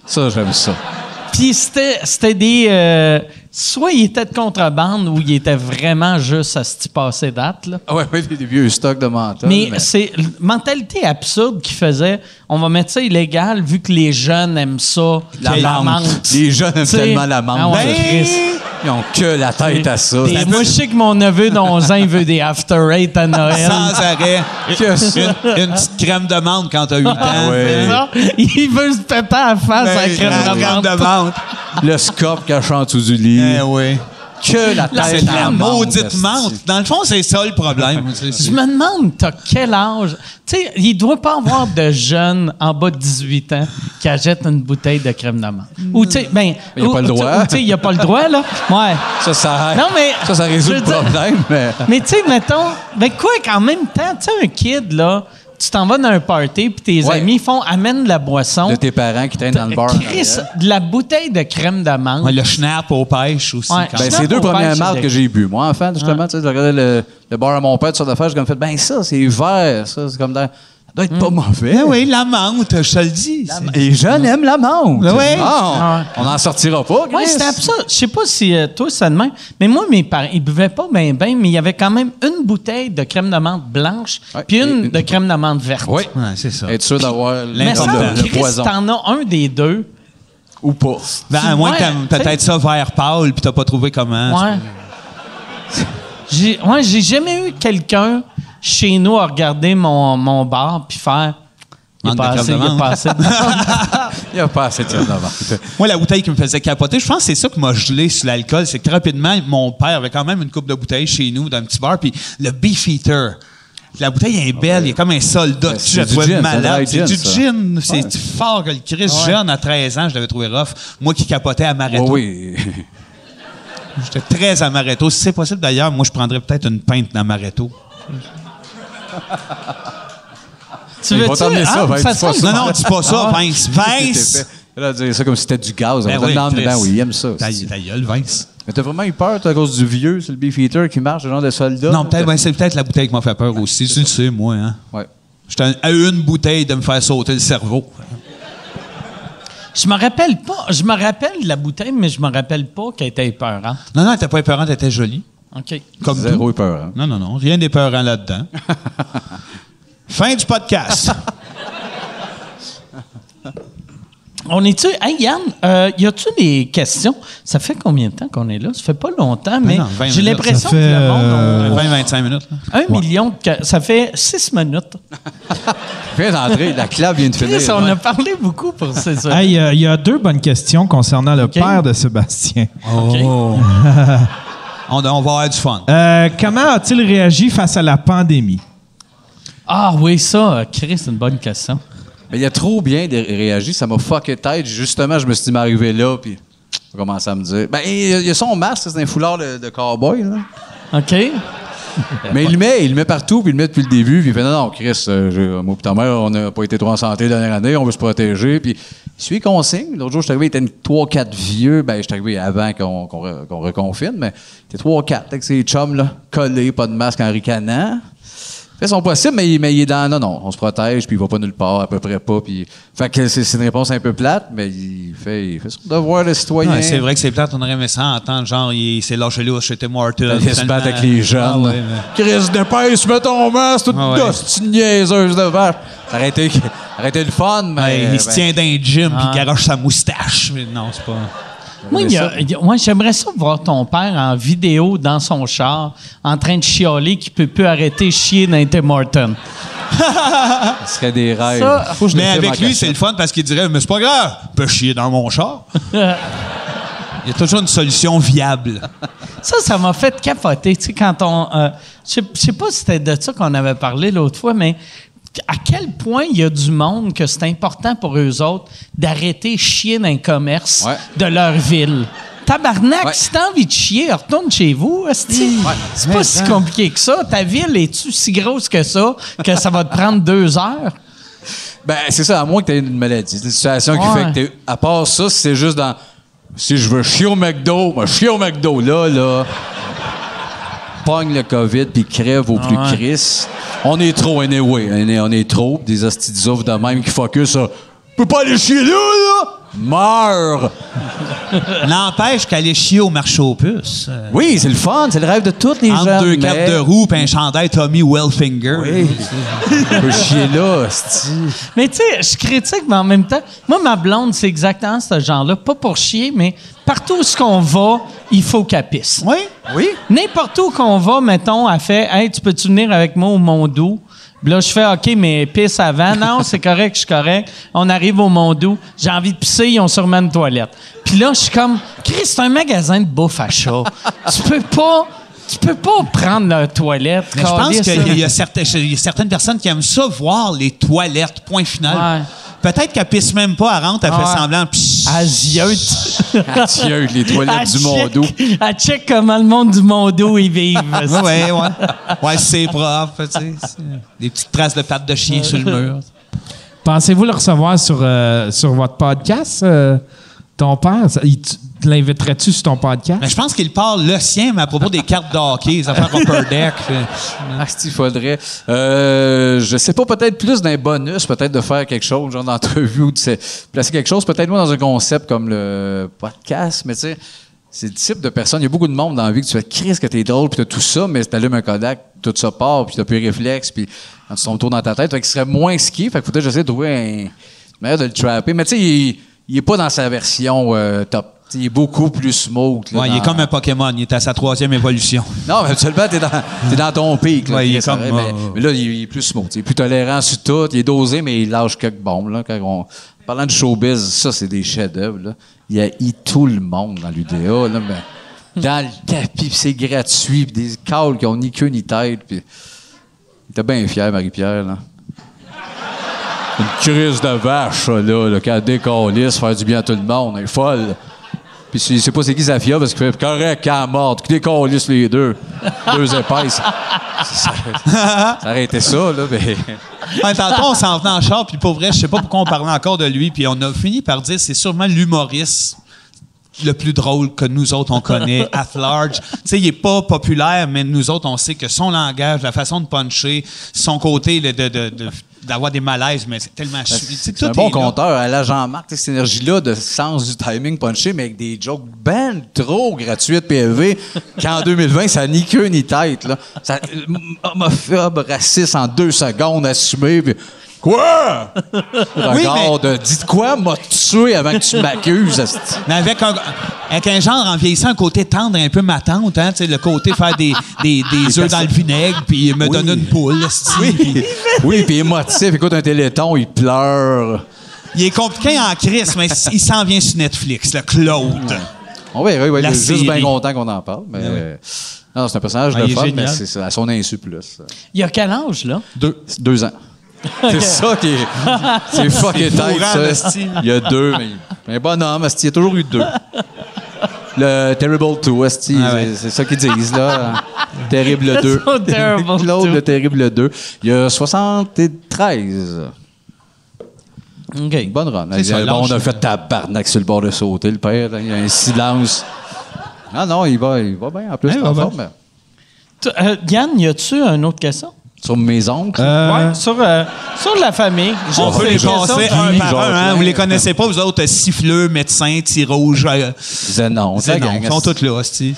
[SPEAKER 4] Ça, j'aime ça.
[SPEAKER 1] Puis c'était, c'était des. euh, soit il était de contrebande ou il était vraiment juste à se petit passer date. Là.
[SPEAKER 4] Ah ouais, ouais, des vieux stocks de menthol.
[SPEAKER 1] Mais c'est la mentalité absurde qui faisait on va mettre ça illégal vu que les jeunes aiment ça.
[SPEAKER 4] la menthe. Les jeunes aiment
[SPEAKER 1] Tu sais,
[SPEAKER 4] tellement la menthe.
[SPEAKER 1] ah ouais,
[SPEAKER 4] Ben,
[SPEAKER 1] Chris.
[SPEAKER 4] Ils ont que la tête à ça.
[SPEAKER 1] Puis moi, je sais que mon neveu d'11 ans, il veut des After Eight à Noël.
[SPEAKER 2] Sans arrêt.
[SPEAKER 4] Que ça.
[SPEAKER 2] Une, une petite crème de menthe quand t'as 8 ans.
[SPEAKER 4] ouais.
[SPEAKER 1] C'est ça. Il veut se péter à la face à la
[SPEAKER 2] Ben,
[SPEAKER 4] euh,
[SPEAKER 2] la
[SPEAKER 1] crème de
[SPEAKER 2] crème
[SPEAKER 1] menthe.
[SPEAKER 2] de menthe.
[SPEAKER 4] Le scope caché en dessous du lit.
[SPEAKER 2] Eh oui.
[SPEAKER 4] Que la
[SPEAKER 2] C'est
[SPEAKER 4] tête
[SPEAKER 2] de
[SPEAKER 4] à
[SPEAKER 2] la maudite
[SPEAKER 4] esti.
[SPEAKER 2] menthe. Dans le fond, c'est ça le problème. C'est-
[SPEAKER 1] Je
[SPEAKER 2] c'est-
[SPEAKER 1] me demande, t'as quel âge? Tu sais, il doit pas avoir de jeunes en bas de 18 ans qui achètent une bouteille de crème de menthe. Ou tu sais, ben.
[SPEAKER 4] Il y a
[SPEAKER 1] ou-
[SPEAKER 4] pas le
[SPEAKER 1] ou tu-
[SPEAKER 4] droit.
[SPEAKER 1] ou tu sais, il y a pas le droit, là. Ouais.
[SPEAKER 4] Ça, ça,
[SPEAKER 1] Non, mais.
[SPEAKER 4] ça, ça
[SPEAKER 1] je
[SPEAKER 4] résout le
[SPEAKER 1] veux dire-
[SPEAKER 4] problème. Mais...
[SPEAKER 1] Mais tu sais, mettons. Ben, quoi qu'en même temps, tu sais, un kid, là, tu t'en vas dans un party, puis tes
[SPEAKER 4] Ouais.
[SPEAKER 1] amis font amène de la boisson.
[SPEAKER 4] De tes parents qui traînent dans le bar. en
[SPEAKER 1] Chris,
[SPEAKER 4] arrière.
[SPEAKER 1] de la bouteille de crème de menthe.
[SPEAKER 2] Ouais, le schnapp aux pêches aussi.
[SPEAKER 1] Ouais.
[SPEAKER 2] quand
[SPEAKER 4] Ben,
[SPEAKER 2] même.
[SPEAKER 4] c'est les deux
[SPEAKER 1] Snap au
[SPEAKER 4] premières
[SPEAKER 1] pêche,
[SPEAKER 4] marques
[SPEAKER 1] c'est
[SPEAKER 4] que j'ai bu. Moi, en fait, justement,
[SPEAKER 1] Ah.
[SPEAKER 4] tu sais, je regardais le, le bar à mon père, sur la d'affaires, j'ai comme fait, ben ça, c'est vert, ça, c'est comme dans... Ça doit être
[SPEAKER 1] Hmm.
[SPEAKER 4] pas mauvais.
[SPEAKER 2] Eh oui, la menthe, je te le dis.
[SPEAKER 4] La- Les jeunes aiment la menthe.
[SPEAKER 2] Ben oui.
[SPEAKER 4] Ah, on n'en sortira pas, Chris.
[SPEAKER 1] Oui, c'était absurde. Je sais pas si euh, toi, c'est de même. Mais moi, mes parents, ils buvaient pas bien, ben, mais il y avait quand même une bouteille de crème d'amande blanche,
[SPEAKER 4] Ouais,
[SPEAKER 1] puis une,
[SPEAKER 4] et une-
[SPEAKER 1] de crème d'amande verte.
[SPEAKER 4] Oui.
[SPEAKER 2] Ouais, c'est ça.
[SPEAKER 4] Être sûr d'avoir
[SPEAKER 1] Mais ça,
[SPEAKER 4] l'intendant de
[SPEAKER 1] Chris,
[SPEAKER 4] poison.
[SPEAKER 1] t'en as un des deux.
[SPEAKER 4] Ou pas.
[SPEAKER 2] Ben, à
[SPEAKER 1] tu-
[SPEAKER 2] moins
[SPEAKER 1] ouais,
[SPEAKER 2] que t'aimes
[SPEAKER 1] t'sais.
[SPEAKER 2] peut-être ça vert pâle, puis t'as pas trouvé comment.
[SPEAKER 1] Ouais. J'ai, ouais, j'ai jamais eu quelqu'un chez nous à regarder mon, mon bar puis faire. Il est
[SPEAKER 2] Manque de
[SPEAKER 1] pas
[SPEAKER 2] crème
[SPEAKER 1] assez, il
[SPEAKER 2] de
[SPEAKER 1] est
[SPEAKER 2] menthe.
[SPEAKER 1] pas assez.
[SPEAKER 4] Il n'y a pas assez de crème d'avant.
[SPEAKER 2] Moi, la bouteille qui me faisait capoter, je pense que c'est ça qui m'a gelé sur l'alcool. C'est que très rapidement, mon père avait quand même une coupe de bouteille chez nous, dans un petit bar, puis le Beefeater. La bouteille est belle, il est comme un soldat.
[SPEAKER 4] Ben,
[SPEAKER 2] dessus,
[SPEAKER 4] c'est
[SPEAKER 2] je la
[SPEAKER 4] du
[SPEAKER 2] trouvais
[SPEAKER 4] gin, ça
[SPEAKER 2] malade.
[SPEAKER 4] doit
[SPEAKER 2] C'est
[SPEAKER 4] être
[SPEAKER 2] du
[SPEAKER 4] gin, ça.
[SPEAKER 2] gin. C'est fort que le Chris. Jeune, à 13 ans, je l'avais trouvé rough. Moi qui capotais à Maréto.
[SPEAKER 4] Oui, oui.
[SPEAKER 2] J'étais très amaretto. Si c'est possible d'ailleurs, moi je prendrais peut-être une pinte d'amaretto.
[SPEAKER 1] tu
[SPEAKER 4] Il va
[SPEAKER 1] veux-tu-
[SPEAKER 4] t'emmener ça,
[SPEAKER 1] ah,
[SPEAKER 4] ben,
[SPEAKER 1] ça
[SPEAKER 4] dis
[SPEAKER 1] sonne-
[SPEAKER 4] pas ça.
[SPEAKER 2] Non, non, dis pas
[SPEAKER 1] Ah.
[SPEAKER 2] ça, Vince. Vince!
[SPEAKER 4] Là, dire ça comme si c'était du gaz.
[SPEAKER 2] Ben
[SPEAKER 4] On va te demander,
[SPEAKER 2] Chris.
[SPEAKER 4] ben oui, il aime ça.
[SPEAKER 2] Ta, ta gueule, Vince.
[SPEAKER 4] Mais t'as vraiment eu peur toi, à cause du vieux, c'est le beefeater qui marche, le genre de soldat.
[SPEAKER 2] Non,
[SPEAKER 4] là?
[SPEAKER 2] peut-être, ben, c'est peut-être la bouteille qui m'a fait peur aussi. Tu le sais, moi, hein.
[SPEAKER 4] Ouais.
[SPEAKER 2] J'étais à une bouteille de me faire sauter le cerveau.
[SPEAKER 1] Je me rappelle pas. Je me rappelle de la bouteille, mais je me rappelle pas qu'elle était épeurante.
[SPEAKER 2] Non, non, elle était pas épeurante, elle était jolie.
[SPEAKER 1] OK.
[SPEAKER 2] Comme tout.
[SPEAKER 4] Zéro peur. Hein?
[SPEAKER 2] Non, non, non, rien d'épeurant là-dedans. fin du podcast.
[SPEAKER 1] On est-tu. Hey, Yann, euh, y a-tu des questions? Ça fait combien de temps qu'on est là? Ça fait pas longtemps, mais
[SPEAKER 2] Ben non, 20
[SPEAKER 1] j'ai
[SPEAKER 2] minutes.
[SPEAKER 1] l'impression
[SPEAKER 3] Ça fait,
[SPEAKER 1] que le monde.
[SPEAKER 3] euh,
[SPEAKER 1] on-
[SPEAKER 2] 20-25 minutes. là.
[SPEAKER 1] Un million de. que- Ça fait six minutes.
[SPEAKER 4] Fais d'entrer, la clave vient de finir.
[SPEAKER 1] Chris, on
[SPEAKER 4] ouais.
[SPEAKER 1] a parlé beaucoup pour ces ça.
[SPEAKER 3] Hey, euh, il y a deux bonnes questions concernant le père de Sébastien.
[SPEAKER 2] On, on va avoir du fun.
[SPEAKER 3] Euh, comment a-t-il réagi face à la pandémie?
[SPEAKER 1] Ah oui, ça, euh, Chris, c'est une bonne question.
[SPEAKER 4] Mais il a trop bien dé- réagi, ça m'a fucké tête. Justement, je me suis dit, m'arriver là, puis j'ai commencé à me dire. Ben, il il a son masque, c'est un foulard de, de cowboy, là.
[SPEAKER 1] OK?
[SPEAKER 4] Mais il le met, il le met partout, puis il le met depuis le début, puis il fait non, non, Chris, euh, je- moi, puis ta mère, on n'a pas été trop en santé la dernière année, on veut se protéger, puis il suit consigne. L'autre jour, je suis arrivé, il était une 3-4 vieux, ben, je suis arrivé avant qu'on qu'on re- qu'on reconfine, mais il était 3-4, avec ses chums, là, collés, pas de masque en ricanant. Fait son possible, mais, il- mais il est dans non, non, on se protège, puis il va pas nulle part, à peu près pas, puis. Fait que c'est c'est une réponse un peu plate, mais il fait, il fait son devoir de citoyen.
[SPEAKER 2] Ouais, c'est vrai que c'est peut-être on aurait aimé ça entendre, genre, il s'est lâché là chez Tim Hortons.
[SPEAKER 4] Il se
[SPEAKER 2] tellement-
[SPEAKER 4] battre avec les
[SPEAKER 2] Ah
[SPEAKER 4] jeunes.
[SPEAKER 2] ouais, mais-
[SPEAKER 4] Chris Dépêche, mets ton masque, toute
[SPEAKER 2] Ah ouais.
[SPEAKER 4] dust, une niaiseuse de vache. Arrêtez, arrêtez le fun, mais.
[SPEAKER 2] Ouais, il se
[SPEAKER 4] ben,
[SPEAKER 2] tient d'un gym puis il garoche sa moustache. Mais non, c'est pas.
[SPEAKER 1] Moi,
[SPEAKER 4] Mais
[SPEAKER 1] il y a-
[SPEAKER 4] ça-
[SPEAKER 1] il y a- ouais, j'aimerais ça voir ton père en vidéo dans son char en train de chialer qu'il peut plus arrêter de chier dans les Tim Hortons.
[SPEAKER 4] Ce serait des rêves.
[SPEAKER 1] Ça-
[SPEAKER 4] Faut que je
[SPEAKER 2] Mais
[SPEAKER 4] le filme en
[SPEAKER 2] avec lui,
[SPEAKER 4] cachette.
[SPEAKER 2] c'est le fun parce qu'il dirait Mais c'est pas grave, peut chier dans mon char. Il y a toujours une solution viable.
[SPEAKER 1] Ça, ça m'a fait capoter. Tu sais, quand on. euh, je sais- je sais pas si c'était de ça qu'on avait parlé l'autre fois, mais à quel point il y a du monde que c'est important pour eux autres d'arrêter de chier dans un commerce
[SPEAKER 4] Ouais.
[SPEAKER 1] de leur ville. Tabarnak,
[SPEAKER 4] Ouais.
[SPEAKER 1] si t'as envie de chier, retourne chez vous. esti. C'est pas si compliqué que ça. Ta ville est-tu si grosse que ça que ça va te prendre deux heures?
[SPEAKER 4] Ben, c'est ça, à moins que tu aies une maladie. C'est une situation qui
[SPEAKER 1] Ouais.
[SPEAKER 4] fait que t'es. À part ça, c'est juste dans. Si je veux chier au McDo, ben, chier au McDo, là, là. Pogne le COVID, puis crève au plus Chris. On est trop, anyway. On est, on est trop. Des hosties de oufs de même qui focus sur. Peux pas aller chier là, là! Meurs!
[SPEAKER 2] N'empêche qu'aller chier au marché aux puces. euh,
[SPEAKER 4] Oui, c'est le fun, c'est le rêve de toutes les gens.
[SPEAKER 2] entre deux capes de roue puis un chandail Tommy Wellfinger.
[SPEAKER 4] On peut chier là, hostie.
[SPEAKER 1] Mais tu sais, je critique, mais en même temps, moi, ma blonde, c'est exactement ce genre-là. Pas pour chier, mais partout où ce qu'on va, il faut qu'elle pisse.
[SPEAKER 2] Oui.
[SPEAKER 4] Oui?
[SPEAKER 1] N'importe où qu'on va, mettons, elle fait Hey, tu peux-tu venir avec moi au Mondou? Puis Là, je fais OK, mais pisse avant. Non, c'est correct, je suis correct. On arrive au Mondou. J'ai envie de pisser, ils ont sûrement une toilette. Puis là, je suis comme Chris, c'est un magasin de bouffe à chat. tu peux pas. Tu peux pas prendre leur toilette.
[SPEAKER 2] Mais je pense
[SPEAKER 1] câlisse, là.
[SPEAKER 2] qu'il y,
[SPEAKER 4] hein.
[SPEAKER 2] a certains- il y a certaines personnes qui aiment ça, voir les toilettes, point final.
[SPEAKER 1] Ouais.
[SPEAKER 2] Peut-être qu'elle pisse même pas, elle rentre, elle
[SPEAKER 1] Ouais.
[SPEAKER 2] fait semblant. pss.
[SPEAKER 1] À ziote.
[SPEAKER 4] Tiens, les toilettes du Mondo.
[SPEAKER 1] Elle check comment le monde du Mondo, ils vivent.
[SPEAKER 2] Ouais, ouais, ouais. Ouais, c'est propre, tu sais. c'est- Des petites traces de pattes de chien sur le mur.
[SPEAKER 3] Pensez-vous le recevoir sur, euh, sur votre podcast, euh, ton père? Ça- il- tu tu l'inviterais-tu sur ton podcast?
[SPEAKER 2] Mais je pense qu'il parle le sien, mais à propos des cartes de hockey, les affaires upper deck. euh, fait.
[SPEAKER 4] Ah, il faudrait. Euh, je sais pas, peut-être plus d'un bonus, peut-être de faire quelque chose, genre d'entrevue ou de se- placer quelque chose, peut-être moins dans un concept comme le podcast, mais tu sais, c'est le type de personne. Il y a beaucoup de monde dans la vie que tu fais crise que t'es drôle, puis t'as tout ça, mais t'allumes un Kodak, tout ça part, puis t'as plus de réflexe, puis quand tu tombes autour dans ta tête, fait qu'il serait moins ski, fait que peut-être j'essaie de trouver un- une manière de le trapper. Mais tu sais, il, il est pas dans sa version euh, top. Tu sais, il est beaucoup plus smooth. là,
[SPEAKER 2] Ouais, il est
[SPEAKER 4] dans-
[SPEAKER 2] comme un Pokémon, il est à sa troisième évolution.
[SPEAKER 4] non, mais absolument, t'es dans, t'es dans ton pic. Là,
[SPEAKER 2] Ouais, il est
[SPEAKER 4] Chris,
[SPEAKER 2] comme,
[SPEAKER 4] mais,
[SPEAKER 2] euh,
[SPEAKER 4] mais là, il est plus smooth. Il est plus tolérant sur tout. Il est dosé, mais il lâche quelques bombes. Là, quand on- Parlant de showbiz, ça, c'est des chefs-d'œuvre. là. Il a tout le monde dans l'UDA. Là, mais dans le tapis, puis c'est gratuit. Puis des calls qui ont ni queue ni tête. Puis... Il était bien fier, Marie-Pierre. Là. Une crise de vache, ça, là, là, qu'elle décalisse, faire du bien à tout le monde. Elle est folle. Puis c'est c'est pas c'est qui Zafia parce qu'il fait correct quand morte, qui décalisse les deux. Deux épaisses. Ça, ça aurait été ça, là, mais.
[SPEAKER 2] Ouais, tantôt, on s'en venait en char, puis pour vrai, je sais pas pourquoi on parlait encore de lui, puis on a fini par dire c'est sûrement l'humoriste le plus drôle que nous autres on connaît, at large. Tu sais, il est pas populaire, mais nous autres, on sait que son langage, la façon de puncher, son côté le- de, de, de- d'avoir des malaises, mais c'est tellement... chi- tu sais,
[SPEAKER 4] C'est un
[SPEAKER 2] tout
[SPEAKER 4] bon
[SPEAKER 2] est là.
[SPEAKER 4] compteur. Elle a Jean-Marc, tu sais, cette énergie-là de sens du timing punché, mais avec des jokes ben trop gratuites PLV, qu'en 2020, ça ni queue ni tête. Là. Ça, euh, homophobe, raciste en deux secondes assumé. Puis, quoi? Regarde, dites quoi, m'a tué avant que tu m'accuses. asti.
[SPEAKER 2] Mais avec un, avec un genre, en vieillissant, un côté tendre, un peu matante, hein, tu sais, le côté faire des, des, des œufs dans le vinaigre, puis me donner une poule. esti, puis-
[SPEAKER 4] Oui, puis émotif, écoute un téléthon, il pleure.
[SPEAKER 2] Il est compliqué en crise, mais il s'en vient sur Netflix, le Claude.
[SPEAKER 4] On verra, il va
[SPEAKER 2] La
[SPEAKER 4] être juste
[SPEAKER 2] série.
[SPEAKER 4] bien content qu'on en parle. Mais... Non, c'est un personnage
[SPEAKER 2] Ah,
[SPEAKER 4] de
[SPEAKER 2] il est
[SPEAKER 4] fun, mais
[SPEAKER 2] génial.
[SPEAKER 4] c'est ça, à son insu plus.
[SPEAKER 1] Il y a quel âge, là?
[SPEAKER 4] Deux. Deux ans. C'est ça qui est. C'est
[SPEAKER 2] C'est
[SPEAKER 4] fucking tight,
[SPEAKER 2] fourrant,
[SPEAKER 4] ça.
[SPEAKER 2] esti.
[SPEAKER 4] Il y a deux, mais. mais Un bonhomme, Asti, il y a toujours eu deux. Le Terrible 2, Asti,
[SPEAKER 2] Ah ouais.
[SPEAKER 4] c'est- c'est ça qu'ils disent, là. Terrible 2.
[SPEAKER 1] son Terrible
[SPEAKER 4] L'autre,
[SPEAKER 1] Two.
[SPEAKER 4] le Terrible 2. Il y a 73.
[SPEAKER 1] OK.
[SPEAKER 4] Bonne run.
[SPEAKER 2] C'est ça,
[SPEAKER 4] Il- bon,
[SPEAKER 2] lâche.
[SPEAKER 4] on a fait tabarnak sur le bord de sauter, le père. là. Il y a un silence. Ah non, il va, il va bien. En plus,
[SPEAKER 3] Ouais, il
[SPEAKER 4] il est
[SPEAKER 3] va
[SPEAKER 4] en
[SPEAKER 3] bien.
[SPEAKER 4] forme.
[SPEAKER 1] T- euh, Yann, y a-tu une autre question?
[SPEAKER 4] Sur mes oncles.
[SPEAKER 3] Euh,
[SPEAKER 5] Ouais, sur, euh, sur la famille.
[SPEAKER 4] Oh.
[SPEAKER 2] On
[SPEAKER 5] Juste
[SPEAKER 2] peut les
[SPEAKER 5] une question.
[SPEAKER 2] passer un par un. Hein?
[SPEAKER 4] Jean-Claude.
[SPEAKER 2] Vous les connaissez pas, vous autres, euh, siffleux, médecins, tirouges. Euh,
[SPEAKER 4] Zénon.
[SPEAKER 2] c'est non,
[SPEAKER 4] gang,
[SPEAKER 2] ils sont
[SPEAKER 4] asti.
[SPEAKER 2] tous là, hostie.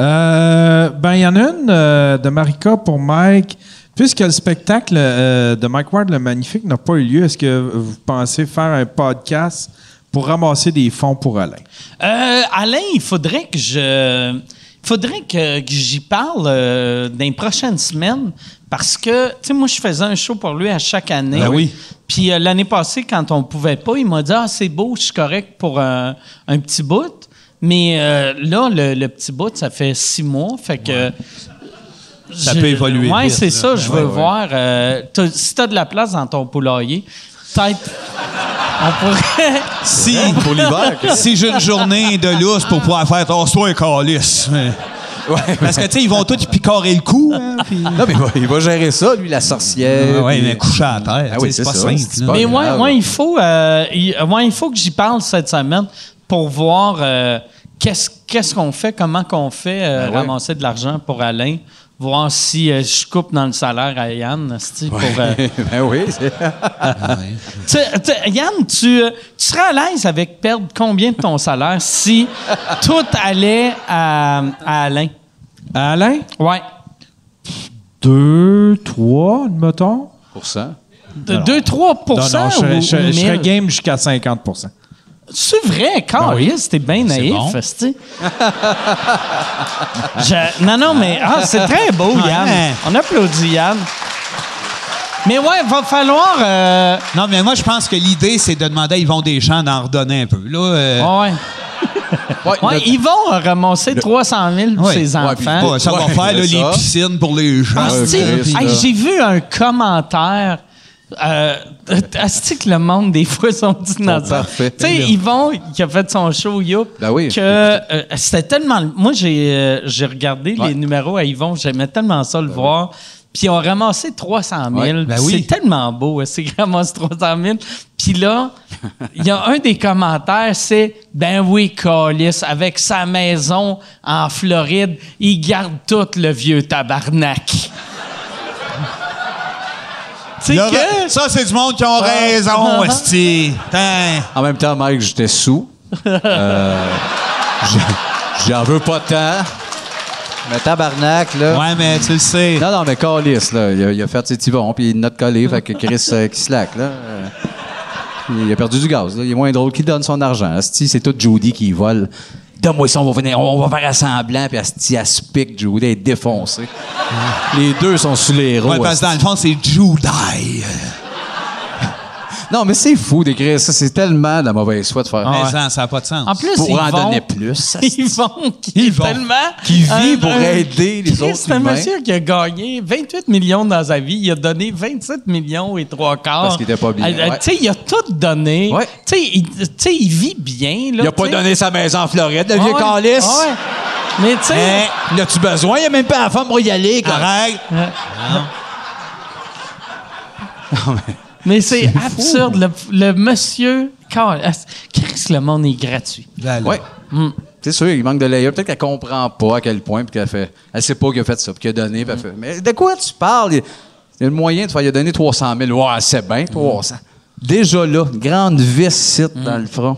[SPEAKER 3] Euh, ben, il y en a une euh, de Marika pour Mike. Puisque le spectacle euh, de Mike Ward le Magnifique n'a pas eu lieu, est-ce que vous pensez faire un podcast pour ramasser des fonds pour Alain?
[SPEAKER 1] Euh, Alain, il faudrait que je. il faudrait que, que j'y parle euh, dans les prochaines semaines parce que, tu sais, moi, je faisais un show pour lui à chaque année.
[SPEAKER 2] Ben oui.
[SPEAKER 1] Puis euh, l'année passée, quand on pouvait pas, il m'a dit Ah, c'est beau, je suis correct pour un, un petit bout. Mais euh, là, le, le petit bout, ça fait six mois. Fait que.
[SPEAKER 2] Ça
[SPEAKER 1] je-
[SPEAKER 2] peut évoluer
[SPEAKER 1] Ouais,
[SPEAKER 2] vite,
[SPEAKER 1] c'est
[SPEAKER 2] là.
[SPEAKER 1] ça, je veux voir. euh, t'as- si tu as de la place dans ton poulailler, peut-être. On pourrait.
[SPEAKER 2] Si,
[SPEAKER 4] Pour l'hiver.
[SPEAKER 2] si j'ai une journée de lousse pour pouvoir faire oh, sois un calice. Mais-
[SPEAKER 4] Ouais.
[SPEAKER 2] Parce que, tu sais, ils vont tous picorer le cou. Hein, puis-
[SPEAKER 4] Non, mais il va, il va gérer ça, lui, la sorcière.
[SPEAKER 2] Ah ouais,
[SPEAKER 4] Euh, puis-
[SPEAKER 2] mais coucher à terre.
[SPEAKER 4] Ah
[SPEAKER 2] tu
[SPEAKER 4] oui,
[SPEAKER 2] sais, c'est
[SPEAKER 4] c'est
[SPEAKER 2] pas
[SPEAKER 4] ça,
[SPEAKER 2] simple.
[SPEAKER 4] c'est
[SPEAKER 2] là.
[SPEAKER 4] pas-
[SPEAKER 2] Mais-
[SPEAKER 1] Mais ouais,
[SPEAKER 4] grave.
[SPEAKER 1] ouais, il faut, euh, il, euh, ouais, il faut que j'y parle cette semaine pour voir euh, qu'est-ce qu'est-ce qu'on fait, comment qu'on fait euh,
[SPEAKER 4] Ben ouais.
[SPEAKER 1] ramasser de l'argent pour Alain, voir si euh, je coupe dans le salaire à Yann. esti, pour, euh,
[SPEAKER 4] ben oui. c'est-
[SPEAKER 1] tu- tu- Yann, tu, euh, tu serais à l'aise avec perdre combien de ton salaire si tout allait à, à Alain?
[SPEAKER 3] Alain?
[SPEAKER 1] Ouais.
[SPEAKER 3] Deux, trois, mettons.
[SPEAKER 4] Pour ça.
[SPEAKER 1] De 2-3
[SPEAKER 3] Non, non, je,
[SPEAKER 1] ou,
[SPEAKER 3] serais- je serais-
[SPEAKER 1] ou
[SPEAKER 3] je serais
[SPEAKER 1] 1000?
[SPEAKER 3] game jusqu'à 50
[SPEAKER 1] C'est vrai, Carlis, t'es bien naïf,
[SPEAKER 2] Ben bon.
[SPEAKER 1] esti. Je- Non, non, mais ah, c'est très beau, Yann.
[SPEAKER 2] Ouais.
[SPEAKER 1] On applaudit Yann. Mais ouais, va falloir. euh,
[SPEAKER 2] Non, mais moi, je pense que l'idée, c'est de demander à Yvon Deschamps d'en redonner un peu. Là, euh,
[SPEAKER 1] ouais.
[SPEAKER 4] Ouais,
[SPEAKER 1] Ouais,
[SPEAKER 4] le-
[SPEAKER 1] ils vont ramasser 300 000 pour
[SPEAKER 2] Ouais.
[SPEAKER 1] ses
[SPEAKER 2] Ouais,
[SPEAKER 4] puis
[SPEAKER 1] enfants.
[SPEAKER 2] ouais, ça va
[SPEAKER 4] hein? Ouais,
[SPEAKER 2] faire là,
[SPEAKER 4] c'est ça.
[SPEAKER 2] les piscines pour les gens.
[SPEAKER 1] Ah,
[SPEAKER 4] ouais,
[SPEAKER 1] esti,
[SPEAKER 4] ouais,
[SPEAKER 1] hey,
[SPEAKER 4] là.
[SPEAKER 1] J'ai vu un commentaire. Euh, asti que le monde, des fois, sont dinosaures. Tu
[SPEAKER 4] parfaits.
[SPEAKER 1] sais, Yvon, qui a fait son show Youp,
[SPEAKER 4] Ben oui,
[SPEAKER 1] que
[SPEAKER 4] j'ai
[SPEAKER 1] euh, c'était tellement... Moi, j'ai euh, j'ai regardé les
[SPEAKER 4] Ouais. Ben
[SPEAKER 1] numéros à Yvon, j'aimais tellement ça le voir. Puis ils ont ramassé 300 000.
[SPEAKER 4] Ouais,
[SPEAKER 2] ben
[SPEAKER 1] Puis C'est
[SPEAKER 2] oui.
[SPEAKER 1] tellement beau, hein, c'est qu'ils ramassent 300 000. Puis là, il y a un des commentaires, c'est « Ben oui, Callis, avec sa maison en Floride, il garde tout le vieux tabarnak. » C'est
[SPEAKER 2] Là,
[SPEAKER 1] que...
[SPEAKER 2] Ça, c'est du monde qui ont raison, esti. Tain.
[SPEAKER 4] En même temps, Mike, j'étais sous. Euh, j'en- J'en veux pas tant. Mais tabarnak, là.
[SPEAKER 2] Ouais, mais tu le sais.
[SPEAKER 4] Non, non, mais Carlis, là, il a, il a fait ses tibons, puis il note collé, fait que Chris euh, qui slack, là. euh, il a perdu du gaz, là. Il est moins drôle. Qui donne son argent? Asti, c'est tout Judy qui vole. Donne-moi ça, on va venir, on va faire un semblant, puis Asti, elle se pique, Judy, elle est défoncée. Les deux sont sous les roues.
[SPEAKER 2] Ouais, parce que dans le fond, c'est Judy.
[SPEAKER 4] asti. Non, mais c'est fou d'écrire ça. C'est tellement de la mauvaise foi de faire.
[SPEAKER 1] Ah.
[SPEAKER 2] Mais ça, ça n'a pas de sens.
[SPEAKER 1] En plus,
[SPEAKER 4] Pour
[SPEAKER 1] ils
[SPEAKER 4] Ah, en
[SPEAKER 1] vont-
[SPEAKER 4] donner plus. asti.
[SPEAKER 1] Ils vont qui est
[SPEAKER 2] vont.
[SPEAKER 1] tellement...
[SPEAKER 4] Qui vit
[SPEAKER 1] Euh,
[SPEAKER 4] pour aider les
[SPEAKER 1] Christ,
[SPEAKER 4] autres
[SPEAKER 1] C'est un
[SPEAKER 4] humains.
[SPEAKER 1] monsieur qui a gagné 28 millions dans sa vie. Il a donné 27 millions et trois quarts.
[SPEAKER 4] Parce qu'il était pas bien,
[SPEAKER 1] Euh, euh,
[SPEAKER 4] ouais.
[SPEAKER 1] Tu sais, il a tout donné.
[SPEAKER 4] Ouais.
[SPEAKER 1] Tu sais, il- tu sais, il vit bien. Là,
[SPEAKER 4] Il a pas
[SPEAKER 1] tu sais.
[SPEAKER 4] donné sa maison en Floride, le
[SPEAKER 1] Ah
[SPEAKER 4] vieux
[SPEAKER 1] ouais,
[SPEAKER 4] Carlis.
[SPEAKER 1] ah ouais. Mais tu sais...
[SPEAKER 4] Hein? N'as-tu besoin? Il a même pas la femme pour y aller. quoi.
[SPEAKER 2] Arrête.
[SPEAKER 1] Mais c'est absurde. Le, le monsieur. Car- Chris, le monde est gratuit.
[SPEAKER 2] Ben, Là, là.
[SPEAKER 4] Ouais. C'est sûr, il manque de layer. Peut-être qu'elle comprend pas à quel point, puis qu'elle fait. Elle sait pas qu'il a fait ça, puis qu'il a donné, puis elle fait. Mais de quoi tu parles? Il y a le moyen de faire, il a donné 300 000. Ouais, c'est bien, 300. Déjà là, une grande vis cite dans le front.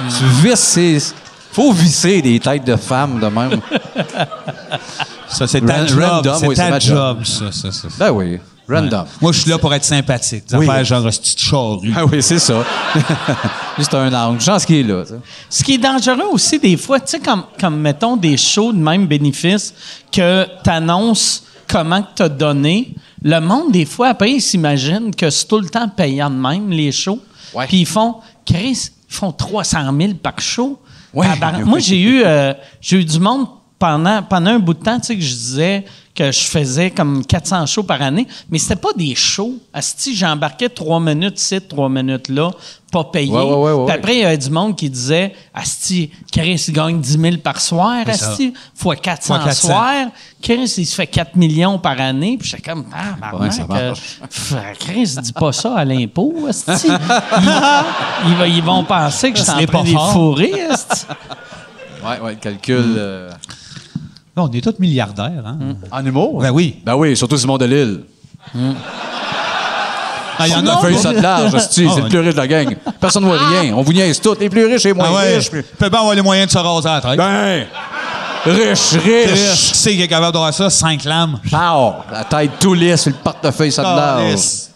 [SPEAKER 4] Tu visses, c'est- Faut visser des têtes de femmes de même.
[SPEAKER 2] Ça, c'est ta
[SPEAKER 4] Ran-
[SPEAKER 2] job.
[SPEAKER 4] random,
[SPEAKER 2] c'est
[SPEAKER 4] oui, c'est
[SPEAKER 2] ta
[SPEAKER 4] ma
[SPEAKER 2] job,
[SPEAKER 4] job.
[SPEAKER 2] ça. ça, ça, ça.
[SPEAKER 4] ben oui, random.
[SPEAKER 2] Moi, je suis là pour être sympathique. Des
[SPEAKER 4] Oui.
[SPEAKER 2] affaires genre, petite charrue.
[SPEAKER 4] Ah oui, c'est ça. Juste un angle. Chance qu'il est là. tu sais.
[SPEAKER 1] Ce qui est dangereux aussi des fois, tu sais, comme, comme mettons des shows de même bénéfice que t'annonces comment que t'as donné, le monde, des fois, après, ils s'imaginent que c'est tout le temps payant de même, les shows.
[SPEAKER 4] Ouais.
[SPEAKER 1] Puis ils font, Chris, ils font 300 000 par show.
[SPEAKER 4] Ouais.
[SPEAKER 1] Tabarnak. Moi, j'ai eu, euh, j'ai eu du monde pendant, pendant un bout de temps, tu sais, que je disais que je faisais comme 400 shows par année, mais c'était pas des shows. Asti, j'embarquais trois minutes ici, trois minutes là, pas payé.
[SPEAKER 4] Ouais, ouais, ouais, ouais,
[SPEAKER 1] Puis après, il y avait du monde qui disait Asti, Chris, il gagne 10 000 par soir,
[SPEAKER 2] C'est ça.
[SPEAKER 1] Asti, fois 400,
[SPEAKER 2] Fois 400.
[SPEAKER 1] soirs. Chris, il se fait 4 millions par année. Puis j'étais comme, ah, marrant,
[SPEAKER 4] Ouais, ça marche.
[SPEAKER 1] Chris, dis pas ça à l'impôt, Asti. ils, ils va- ils vont penser que je
[SPEAKER 2] Ça,
[SPEAKER 1] t'en
[SPEAKER 2] c'est
[SPEAKER 1] prends
[SPEAKER 2] pas
[SPEAKER 1] des
[SPEAKER 2] fort.
[SPEAKER 1] fourrés, Asti.
[SPEAKER 4] Ouais, ouais, le calcul. euh,
[SPEAKER 2] Bon, on est tous milliardaires. Hein?
[SPEAKER 4] En humour?
[SPEAKER 2] Ben oui.
[SPEAKER 4] Ben oui, surtout Simon Delille.
[SPEAKER 2] Ah, il y en a
[SPEAKER 4] On a fait ça de large, hostie,
[SPEAKER 2] Ah,
[SPEAKER 4] c'est
[SPEAKER 2] ouais.
[SPEAKER 4] le plus riche de la gang. Personne ne voit rien. On vous niaise tous. Les plus riches et les moins
[SPEAKER 2] Ah ouais.
[SPEAKER 4] riches. puis-
[SPEAKER 2] Peut bien avoir les moyens de se raser à la tête.
[SPEAKER 4] Ben! Riche, riche!
[SPEAKER 2] Qui c'est qui est capable d'avoir ça? Cinq lames.
[SPEAKER 4] Pow! La tête tout lisse, le portefeuille, ça de large.
[SPEAKER 2] Calisse.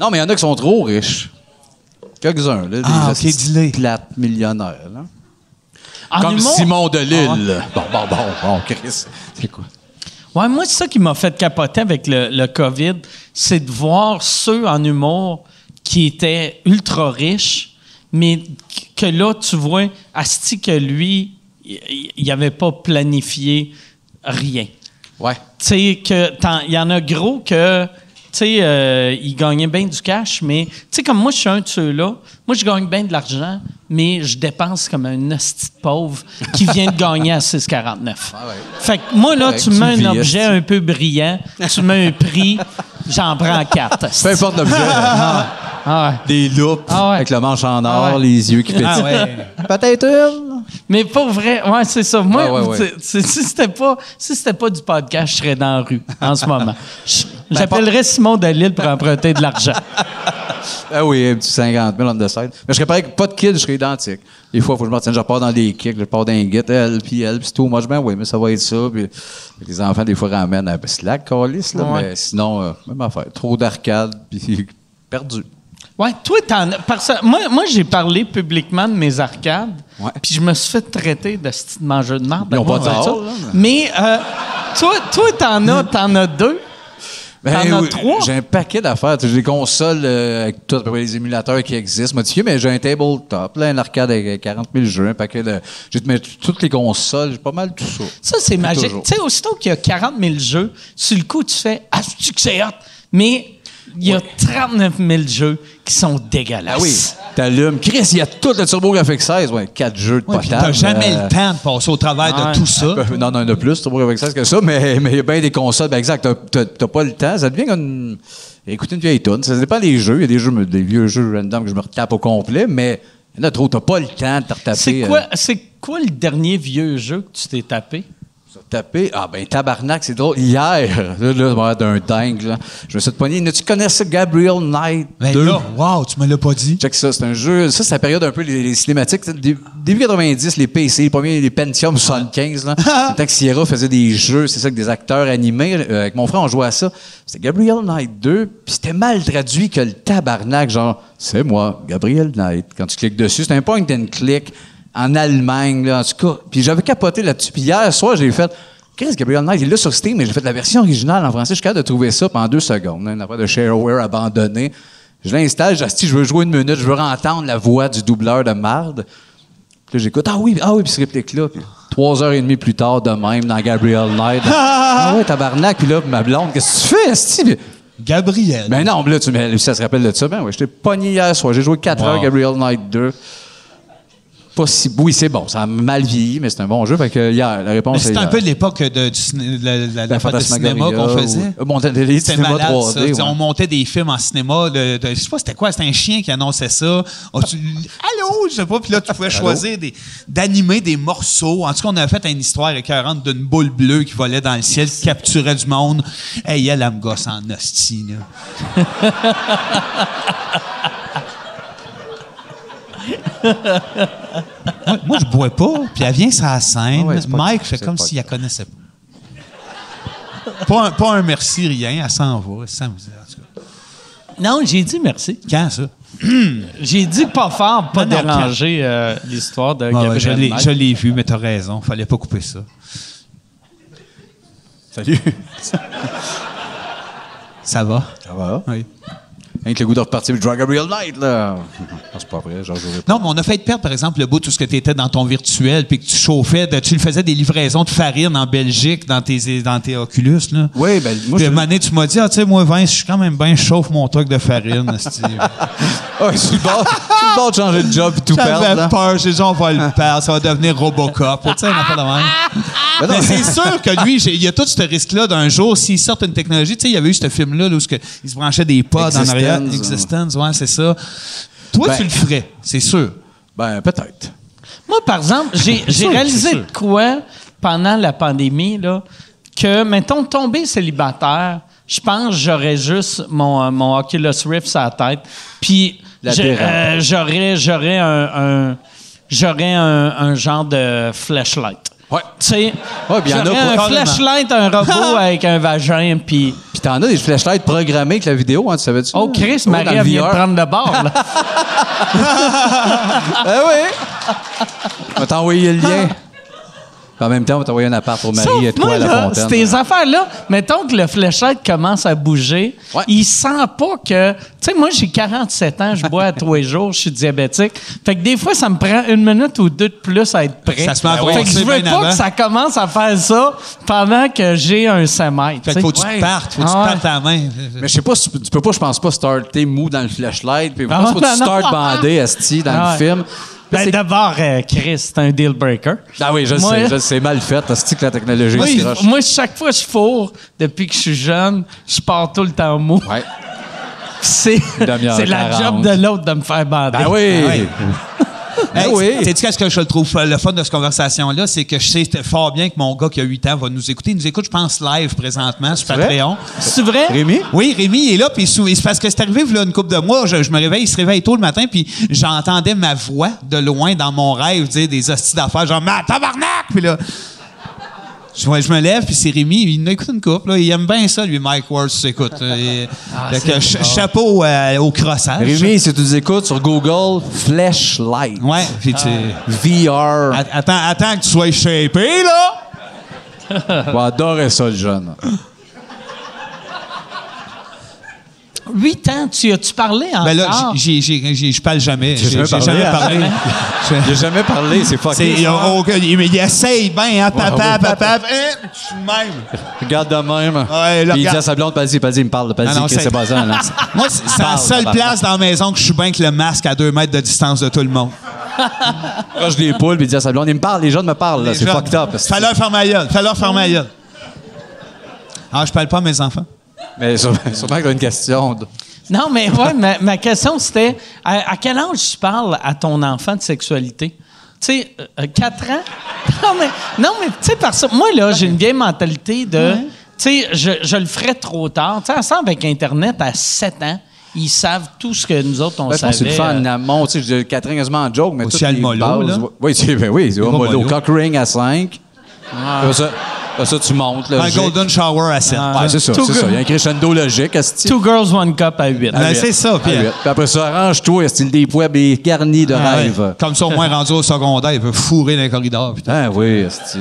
[SPEAKER 4] Non, mais il y en a qui sont trop riches. Quelques-uns, là.
[SPEAKER 2] Ah, ok,
[SPEAKER 4] des hosties
[SPEAKER 2] dis-les.
[SPEAKER 4] plates millionnaires, là.
[SPEAKER 1] En
[SPEAKER 4] Comme
[SPEAKER 1] humour-
[SPEAKER 4] Simon Delille. Bon, bon, bon, bon, Chris. C'est quoi?
[SPEAKER 1] Ouais, moi, c'est ça qui m'a fait capoter avec le, le COVID, c'est de voir ceux en humour qui étaient ultra riches, mais que là, tu vois, Asti, que lui, il n'avait pas planifié rien.
[SPEAKER 4] Ouais.
[SPEAKER 1] Tu sais, que t'en- il y en a gros que, tu sais, euh, ils gagnaient bien du cash, mais, tu sais, comme moi, je suis un de ceux-là, moi, je gagne bien de l'argent, mais je dépense comme un hostie de pauvre qui vient de gagner à 6,49.
[SPEAKER 4] Ah ouais.
[SPEAKER 1] Fait que moi, là,
[SPEAKER 4] Correct,
[SPEAKER 1] tu me
[SPEAKER 4] tu
[SPEAKER 1] mets
[SPEAKER 4] vis,
[SPEAKER 1] un objet un peu brillant, tu mets un prix, j'en prends quatre.
[SPEAKER 4] Peu importe l'objet.
[SPEAKER 1] Ah ouais.
[SPEAKER 4] Des loupes
[SPEAKER 1] Ah ouais.
[SPEAKER 4] avec le manche en or,
[SPEAKER 1] Ah ouais.
[SPEAKER 4] les yeux qui pétillent.
[SPEAKER 2] Ah ouais.
[SPEAKER 4] Peut-être une.
[SPEAKER 1] Mais pour vrai, ouais, c'est ça. Moi,
[SPEAKER 4] Ouais, ouais, ouais.
[SPEAKER 1] c'est- c'est- si c'était pas, si c'était pas du podcast, je serais dans la rue en ce moment. Je- J'appellerais Simon Dalil pour emprunter de l'argent.
[SPEAKER 4] Ah oui, un petit 50 000 on the side. Mais je serais pareil, que pas de kill, je serais identique. Des fois, il faut que je me retienne, je repars dans des kicks, je pars dans un guet, elle, puis elle, puis c'est tout. Moi, je ben oui, mais ça va être ça. Puis les enfants, des fois, ramènent à slack, calice, là. Mais sinon, euh, même affaire. Trop d'arcade, puis perdu.
[SPEAKER 1] Ouais, toi, t'en as- perso- moi, moi j'ai parlé publiquement de mes arcades,
[SPEAKER 4] Ouais.
[SPEAKER 1] puis je me suis fait traiter de ce petit mangeur de merde.
[SPEAKER 4] Ils ont
[SPEAKER 1] Moi,
[SPEAKER 4] pas
[SPEAKER 1] on
[SPEAKER 4] tort,
[SPEAKER 1] fait ça.
[SPEAKER 4] là,
[SPEAKER 1] Mais euh, toi, toi, t'en as, t'en as deux. T'en as
[SPEAKER 4] Ben oui,
[SPEAKER 1] trois?
[SPEAKER 4] J'ai un paquet d'affaires. Tu sais, J'ai des consoles euh, avec tout, à peu près les émulateurs qui existent. Moi, tu sais, mais j'ai un tabletop, là, un arcade avec 40 000 jeux, un paquet de. J'ai mais toutes les consoles, j'ai pas mal tout ça.
[SPEAKER 1] Ça, c'est magique.
[SPEAKER 4] toujours.
[SPEAKER 1] Tu sais, aussitôt qu'il y a 40 000 jeux, sur le coup, tu fais « Ah, c'est-tu que c'est hot? » Mais il y a 39 000 jeux qui sont dégueulasses.
[SPEAKER 4] Ah oui, t'allumes. Chris, il y a tout le TurboGrafx 16, ouais, quatre jeux de
[SPEAKER 2] Ouais,
[SPEAKER 4] potable.
[SPEAKER 2] puis T'as jamais
[SPEAKER 4] euh,
[SPEAKER 2] le temps de passer au travers de tout ça.
[SPEAKER 4] euh, Non, non, il y en a plus, TurboGrafx 16 que ça, mais mais il y a bien des consoles. Ben exact, t'as- t'as t'as pas le temps. Ça devient comme une- écouter une vieille tonne. Ça dépend des jeux. Il y a des jeux, des vieux jeux random que je me retape au complet, mais il y en a trop. T'as pas le temps de te retaper.
[SPEAKER 1] C'est
[SPEAKER 4] euh,
[SPEAKER 1] quoi, c'est quoi le dernier vieux jeu que tu t'es tapé?
[SPEAKER 4] Taper. Ah ben tabarnak, c'est drôle. Hier, là, là, ouais, d'un dingue, là, je me suis pogné. Ne tu connais ça, Gabriel Knight?
[SPEAKER 2] Mais
[SPEAKER 4] 2?
[SPEAKER 2] Ben là, wow, tu me l'as pas dit.
[SPEAKER 4] Check ça, c'est un jeu. Ça, c'est la période un peu les, les cinématiques. tu sais, dé- Début 90, les PC, les premiers, les Pentium 75, là. Le temps que Sierra faisait des jeux, c'est ça, avec des acteurs animés. euh, avec mon frère, on jouait à ça. C'était Gabriel Knight 2, puis c'était mal traduit que le tabarnak, genre, c'est moi, Gabriel Knight. Quand tu cliques dessus, c'est un point and click en Allemagne, là, en tout cas. Puis j'avais capoté là-dessus. Puis hier soir, j'ai fait. Qu'est-ce que Gabriel Knight? Il est là sur Steam, mais j'ai fait la version originale en français. Je suis capable de trouver ça en deux secondes. là, Une affaire de shareware abandonnée. Je l'installe, j'ai dit, si je veux jouer une minute, je veux entendre la voix du doubleur de marde. Puis là, j'écoute, ah oui, ah oui, puis ce réplique-là. Puis trois heures et demie plus tard, de même, dans Gabriel Knight. ah ouais, tabarnak, puis là, ma blonde, qu'est-ce que tu fais, esti? Puis,
[SPEAKER 2] Gabriel.
[SPEAKER 4] Ben non, mais là, tu, mais, ça se rappelle de ça. Ben ouais, j'étais pogné hier soir. J'ai joué quatre
[SPEAKER 2] Wow.
[SPEAKER 4] heures Gabriel Knight 2. pas si. Oui, c'est bon. Ça a mal vieilli, mais c'est un bon jeu. Fait que hier, la
[SPEAKER 2] Mais
[SPEAKER 4] réponse
[SPEAKER 2] c'est
[SPEAKER 4] est
[SPEAKER 2] un
[SPEAKER 4] hier.
[SPEAKER 2] peu de l'époque de, du ciné- de la, de la- de la fête de
[SPEAKER 4] Fantasmagoria
[SPEAKER 2] cinéma qu'on
[SPEAKER 4] Ben, ou-
[SPEAKER 2] faisait.
[SPEAKER 4] Euh, bon, des- des
[SPEAKER 2] C'était
[SPEAKER 4] cinémas
[SPEAKER 2] malade,
[SPEAKER 4] 3D,
[SPEAKER 2] ça. Je veux dire,
[SPEAKER 4] ouais.
[SPEAKER 2] On montait des films en cinéma. De, de- je sais pas c'était quoi, c'était un chien qui annonçait ça. Ah, tu- Allô, je sais pas. Puis là, tu pouvais choisir des- d'animer des morceaux. En tout cas, on a fait une histoire écœurante d'une boule bleue qui volait dans le ciel, qui capturait du monde. Hey, elle, elle me gosse en hostie, là. moi, moi, je bois pas. Puis elle vient sur la scène.
[SPEAKER 4] Ah ouais, c'est pas
[SPEAKER 2] Mike
[SPEAKER 4] grave,
[SPEAKER 2] fait
[SPEAKER 4] c'est
[SPEAKER 2] comme
[SPEAKER 4] pas
[SPEAKER 2] s'il la connaissait pas pas, un, pas un merci, rien. Elle s'en va. Elle s'en va. En tout cas.
[SPEAKER 1] Non, j'ai dit merci.
[SPEAKER 2] Quand, ça?
[SPEAKER 1] J'ai dit pas fort, pas
[SPEAKER 2] Non, non,
[SPEAKER 1] déranger euh, l'histoire de
[SPEAKER 2] Ah ouais, je
[SPEAKER 1] Gabriel
[SPEAKER 2] l'ai-
[SPEAKER 1] Knight.
[SPEAKER 2] je l'ai vu, mais t'as raison. Fallait pas couper ça.
[SPEAKER 4] Salut.
[SPEAKER 2] Ça va?
[SPEAKER 4] Ça va?
[SPEAKER 2] Oui.
[SPEAKER 4] Avec le goût de repartir du Drag Gabriel Knight, là. Non, c'est pas vrai, j'en jouerai pas.
[SPEAKER 2] Non, mais on a fait perdre, par exemple, le bout de tout ce que tu étais dans ton virtuel, puis que tu chauffais, de- tu le faisais des livraisons de farine en Belgique dans tes, dans tes Oculus. Là.
[SPEAKER 4] Oui, ben, moi,
[SPEAKER 2] Puis,
[SPEAKER 4] je-
[SPEAKER 2] à un moment donné, tu m'as dit, ah, tu sais, moi, Vince, je suis quand même bien, je chauffe mon truc de farine. esti.
[SPEAKER 4] Ah, je suis le bord, je suis le bord de changer de job et tout perdre,
[SPEAKER 2] J'avais
[SPEAKER 4] là. Ah.
[SPEAKER 2] peur, j'ai dit, on va le perdre, ça va devenir Robocop. Tu sais, on a fait de même.
[SPEAKER 4] Ben non,
[SPEAKER 2] Mais c'est sûr que lui, j'ai- il y a tout ce risque-là d'un jour, s'il sort une technologie, tu sais, il y avait eu ce film-là là, où ce que- il se branchait des pods en
[SPEAKER 4] Existence,
[SPEAKER 2] arrière.
[SPEAKER 4] ouais.
[SPEAKER 2] Existence, ouais, c'est ça. Toi,
[SPEAKER 4] Ben-
[SPEAKER 2] tu le ferais, c'est sûr.
[SPEAKER 4] ben, peut-être.
[SPEAKER 1] Moi, par exemple, j'ai j'ai
[SPEAKER 2] sûr,
[SPEAKER 1] réalisé
[SPEAKER 2] c'est
[SPEAKER 1] de quoi pendant la pandémie, là, que, mettons, tomber célibataire, je pense que j'aurais juste mon, euh, mon Oculus Rift sur la tête. Puis,
[SPEAKER 4] La
[SPEAKER 1] je-
[SPEAKER 4] dérape.
[SPEAKER 1] euh, j'aurais j'aurais un, un- j'aurais un, un genre de flashlight.
[SPEAKER 4] Ouais.
[SPEAKER 1] Tu sais,
[SPEAKER 4] Ouais, puis il y en a
[SPEAKER 1] j'aurais
[SPEAKER 4] pour-
[SPEAKER 1] un
[SPEAKER 4] carrément.
[SPEAKER 1] flashlight, un robot avec un vagin, puis...
[SPEAKER 4] Puis t'en as des flashlights programmés avec la vidéo, hein, tu savais-tu?
[SPEAKER 1] Oh, Chris,
[SPEAKER 4] Oh, dans
[SPEAKER 1] Marie,
[SPEAKER 4] le
[SPEAKER 1] elle vient de
[SPEAKER 4] VR.
[SPEAKER 1] prendre le bord, là.
[SPEAKER 4] Ah oui! On va t'envoyer le lien. Puis en même temps, on va t'envoyer un appart pour Marie et
[SPEAKER 1] Sauf
[SPEAKER 4] toi
[SPEAKER 1] moi,
[SPEAKER 4] à la
[SPEAKER 1] là,
[SPEAKER 4] fontaine. hein.
[SPEAKER 1] ces affaires-là, mettons que le fléchette commence à bouger,
[SPEAKER 4] Ouais.
[SPEAKER 1] il sent pas que... Tu sais, moi, j'ai 47 ans, je bois à tous les jours, je suis diabétique. Fait que des fois, ça me prend une minute ou deux de plus à être prêt.
[SPEAKER 2] Ça se met à
[SPEAKER 1] Fait que je
[SPEAKER 2] brasser
[SPEAKER 1] veux
[SPEAKER 2] bien
[SPEAKER 1] pas
[SPEAKER 2] avant.
[SPEAKER 1] que ça commence à faire ça pendant que j'ai un semestre. tu
[SPEAKER 2] Fait que
[SPEAKER 1] sais.
[SPEAKER 2] faut que tu te
[SPEAKER 4] Ouais.
[SPEAKER 2] partes, faut que tu
[SPEAKER 1] Ah
[SPEAKER 2] te
[SPEAKER 1] ouais.
[SPEAKER 2] partes ta main.
[SPEAKER 4] Mais je sais pas, si tu tu peux pas, je pense pas, starter mou dans le flashlight. Puis je
[SPEAKER 1] Ah,
[SPEAKER 4] pense pas que
[SPEAKER 1] non,
[SPEAKER 4] tu
[SPEAKER 1] non.
[SPEAKER 4] starts bandé, Asti, dans
[SPEAKER 1] Ah, ouais.
[SPEAKER 4] le film.
[SPEAKER 1] Ben,
[SPEAKER 4] C'est-
[SPEAKER 1] d'abord, euh, Chris, c'est un deal breaker.
[SPEAKER 4] ah oui, je le
[SPEAKER 1] Moi-
[SPEAKER 4] sais, je le sais, mal fait, Asti, que la technologie
[SPEAKER 1] Moi,
[SPEAKER 4] se
[SPEAKER 1] il-
[SPEAKER 4] roche.
[SPEAKER 1] moi, chaque fois que je fourre, depuis que je suis jeune, je pars tout le temps mou.
[SPEAKER 4] Ouais.
[SPEAKER 1] C'est
[SPEAKER 4] demi-heure,
[SPEAKER 1] c'est la
[SPEAKER 4] 40.
[SPEAKER 1] job de l'autre de me faire bander.
[SPEAKER 4] Ben oui!
[SPEAKER 2] Ah oui.
[SPEAKER 4] Ben
[SPEAKER 2] oui.
[SPEAKER 4] oui.
[SPEAKER 2] Tu sais, qu'est-ce que je le trouve le fun de cette conversation-là? C'est que je sais fort bien que mon gars qui a 8 ans va nous écouter. Il nous écoute, je pense, live présentement sur
[SPEAKER 4] vrai?
[SPEAKER 2] Patreon.
[SPEAKER 1] C'est vrai?
[SPEAKER 4] Rémi?
[SPEAKER 2] Oui, Rémi il est là, puis sou- c'est parce que c'est arrivé là, une couple de mois, je, je me réveille, il se réveille tôt le matin, puis j'entendais ma voix de loin dans mon rêve dire des hosties d'affaires, genre « Ma tabarnak! » Puis là, je, ouais, je me lève, puis c'est Rémi, il en écoute une couple, là, il aime bien ça, lui, Mike Ward, s'écoute. chapeau euh, au crossage.
[SPEAKER 4] Rémi, si tu nous écoutes sur Google, flashlight.
[SPEAKER 2] Ouais, Ah. puis tu...
[SPEAKER 4] VR.
[SPEAKER 2] Att- Attends, attends que tu sois shapé, là!
[SPEAKER 4] On va adorer ça, le jeune.
[SPEAKER 1] 8 ans, tu as-tu parlé encore?
[SPEAKER 2] Ben là, j'ai- j'ai- j'ai- je parle jamais. J'ai j'ai
[SPEAKER 4] jamais
[SPEAKER 2] jamais
[SPEAKER 4] parlé.
[SPEAKER 2] parlé. Je-
[SPEAKER 4] J'ai jamais parlé, c'est
[SPEAKER 2] C'est-
[SPEAKER 4] fucké.
[SPEAKER 2] il,
[SPEAKER 4] ça.
[SPEAKER 2] a aucun- il- mais il essaye bien, hein, papa,
[SPEAKER 4] Ouais, ouais.
[SPEAKER 2] papa, hein, je suis de même.
[SPEAKER 4] Regarde de
[SPEAKER 2] Ouais,
[SPEAKER 4] même.
[SPEAKER 2] là,
[SPEAKER 4] Puis il
[SPEAKER 2] regarde.
[SPEAKER 4] dit à sa blonde, vas-y, vas-y, il me parle,
[SPEAKER 2] Ah non,
[SPEAKER 4] vas-y, Chris,
[SPEAKER 2] c'est-
[SPEAKER 4] c'est pas ça. là.
[SPEAKER 2] Moi, c'est c'est la
[SPEAKER 4] Parle,
[SPEAKER 2] seule
[SPEAKER 4] tabarnak.
[SPEAKER 2] place dans la maison que je suis bien que le masque à deux mètres de distance de tout le monde.
[SPEAKER 4] Proche des poules, puis il dit à sa blonde, il me parle, les jeunes me parlent, là,
[SPEAKER 2] Les
[SPEAKER 4] c'est
[SPEAKER 2] gens-
[SPEAKER 4] fucked up. c'est-
[SPEAKER 2] Fallait faire ma gueule, fallait faire ma gueule. Ah, je parle pas à mes enfants.
[SPEAKER 4] Mais sûrement, sûrement que t'as une question. de-
[SPEAKER 1] Non, mais ouais, ma, ma question, c'était à, à quel âge tu parles à ton enfant de sexualité? Tu sais, 4 ans? Non, mais, non, mais tu sais, parce que moi, là, j'ai une vieille mentalité de. Tu sais, je, je le ferais trop tard. Tu sais, ensemble avec Internet, à 7 ans, ils savent tout ce que nous autres, on
[SPEAKER 4] Ben, je pense que c'est
[SPEAKER 1] savait.
[SPEAKER 4] le fun en
[SPEAKER 1] euh,
[SPEAKER 4] amont, tu sais, je dis Catherine quasiment en joke, mais
[SPEAKER 2] Aussi
[SPEAKER 4] toutes
[SPEAKER 2] à le
[SPEAKER 4] les
[SPEAKER 2] mollo,
[SPEAKER 4] bases-
[SPEAKER 2] là.
[SPEAKER 4] Oui, c'est ben oui, c'est au
[SPEAKER 2] pas
[SPEAKER 4] mollo.
[SPEAKER 2] mollo.
[SPEAKER 4] Cock ring à 5. Ça, là, ça, tu montes. Là,
[SPEAKER 2] Un
[SPEAKER 4] Euh, j'ai- Ah.
[SPEAKER 2] golden shower à 7.
[SPEAKER 4] Ouais, c'est ça,
[SPEAKER 1] Tout
[SPEAKER 4] c'est
[SPEAKER 1] good.
[SPEAKER 4] ça. Il y a un crescendo logique à ce type.
[SPEAKER 1] Two girls, one cup à 8.
[SPEAKER 2] Ben, c'est ça,
[SPEAKER 4] Ah,
[SPEAKER 2] Pierre.
[SPEAKER 4] oui. Puis après ça, arrange-toi, style des poèbes et garni de
[SPEAKER 2] Ah, ouais.
[SPEAKER 4] rêve.
[SPEAKER 2] Comme ça, au moins rendu au secondaire, il peut fourrer dans les corridors. putain.
[SPEAKER 4] Ah oui, esti.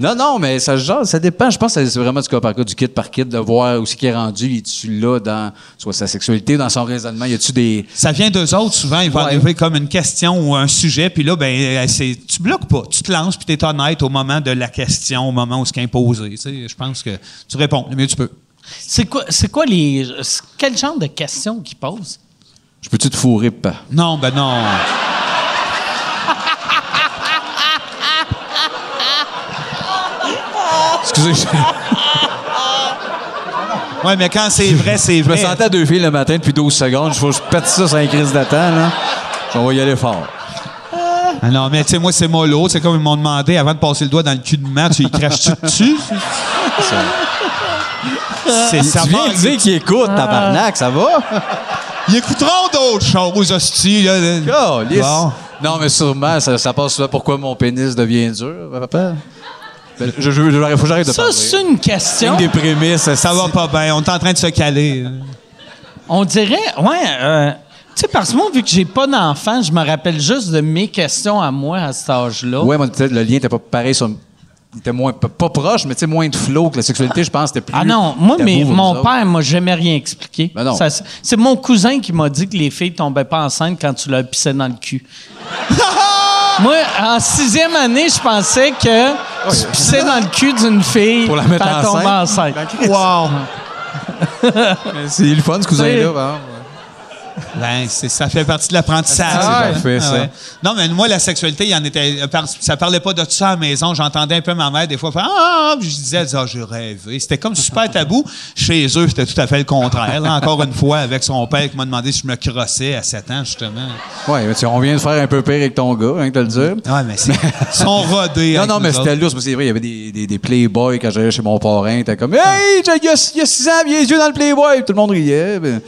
[SPEAKER 4] Non, non, mais ça se jase, ça dépend. Je pense que c'est vraiment du cas par cas, du kit par kit, de voir où c'est qu'il est rendu. est-tu là dans soit sa sexualité, dans son raisonnement? Y a-tu des.
[SPEAKER 2] Ça vient d'eux autres, souvent, ils vont
[SPEAKER 4] Ouais.
[SPEAKER 2] arriver comme une question ou un sujet, puis là, ben, euh, c'est, tu bloques pas. Tu te lances, puis tu es honnête au moment de la question, au moment où ce qui est imposé. Tu sais, je pense que tu réponds le mieux que tu peux.
[SPEAKER 1] C'est quoi, c'est quoi les. c'est Quel genre de questions qu'ils posent?
[SPEAKER 2] ben,
[SPEAKER 4] Je peux-tu te fourrer, pas?
[SPEAKER 2] Non, ben non.
[SPEAKER 4] Excusez, je,
[SPEAKER 2] Ouais, mais quand c'est vrai, c'est
[SPEAKER 4] je me
[SPEAKER 2] vrai.
[SPEAKER 4] sentais à deux filles le matin depuis 12 secondes. Je faut que je pète ça sur un crise de temps, là. On va y aller fort.
[SPEAKER 2] Ah non, mais tu sais, moi, c'est mollo. C'est comme ils m'ont demandé avant de passer le doigt dans le cul de Matt, tu y craches-tu dessus? C'est ça.
[SPEAKER 4] tu viens de dire qu'il écoute, tabarnak, ça va?
[SPEAKER 2] Ils écouteront d'autres choses, hosties. là.
[SPEAKER 4] Calisse.
[SPEAKER 2] Bon.
[SPEAKER 4] Non, mais sûrement, ça, ça passe souvent. Pourquoi mon pénis devient dur, hein, papa? Ben, je, je, je- faut que j'arrête de
[SPEAKER 1] Ça,
[SPEAKER 4] parler.
[SPEAKER 1] c'est une question.
[SPEAKER 4] une des prémices.
[SPEAKER 2] Ça va pas bien. On est en train de se caler.
[SPEAKER 1] On dirait, ouais, euh, tu sais, parce que moi, vu que j'ai pas d'enfant, je me rappelle juste de mes questions à moi à cet âge-là.
[SPEAKER 4] Ouais, mais peut-être le lien était pas pareil. Sur, il était moins, pas pas proche, mais tu sais, moins de flow que la sexualité, je pense, c'était plus.
[SPEAKER 1] Ah non, moi,
[SPEAKER 4] tabou
[SPEAKER 1] mais
[SPEAKER 4] pour
[SPEAKER 1] mon
[SPEAKER 4] nous autres.
[SPEAKER 1] père m'a jamais rien expliqué.
[SPEAKER 4] Ben non.
[SPEAKER 1] Ça, c'est- c'est mon cousin qui m'a dit que les filles tombaient pas enceintes quand tu leur pissais dans le cul. moi, en sixième année, je pensais que tu pissais dans le cul d'une fille
[SPEAKER 4] Pour la mettre
[SPEAKER 1] puis elle tombait
[SPEAKER 4] enceinte. Ben,
[SPEAKER 1] enceinte.
[SPEAKER 2] Wow!
[SPEAKER 4] C'est le fun, ce cousin-là, hein.
[SPEAKER 1] C'est-
[SPEAKER 4] par exemple.
[SPEAKER 2] Ben, c'est- ça fait partie de l'apprentissage.
[SPEAKER 4] Ah ouais.
[SPEAKER 2] Ah
[SPEAKER 4] Fait, ça.
[SPEAKER 2] Non, mais moi, la sexualité, il y en était, euh, par- ça parlait pas de tout ça à la maison. J'entendais un peu ma mère des fois faire Ah, ah, ah Puis je disais, elle disait, ah, j'ai rêvé. C'était comme super tabou. Chez eux, c'était tout à fait le contraire. Là, encore une fois, avec son père qui m'a demandé si je me crossais à 7 ans, justement.
[SPEAKER 4] Ouais, mais tu- on vient de faire un peu pire avec ton gars, hein, que de le dire.
[SPEAKER 2] Ouais, mais c'est. Ils sont rodés.
[SPEAKER 4] Non,
[SPEAKER 2] avec
[SPEAKER 4] non, mais
[SPEAKER 2] nous autres.
[SPEAKER 4] c'était lourd, parce que c'est vrai, il y avait des, des, des Playboy quand j'allais chez mon parrain, t'es comme
[SPEAKER 2] Ah.
[SPEAKER 4] Hey, il y a 6 ans, il y a les yeux dans le Playboy, Puis tout le monde riait. Mais,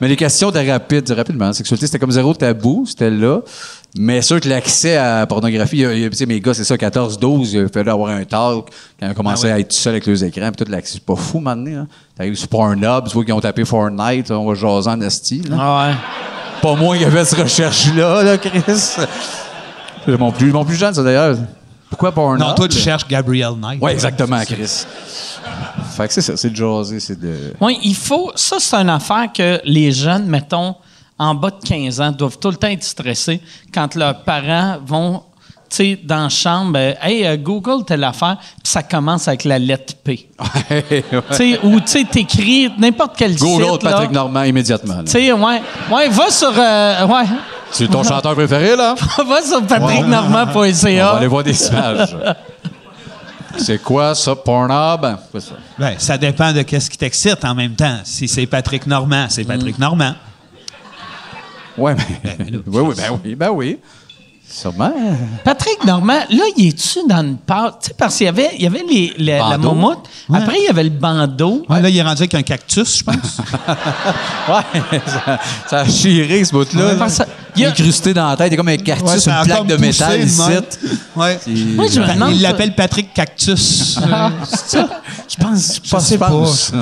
[SPEAKER 4] mais les questions étaient rapides, rapidement. La sexualité, c'était comme zéro tabou, c'était là. Mais sûr que l'accès à la pornographie, il y a- il y a- tu sais, mes gars, c'est ça, 14, 12, il fallait avoir un talk quand on
[SPEAKER 2] Ah
[SPEAKER 4] commençait à être tout seul avec les écrans, puis tout l'accès. C'est pas fou maintenant. Hein. T'arrives sur Pornhub, tu vois qu'ils ont tapé Fortnite, on va jaser en esti. là.
[SPEAKER 1] Ah ouais.
[SPEAKER 4] Pas moi qui avait cette recherche-là, là, Chris. Mon plus, mon plus jeune, ça d'ailleurs. Pourquoi Pornhub?
[SPEAKER 2] Non, toi, tu cherches Gabriel Knight.
[SPEAKER 4] Oui, exactement, Chris. Fait que c'est ça, c'est de jaser, c'est de.
[SPEAKER 1] Oui, il faut. Ça, c'est une affaire que les jeunes, mettons, en bas de 15 ans, doivent tout le temps être stressés quand leurs parents vont, tu sais, dans la chambre, euh, hey, euh, Google telle affaire, puis ça commence avec la lettre P. Tu sais, ou tu sais, t'écris n'importe quel
[SPEAKER 4] Google
[SPEAKER 1] site.
[SPEAKER 4] Patrick
[SPEAKER 1] là.
[SPEAKER 4] Normand immédiatement. là.
[SPEAKER 1] Tu sais, ouais, ouais, va sur, euh, ouais,
[SPEAKER 4] C'est ton chanteur préféré, là?
[SPEAKER 1] va sur
[SPEAKER 4] On va
[SPEAKER 1] patricknormand.ca.
[SPEAKER 4] aller voir des images. c'est quoi ça, Pornhub? C'est quoi ça?
[SPEAKER 2] Ben, ça dépend de qu'est-ce qui t'excite en même temps. Si c'est Patrick Normand, c'est Patrick
[SPEAKER 4] Mm.
[SPEAKER 2] Normand.
[SPEAKER 4] Ouais, mais. oui, oui, ben oui, ben oui. Sûrement.
[SPEAKER 1] Patrick Normand, là, il est-tu dans une part? Tu sais, parce qu'il y avait, il y avait les, les- la
[SPEAKER 4] Bandeau.
[SPEAKER 1] moumoute. Après, il y avait le bandeau.
[SPEAKER 2] Ouais, là, il est rendu avec un cactus, je pense.
[SPEAKER 4] Ouais, ça, ça a chiré, ce bout-là. là.
[SPEAKER 1] Ouais, ça-
[SPEAKER 4] Il est
[SPEAKER 1] y a-
[SPEAKER 4] incrusté dans la tête. Il est comme un cactus, une plaque de métal ici.
[SPEAKER 2] Ouais.
[SPEAKER 4] Puis- euh,
[SPEAKER 1] Moi, je me demande-
[SPEAKER 2] Il l'appelle Patrick Cactus. Euh, c'est ça?
[SPEAKER 4] Je pense, je
[SPEAKER 2] sais
[SPEAKER 4] pense.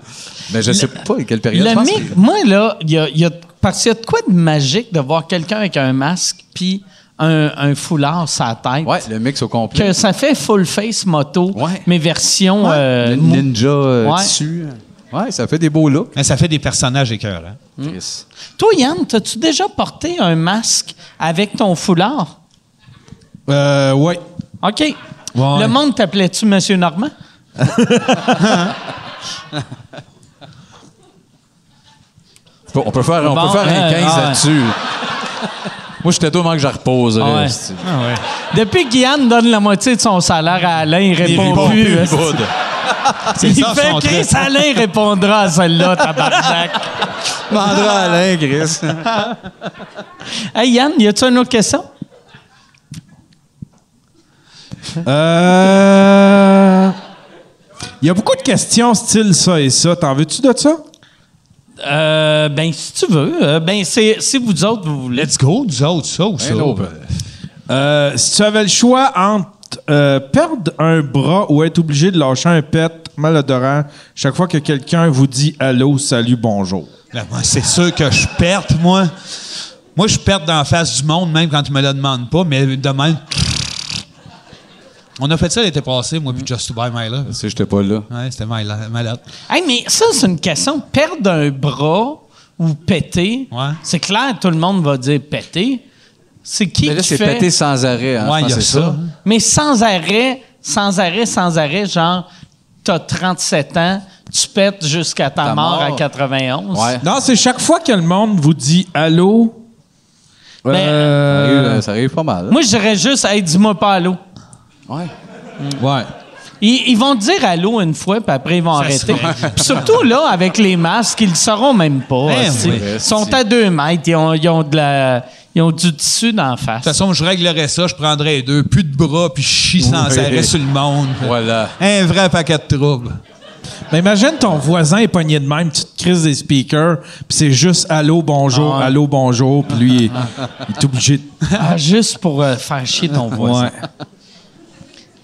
[SPEAKER 4] Mais je sais pas quelle période. je
[SPEAKER 1] Le
[SPEAKER 4] pense
[SPEAKER 1] mi-
[SPEAKER 4] que-
[SPEAKER 1] moi, là, il y a, il y a- parce qu'il y a de quoi de magique de voir quelqu'un avec un masque puis un, un foulard sur la tête.
[SPEAKER 4] Ouais, le mix au complet.
[SPEAKER 1] Que ça fait full face moto,
[SPEAKER 4] Ouais.
[SPEAKER 1] mais version.
[SPEAKER 4] Ouais,
[SPEAKER 1] euh,
[SPEAKER 4] le
[SPEAKER 1] mou-
[SPEAKER 4] ninja euh,
[SPEAKER 1] Ouais.
[SPEAKER 4] tissu. Ouais, ça fait des beaux looks.
[SPEAKER 2] Mais ça fait des personnages écœurants.
[SPEAKER 4] Chris.
[SPEAKER 1] Toi, Yann, t'as-tu déjà porté un masque avec ton foulard?
[SPEAKER 2] Euh, ouais.
[SPEAKER 1] OK. Le monde t'appelait-tu Monsieur Normand?
[SPEAKER 4] On peut faire, on
[SPEAKER 1] Bon,
[SPEAKER 4] peut faire un
[SPEAKER 1] euh,
[SPEAKER 4] 15
[SPEAKER 1] ouais.
[SPEAKER 4] là-dessus. Moi, j'étais tôt avant que je repose.
[SPEAKER 1] Ah ouais. Depuis que Yann donne la moitié de son salaire à Alain, il répond plus. hein.
[SPEAKER 2] C'est
[SPEAKER 1] il
[SPEAKER 2] ça,
[SPEAKER 1] fait
[SPEAKER 2] son
[SPEAKER 1] Chris
[SPEAKER 2] truc.
[SPEAKER 1] Alain répondra à celle-là, tabarnak.
[SPEAKER 4] Vendra Alain, Chris.
[SPEAKER 1] hey Yann, y a-tu une autre question?
[SPEAKER 3] Euh, Il y a beaucoup de questions style ça et ça. T'en veux-tu de ça?
[SPEAKER 1] Euh, ben, si tu veux. Euh, ben, c'est, si vous autres, vous voulez.
[SPEAKER 2] Let's go, nous autres, ça ou ça?
[SPEAKER 4] Un autre.
[SPEAKER 3] Euh, si tu avais le choix entre euh, perdre un bras ou être obligé de lâcher un pet malodorant chaque fois que quelqu'un vous dit allô, salut, bonjour.
[SPEAKER 2] Ben, moi, c'est sûr que je perds, moi. Moi, je perds dans la face du monde, même quand tu me le demandes pas, mais demain. On a fait ça l'été passé, moi, puis Just to Buy My Love.
[SPEAKER 4] Si j'étais pas là.
[SPEAKER 2] Ouais, c'était mal- malade.
[SPEAKER 4] Ah,
[SPEAKER 1] Hey, mais ça, c'est une question. Perdre un bras ou péter,
[SPEAKER 2] Ouais.
[SPEAKER 1] c'est clair, tout le monde va dire péter. C'est qui
[SPEAKER 4] Mais là,
[SPEAKER 1] qui
[SPEAKER 4] c'est
[SPEAKER 1] fait-
[SPEAKER 4] pété sans arrêt. hein, je
[SPEAKER 2] Ouais,
[SPEAKER 4] pense
[SPEAKER 2] il y a
[SPEAKER 4] que c'est
[SPEAKER 2] ça.
[SPEAKER 1] Mais sans arrêt, sans arrêt, sans arrêt, genre, t'as 37 ans, tu pètes jusqu'à ta,
[SPEAKER 4] Ta
[SPEAKER 1] mort,
[SPEAKER 4] mort.
[SPEAKER 1] à 91.
[SPEAKER 4] Ouais.
[SPEAKER 3] Non, c'est chaque fois que le monde vous dit allô.
[SPEAKER 1] Ben,
[SPEAKER 4] Ça
[SPEAKER 3] euh,
[SPEAKER 1] hein.
[SPEAKER 4] arrive, ça arrive pas mal.
[SPEAKER 1] Moi, je dirais juste, hey, dis-moi pas allô.
[SPEAKER 4] Ouais.
[SPEAKER 2] Ouais.
[SPEAKER 1] Ils, ils vont te dire allô une fois, puis après, ils vont
[SPEAKER 2] Ça
[SPEAKER 1] arrêter.
[SPEAKER 2] serait-
[SPEAKER 1] Puis surtout, là, avec les masques, ils le sauront même
[SPEAKER 6] Oh,
[SPEAKER 1] pas.
[SPEAKER 2] Eh
[SPEAKER 1] hostie.
[SPEAKER 2] oui.
[SPEAKER 1] ils sont à deux mètres. Ils ont, ils ont de la- ils ont du tissu d'en face.
[SPEAKER 2] De toute façon, je réglerais ça, je prendrais les deux. Plus de bras, puis je chie sans
[SPEAKER 4] Oui.
[SPEAKER 2] arrêt sur le monde.
[SPEAKER 4] Voilà.
[SPEAKER 2] Un vrai paquet de troubles.
[SPEAKER 3] Mais imagine ton voisin est pogné de même, tu te crises des speakers, puis c'est juste allô, bonjour, allô, bonjour, puis lui, il, il est obligé de.
[SPEAKER 1] Ah, juste pour euh, faire chier ton voisin.
[SPEAKER 3] Ouais.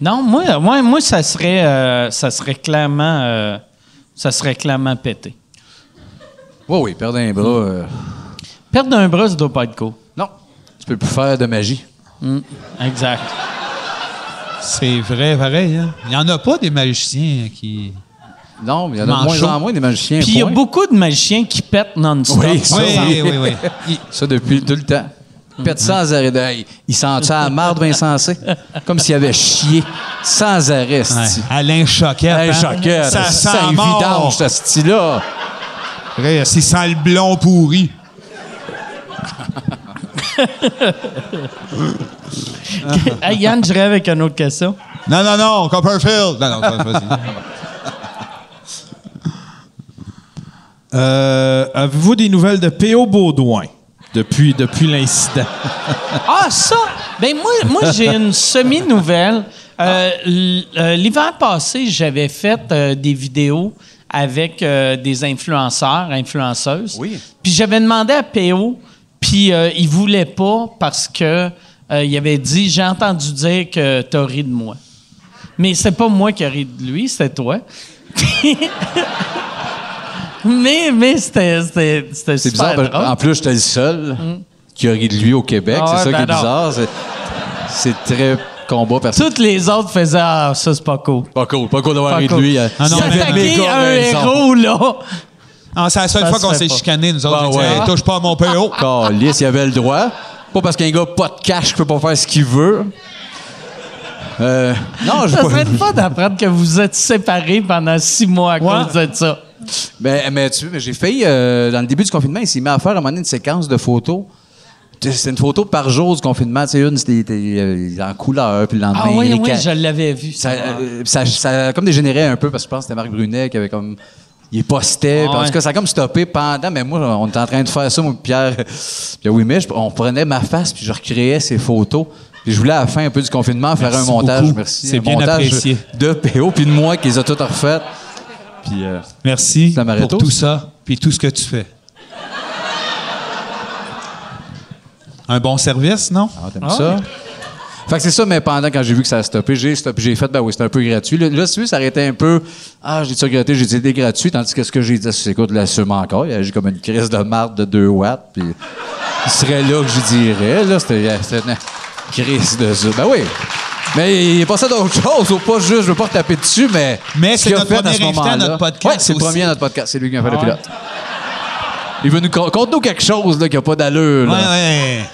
[SPEAKER 1] Non, moi, moi, moi, ça serait, euh, ça serait clairement, euh, ça serait clairement pété.
[SPEAKER 4] Oui, oui, perdre un bras. euh,
[SPEAKER 1] Perdre un bras, ça doit pas être cool.
[SPEAKER 4] Non, tu peux plus faire de magie.
[SPEAKER 1] Exact.
[SPEAKER 2] C'est vrai, pareil. hein. Il n'y en a pas des magiciens qui.
[SPEAKER 4] Non, mais il y en a de
[SPEAKER 2] Manchot.
[SPEAKER 4] moins en moins des magiciens.
[SPEAKER 1] Puis il y a
[SPEAKER 4] point.
[SPEAKER 1] beaucoup de magiciens qui pètent non-stop.
[SPEAKER 4] Oui, ça,
[SPEAKER 2] Oui,
[SPEAKER 4] ça-
[SPEAKER 2] oui, oui. oui. Il-
[SPEAKER 4] Ça, depuis tout le temps. Pète sans arrêt. Hey, Il sentait la marde insensé. Comme s'il avait chié sans arrêt,
[SPEAKER 2] Ouais.
[SPEAKER 4] c'ti.
[SPEAKER 2] Alain Choquette.
[SPEAKER 4] Hey,
[SPEAKER 2] hein.
[SPEAKER 4] Choquette,
[SPEAKER 2] Ça sent
[SPEAKER 4] ça
[SPEAKER 2] mort.
[SPEAKER 4] évident, ce style-là.
[SPEAKER 2] Après, C'est sans le blond pourri.
[SPEAKER 1] hey, Yann, je rêve avec une autre question.
[SPEAKER 2] Non, non, non, Copperfield. Non, non, vas-y.
[SPEAKER 3] Euh, Avez-vous des nouvelles de P.O. Baudouin depuis, depuis l'incident?
[SPEAKER 1] Ah, ça! Ben moi, moi j'ai une semi-nouvelle. Euh, l- euh, L'hiver passé, j'avais fait euh, des vidéos avec euh, des influenceurs, influenceuses.
[SPEAKER 4] Oui.
[SPEAKER 1] Puis j'avais demandé à PO, puis euh, il voulait pas parce que euh, il avait dit « J'ai entendu dire que t'as ri de moi. » Mais c'est pas moi qui ai ri de lui, c'était toi. mais mais c'était c'était c'était
[SPEAKER 4] C'est bizarre.
[SPEAKER 1] super
[SPEAKER 4] parce que,
[SPEAKER 1] drôle.
[SPEAKER 4] en plus, j'étais le seul
[SPEAKER 2] Mm.
[SPEAKER 4] qui a ri de lui au Québec.
[SPEAKER 1] Ah ouais,
[SPEAKER 4] c'est ça
[SPEAKER 1] ben
[SPEAKER 4] qui est
[SPEAKER 1] non.
[SPEAKER 4] bizarre. C'est- C'est très combat personnel.
[SPEAKER 1] Toutes les autres faisaient ah ça c'est pas cool.
[SPEAKER 4] Pas cool, pas cool d'avoir ri de
[SPEAKER 1] cool.
[SPEAKER 4] lui. euh,
[SPEAKER 2] Ah non,
[SPEAKER 4] il avait euh,
[SPEAKER 1] S'attaquer
[SPEAKER 4] méga
[SPEAKER 1] à un
[SPEAKER 4] raison.
[SPEAKER 1] héros, là.
[SPEAKER 2] Ah, c'est la seule
[SPEAKER 1] Ça
[SPEAKER 2] fois
[SPEAKER 1] se
[SPEAKER 2] qu'on
[SPEAKER 1] fait
[SPEAKER 2] s'est
[SPEAKER 1] pas.
[SPEAKER 2] chicanés, nous autres.
[SPEAKER 4] Ben
[SPEAKER 2] on dit,
[SPEAKER 4] ouais.
[SPEAKER 2] Hey, touche pas à mon PO.
[SPEAKER 4] Calisse, il avait le droit. Pas parce qu'un gars pas de cash qui peut pas faire ce qu'il veut. Euh, non, je
[SPEAKER 1] Ça serait le fun d'apprendre que vous êtes séparés pendant six mois à
[SPEAKER 2] Ouais.
[SPEAKER 1] cause de ça.
[SPEAKER 4] Mais, Ben, mais tu mais j'ai failli, euh, dans le début du confinement, il s'est mis à faire à un moment donné une séquence de photos. C'est une photo par jour du confinement. Tu sais, une, c'était c'était, euh, en couleur, puis le lendemain,
[SPEAKER 1] Ah oui,
[SPEAKER 4] les
[SPEAKER 1] oui,
[SPEAKER 4] ca-
[SPEAKER 1] je l'avais vu.
[SPEAKER 4] ça, euh, ça, ça a comme dégénéré un peu parce que je pense que c'était Marc Brunet qui avait comme. Il postait.
[SPEAKER 1] Ah
[SPEAKER 4] puis En
[SPEAKER 1] ouais.
[SPEAKER 4] tout cas, ça a comme stoppé pendant. Mais moi, on était en train de faire ça, moi, puis Pierre. Puis oui, mais je- on prenait ma face, puis je recréais ces photos. Puis je voulais, à la fin un peu du confinement, faire
[SPEAKER 2] Merci
[SPEAKER 4] un montage.
[SPEAKER 2] beaucoup.
[SPEAKER 4] Merci.
[SPEAKER 2] C'est
[SPEAKER 4] un
[SPEAKER 2] bien
[SPEAKER 4] montage
[SPEAKER 2] apprécié.
[SPEAKER 4] De PO, puis de moi, qui les a toutes refaites. Puis. euh,
[SPEAKER 2] Merci
[SPEAKER 4] Ça m'arrête
[SPEAKER 2] pour
[SPEAKER 4] tous.
[SPEAKER 2] tout ça, puis tout ce que tu fais. Un bon service, non?
[SPEAKER 4] Ah, t'aimes ça? Fait que c'est ça, mais pendant, quand j'ai vu que ça a stoppé, j'ai stoppé, j'ai fait, ben oui, c'était un peu gratuit. Là, là, si tu veux, ça arrêtait un peu, ah, j'ai-tu regretté, j'ai dit, c'était gratuit, tandis que ce que j'ai dit, c'est écoute, l'assume encore, il agit comme une crise de marde de 2 watts, puis il serait là que je dirais, là, c'était euh, c'était une crise de ça. Ben oui. Mais il est passé à d'autres choses, ou pas juste, je veux pas te taper dessus, mais.
[SPEAKER 2] Mais
[SPEAKER 4] ce
[SPEAKER 2] c'est
[SPEAKER 4] qu'il a
[SPEAKER 2] notre
[SPEAKER 4] fait à
[SPEAKER 2] premier
[SPEAKER 4] ce
[SPEAKER 2] invité à
[SPEAKER 4] moment-là-
[SPEAKER 2] notre podcast
[SPEAKER 4] Ouais, c'est le
[SPEAKER 2] aussi. Ah
[SPEAKER 4] premier à notre podcast, c'est lui qui a fait le pilote. Il veut nous. con- Conte-nous quelque chose, là, qui a pas d'allure,
[SPEAKER 2] Ouais,
[SPEAKER 4] là.
[SPEAKER 2] ouais.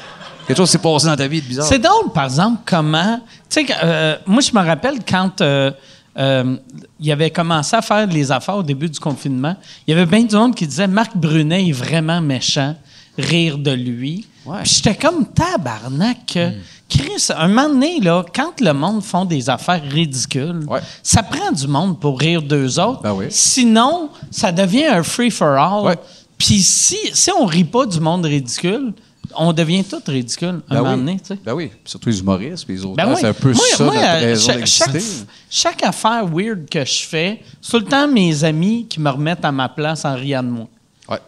[SPEAKER 4] Quelque chose s'est passé dans ta vie de bizarre.
[SPEAKER 1] C'est drôle, par exemple, comment. Tu sais, euh, moi, je me rappelle quand euh, euh, il avait commencé à faire les affaires au début du confinement, il y avait bien du monde qui disait Marc Brunet est vraiment méchant, rire de lui.
[SPEAKER 4] Ouais. Hmm.
[SPEAKER 1] Puis j'étais comme tabarnak. euh, Chris, un moment donné, là, quand le monde font des affaires ridicules,
[SPEAKER 4] Ouais.
[SPEAKER 1] ça prend du monde pour rire d'eux autres.
[SPEAKER 4] Ben oui.
[SPEAKER 1] Sinon, ça devient un free-for-all.
[SPEAKER 4] Ouais.
[SPEAKER 1] Puis si, si on rit pas du monde ridicule, on devient tout ridicule un moment donné, tu sais.
[SPEAKER 4] Ben oui, surtout les humoristes, puis les autres.
[SPEAKER 1] Ben oui.
[SPEAKER 4] Ah, C'est un peu
[SPEAKER 1] Moi-
[SPEAKER 4] ça
[SPEAKER 1] moi,
[SPEAKER 4] notre
[SPEAKER 1] euh,
[SPEAKER 4] raison
[SPEAKER 1] chaque, chaque,
[SPEAKER 4] d'exister.
[SPEAKER 1] chaque affaire weird que je fais, c'est tout le temps mes amis qui me remettent à ma place en riant de moi.
[SPEAKER 4] Ouais.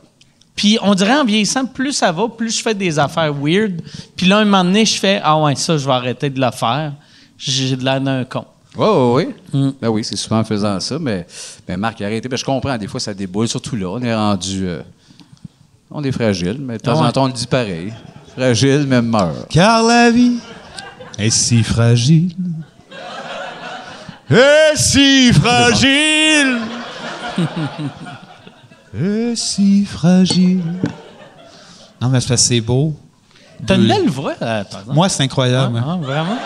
[SPEAKER 1] Puis on dirait en vieillissant, plus ça va, plus je fais des affaires weird. Puis là, un moment donné, je fais Ah ouais, ça, je vais arrêter de le faire. J'ai de l'air d'un con.
[SPEAKER 4] Ouais, ouais, ouais.
[SPEAKER 1] Mm.
[SPEAKER 4] Ben oui, c'est souvent en faisant ça, mais, mais Marc, arrêtez. Ben, je comprends, des fois, ça déboule, surtout là. On est rendu. euh, on est fragile, mais de
[SPEAKER 1] Ah
[SPEAKER 4] temps en temps, on le dit pareil. Fragile, mais meurt.
[SPEAKER 2] Car la vie est si fragile. Est si fragile. Est si fragile. Non, mais c'est parce que c'est beau.
[SPEAKER 1] T'as une
[SPEAKER 2] Deux-
[SPEAKER 1] belle voix, euh, par exemple.
[SPEAKER 2] Moi, c'est incroyable.
[SPEAKER 1] Ah, vraiment?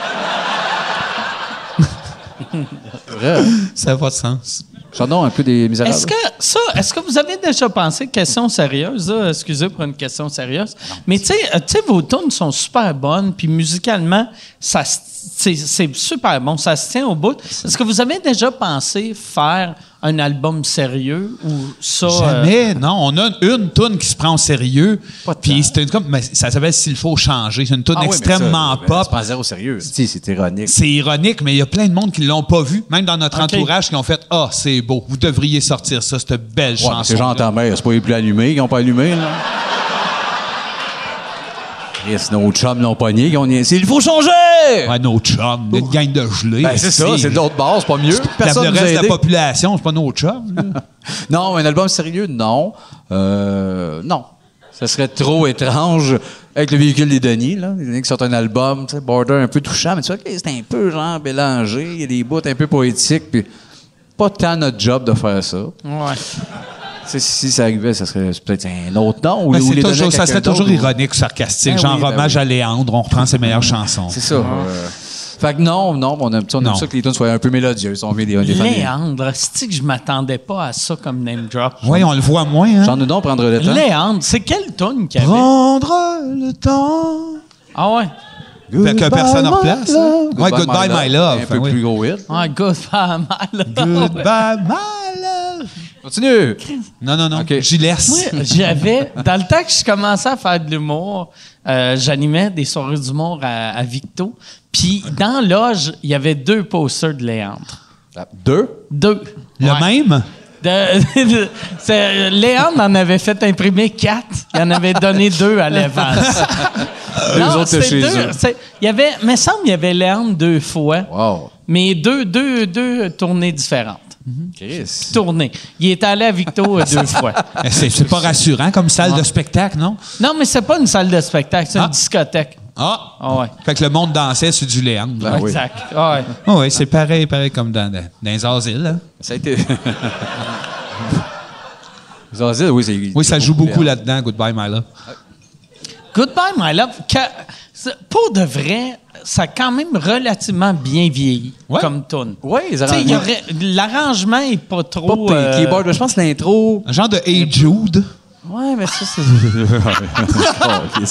[SPEAKER 4] Vrai. ah.
[SPEAKER 2] Ça n'a pas de sens.
[SPEAKER 4] J'en ai un peu des misérables.
[SPEAKER 1] Est-ce que ça, est-ce que vous avez déjà pensé, question sérieuse, là, excusez pour une question sérieuse, mais tu sais, euh, tu sais, vos tunes sont super bonnes, puis musicalement, ça, se- c'est c'est super bon, ça se tient au bout. Est-ce que vous avez déjà pensé faire un album sérieux ou ça? euh,
[SPEAKER 2] Jamais, non. On a une toune qui se prend au sérieux.
[SPEAKER 1] Pas de
[SPEAKER 2] Puis
[SPEAKER 1] temps.
[SPEAKER 2] c'est une comme, mais ça s'appelle S'il faut changer. C'est une toune
[SPEAKER 4] Ah oui, mais ça,
[SPEAKER 2] extrêmement
[SPEAKER 4] ben,
[SPEAKER 2] pop.
[SPEAKER 4] C'est pas zéro sérieux. Si, c'est ironique.
[SPEAKER 2] C'est ironique, mais il y a plein de monde qui l'ont pas vu, même dans notre
[SPEAKER 1] OK.
[SPEAKER 2] entourage, qui ont fait Ah, c'est beau, vous devriez sortir ça, cette belle
[SPEAKER 4] Ouais, mais
[SPEAKER 2] chanson.
[SPEAKER 4] c'est genre ta mère, c'est pas les plus allumés, ils n'ont pas allumé, là. Chris, nos chums l'ont pogné, ils ont niaisé. Il faut changer!
[SPEAKER 2] Ouais, nos chums, notre gang de gelés.
[SPEAKER 4] Ben, c'est ça,
[SPEAKER 2] esti.
[SPEAKER 4] c'est de l'autre bord, c'est pas mieux. Personne
[SPEAKER 2] le
[SPEAKER 4] nous a
[SPEAKER 2] reste de la
[SPEAKER 4] aidés.
[SPEAKER 2] population, c'est pas nos chums. là.
[SPEAKER 4] Non, un album sérieux, non. Euh, non. Ça serait trop étrange avec le véhicule des Denis, là. Les Denis qui sortent un album, tu sais, border un peu touchant, mais tu vois, OK, c'est un peu genre mélangé, il y a des bouts un peu poétiques, puis pas tant notre job de faire ça.
[SPEAKER 1] ouais.
[SPEAKER 4] Tu sais, si ça arrivait, ça serait peut-être un autre nom. ou-
[SPEAKER 2] Ben,
[SPEAKER 4] ou
[SPEAKER 2] c'est
[SPEAKER 4] les donner à
[SPEAKER 2] toujours, ça
[SPEAKER 4] quelqu'un
[SPEAKER 2] serait toujours
[SPEAKER 4] d'autre, ou-
[SPEAKER 2] ironique, sarcastique,
[SPEAKER 4] Ben
[SPEAKER 2] genre
[SPEAKER 4] oui, ben
[SPEAKER 2] hommage
[SPEAKER 4] oui.
[SPEAKER 2] à Léandre, on reprend ses meilleures chansons.
[SPEAKER 4] C'est ça. euh, Fait que non, non, on aime, ça, on aime
[SPEAKER 2] Non.
[SPEAKER 4] ça que les tunes soient un peu mélodieuses. On vient des, on est des fans des-
[SPEAKER 1] Léandre, cest que je m'attendais pas à ça comme name drop?
[SPEAKER 2] Oui, on le voit moins. Hein?
[SPEAKER 4] Jean Noudon prendre le temps.
[SPEAKER 1] Léandre, c'est quelle tune qu'il y avait?
[SPEAKER 2] Prendre le temps.
[SPEAKER 1] Ah ouais.
[SPEAKER 2] Fait que personne en place. Ouais, Goodbye, My Love.
[SPEAKER 4] Un peu
[SPEAKER 2] Enfin, oui.
[SPEAKER 4] plus gros hit.
[SPEAKER 1] Ah, good, pas mal. Ah
[SPEAKER 2] Goodbye, My Love.
[SPEAKER 4] Continue.
[SPEAKER 2] Non, non, non.
[SPEAKER 4] Ok.
[SPEAKER 2] J'y laisse.
[SPEAKER 1] Moi, j'avais, dans le temps que je commençais à faire de l'humour, euh, j'animais des soirées d'humour à, à Victo. Puis dans Loge, il y avait deux posters de Léandre.
[SPEAKER 4] Deux.
[SPEAKER 1] Deux.
[SPEAKER 2] Le
[SPEAKER 1] Ouais.
[SPEAKER 2] même?
[SPEAKER 1] De- de- c'est- Léandre en avait fait imprimer quatre. Il en avait donné deux à l'avance.
[SPEAKER 4] Les autres chez eux.
[SPEAKER 1] c'est- Il y avait, me semble, il y avait Léandre deux fois,
[SPEAKER 4] Wow.
[SPEAKER 1] mais deux, deux, deux tournées différentes.
[SPEAKER 4] Chris.
[SPEAKER 1] Tournées. Il est allé à Victo euh, deux fois.
[SPEAKER 2] Eh, C'est c'est pas rassurant comme salle de spectacle, non?
[SPEAKER 1] Non, mais c'est pas une salle de spectacle, c'est
[SPEAKER 2] Ah.
[SPEAKER 1] une discothèque.
[SPEAKER 2] Ah!
[SPEAKER 1] Ah ouais.
[SPEAKER 2] Fait que le monde dansait sur du Léandre.
[SPEAKER 4] Ah oui.
[SPEAKER 1] exact. Ah ouais.
[SPEAKER 2] Ah oui, c'est pareil, pareil comme dans, dans les asiles. hein.
[SPEAKER 4] Ça a été. Zazil, oui, c'est.
[SPEAKER 2] Oui, ça joue beaucoup là-dedans, Goodbye My Love.
[SPEAKER 1] Goodbye, my love. Que- c'est- pour de vrai, ça a quand même relativement bien vieilli
[SPEAKER 2] Ouais.
[SPEAKER 1] comme tune.
[SPEAKER 4] Oui, les
[SPEAKER 1] Tu sais, il y
[SPEAKER 4] arrangements.
[SPEAKER 1] aurait- L'arrangement est pas
[SPEAKER 4] Pas
[SPEAKER 1] trop. euh,
[SPEAKER 4] Pinky Board, je pense que l'intro.
[SPEAKER 2] Un genre de Hey Jude.
[SPEAKER 4] Ouais, mais ça, c'est. Oh, Chris.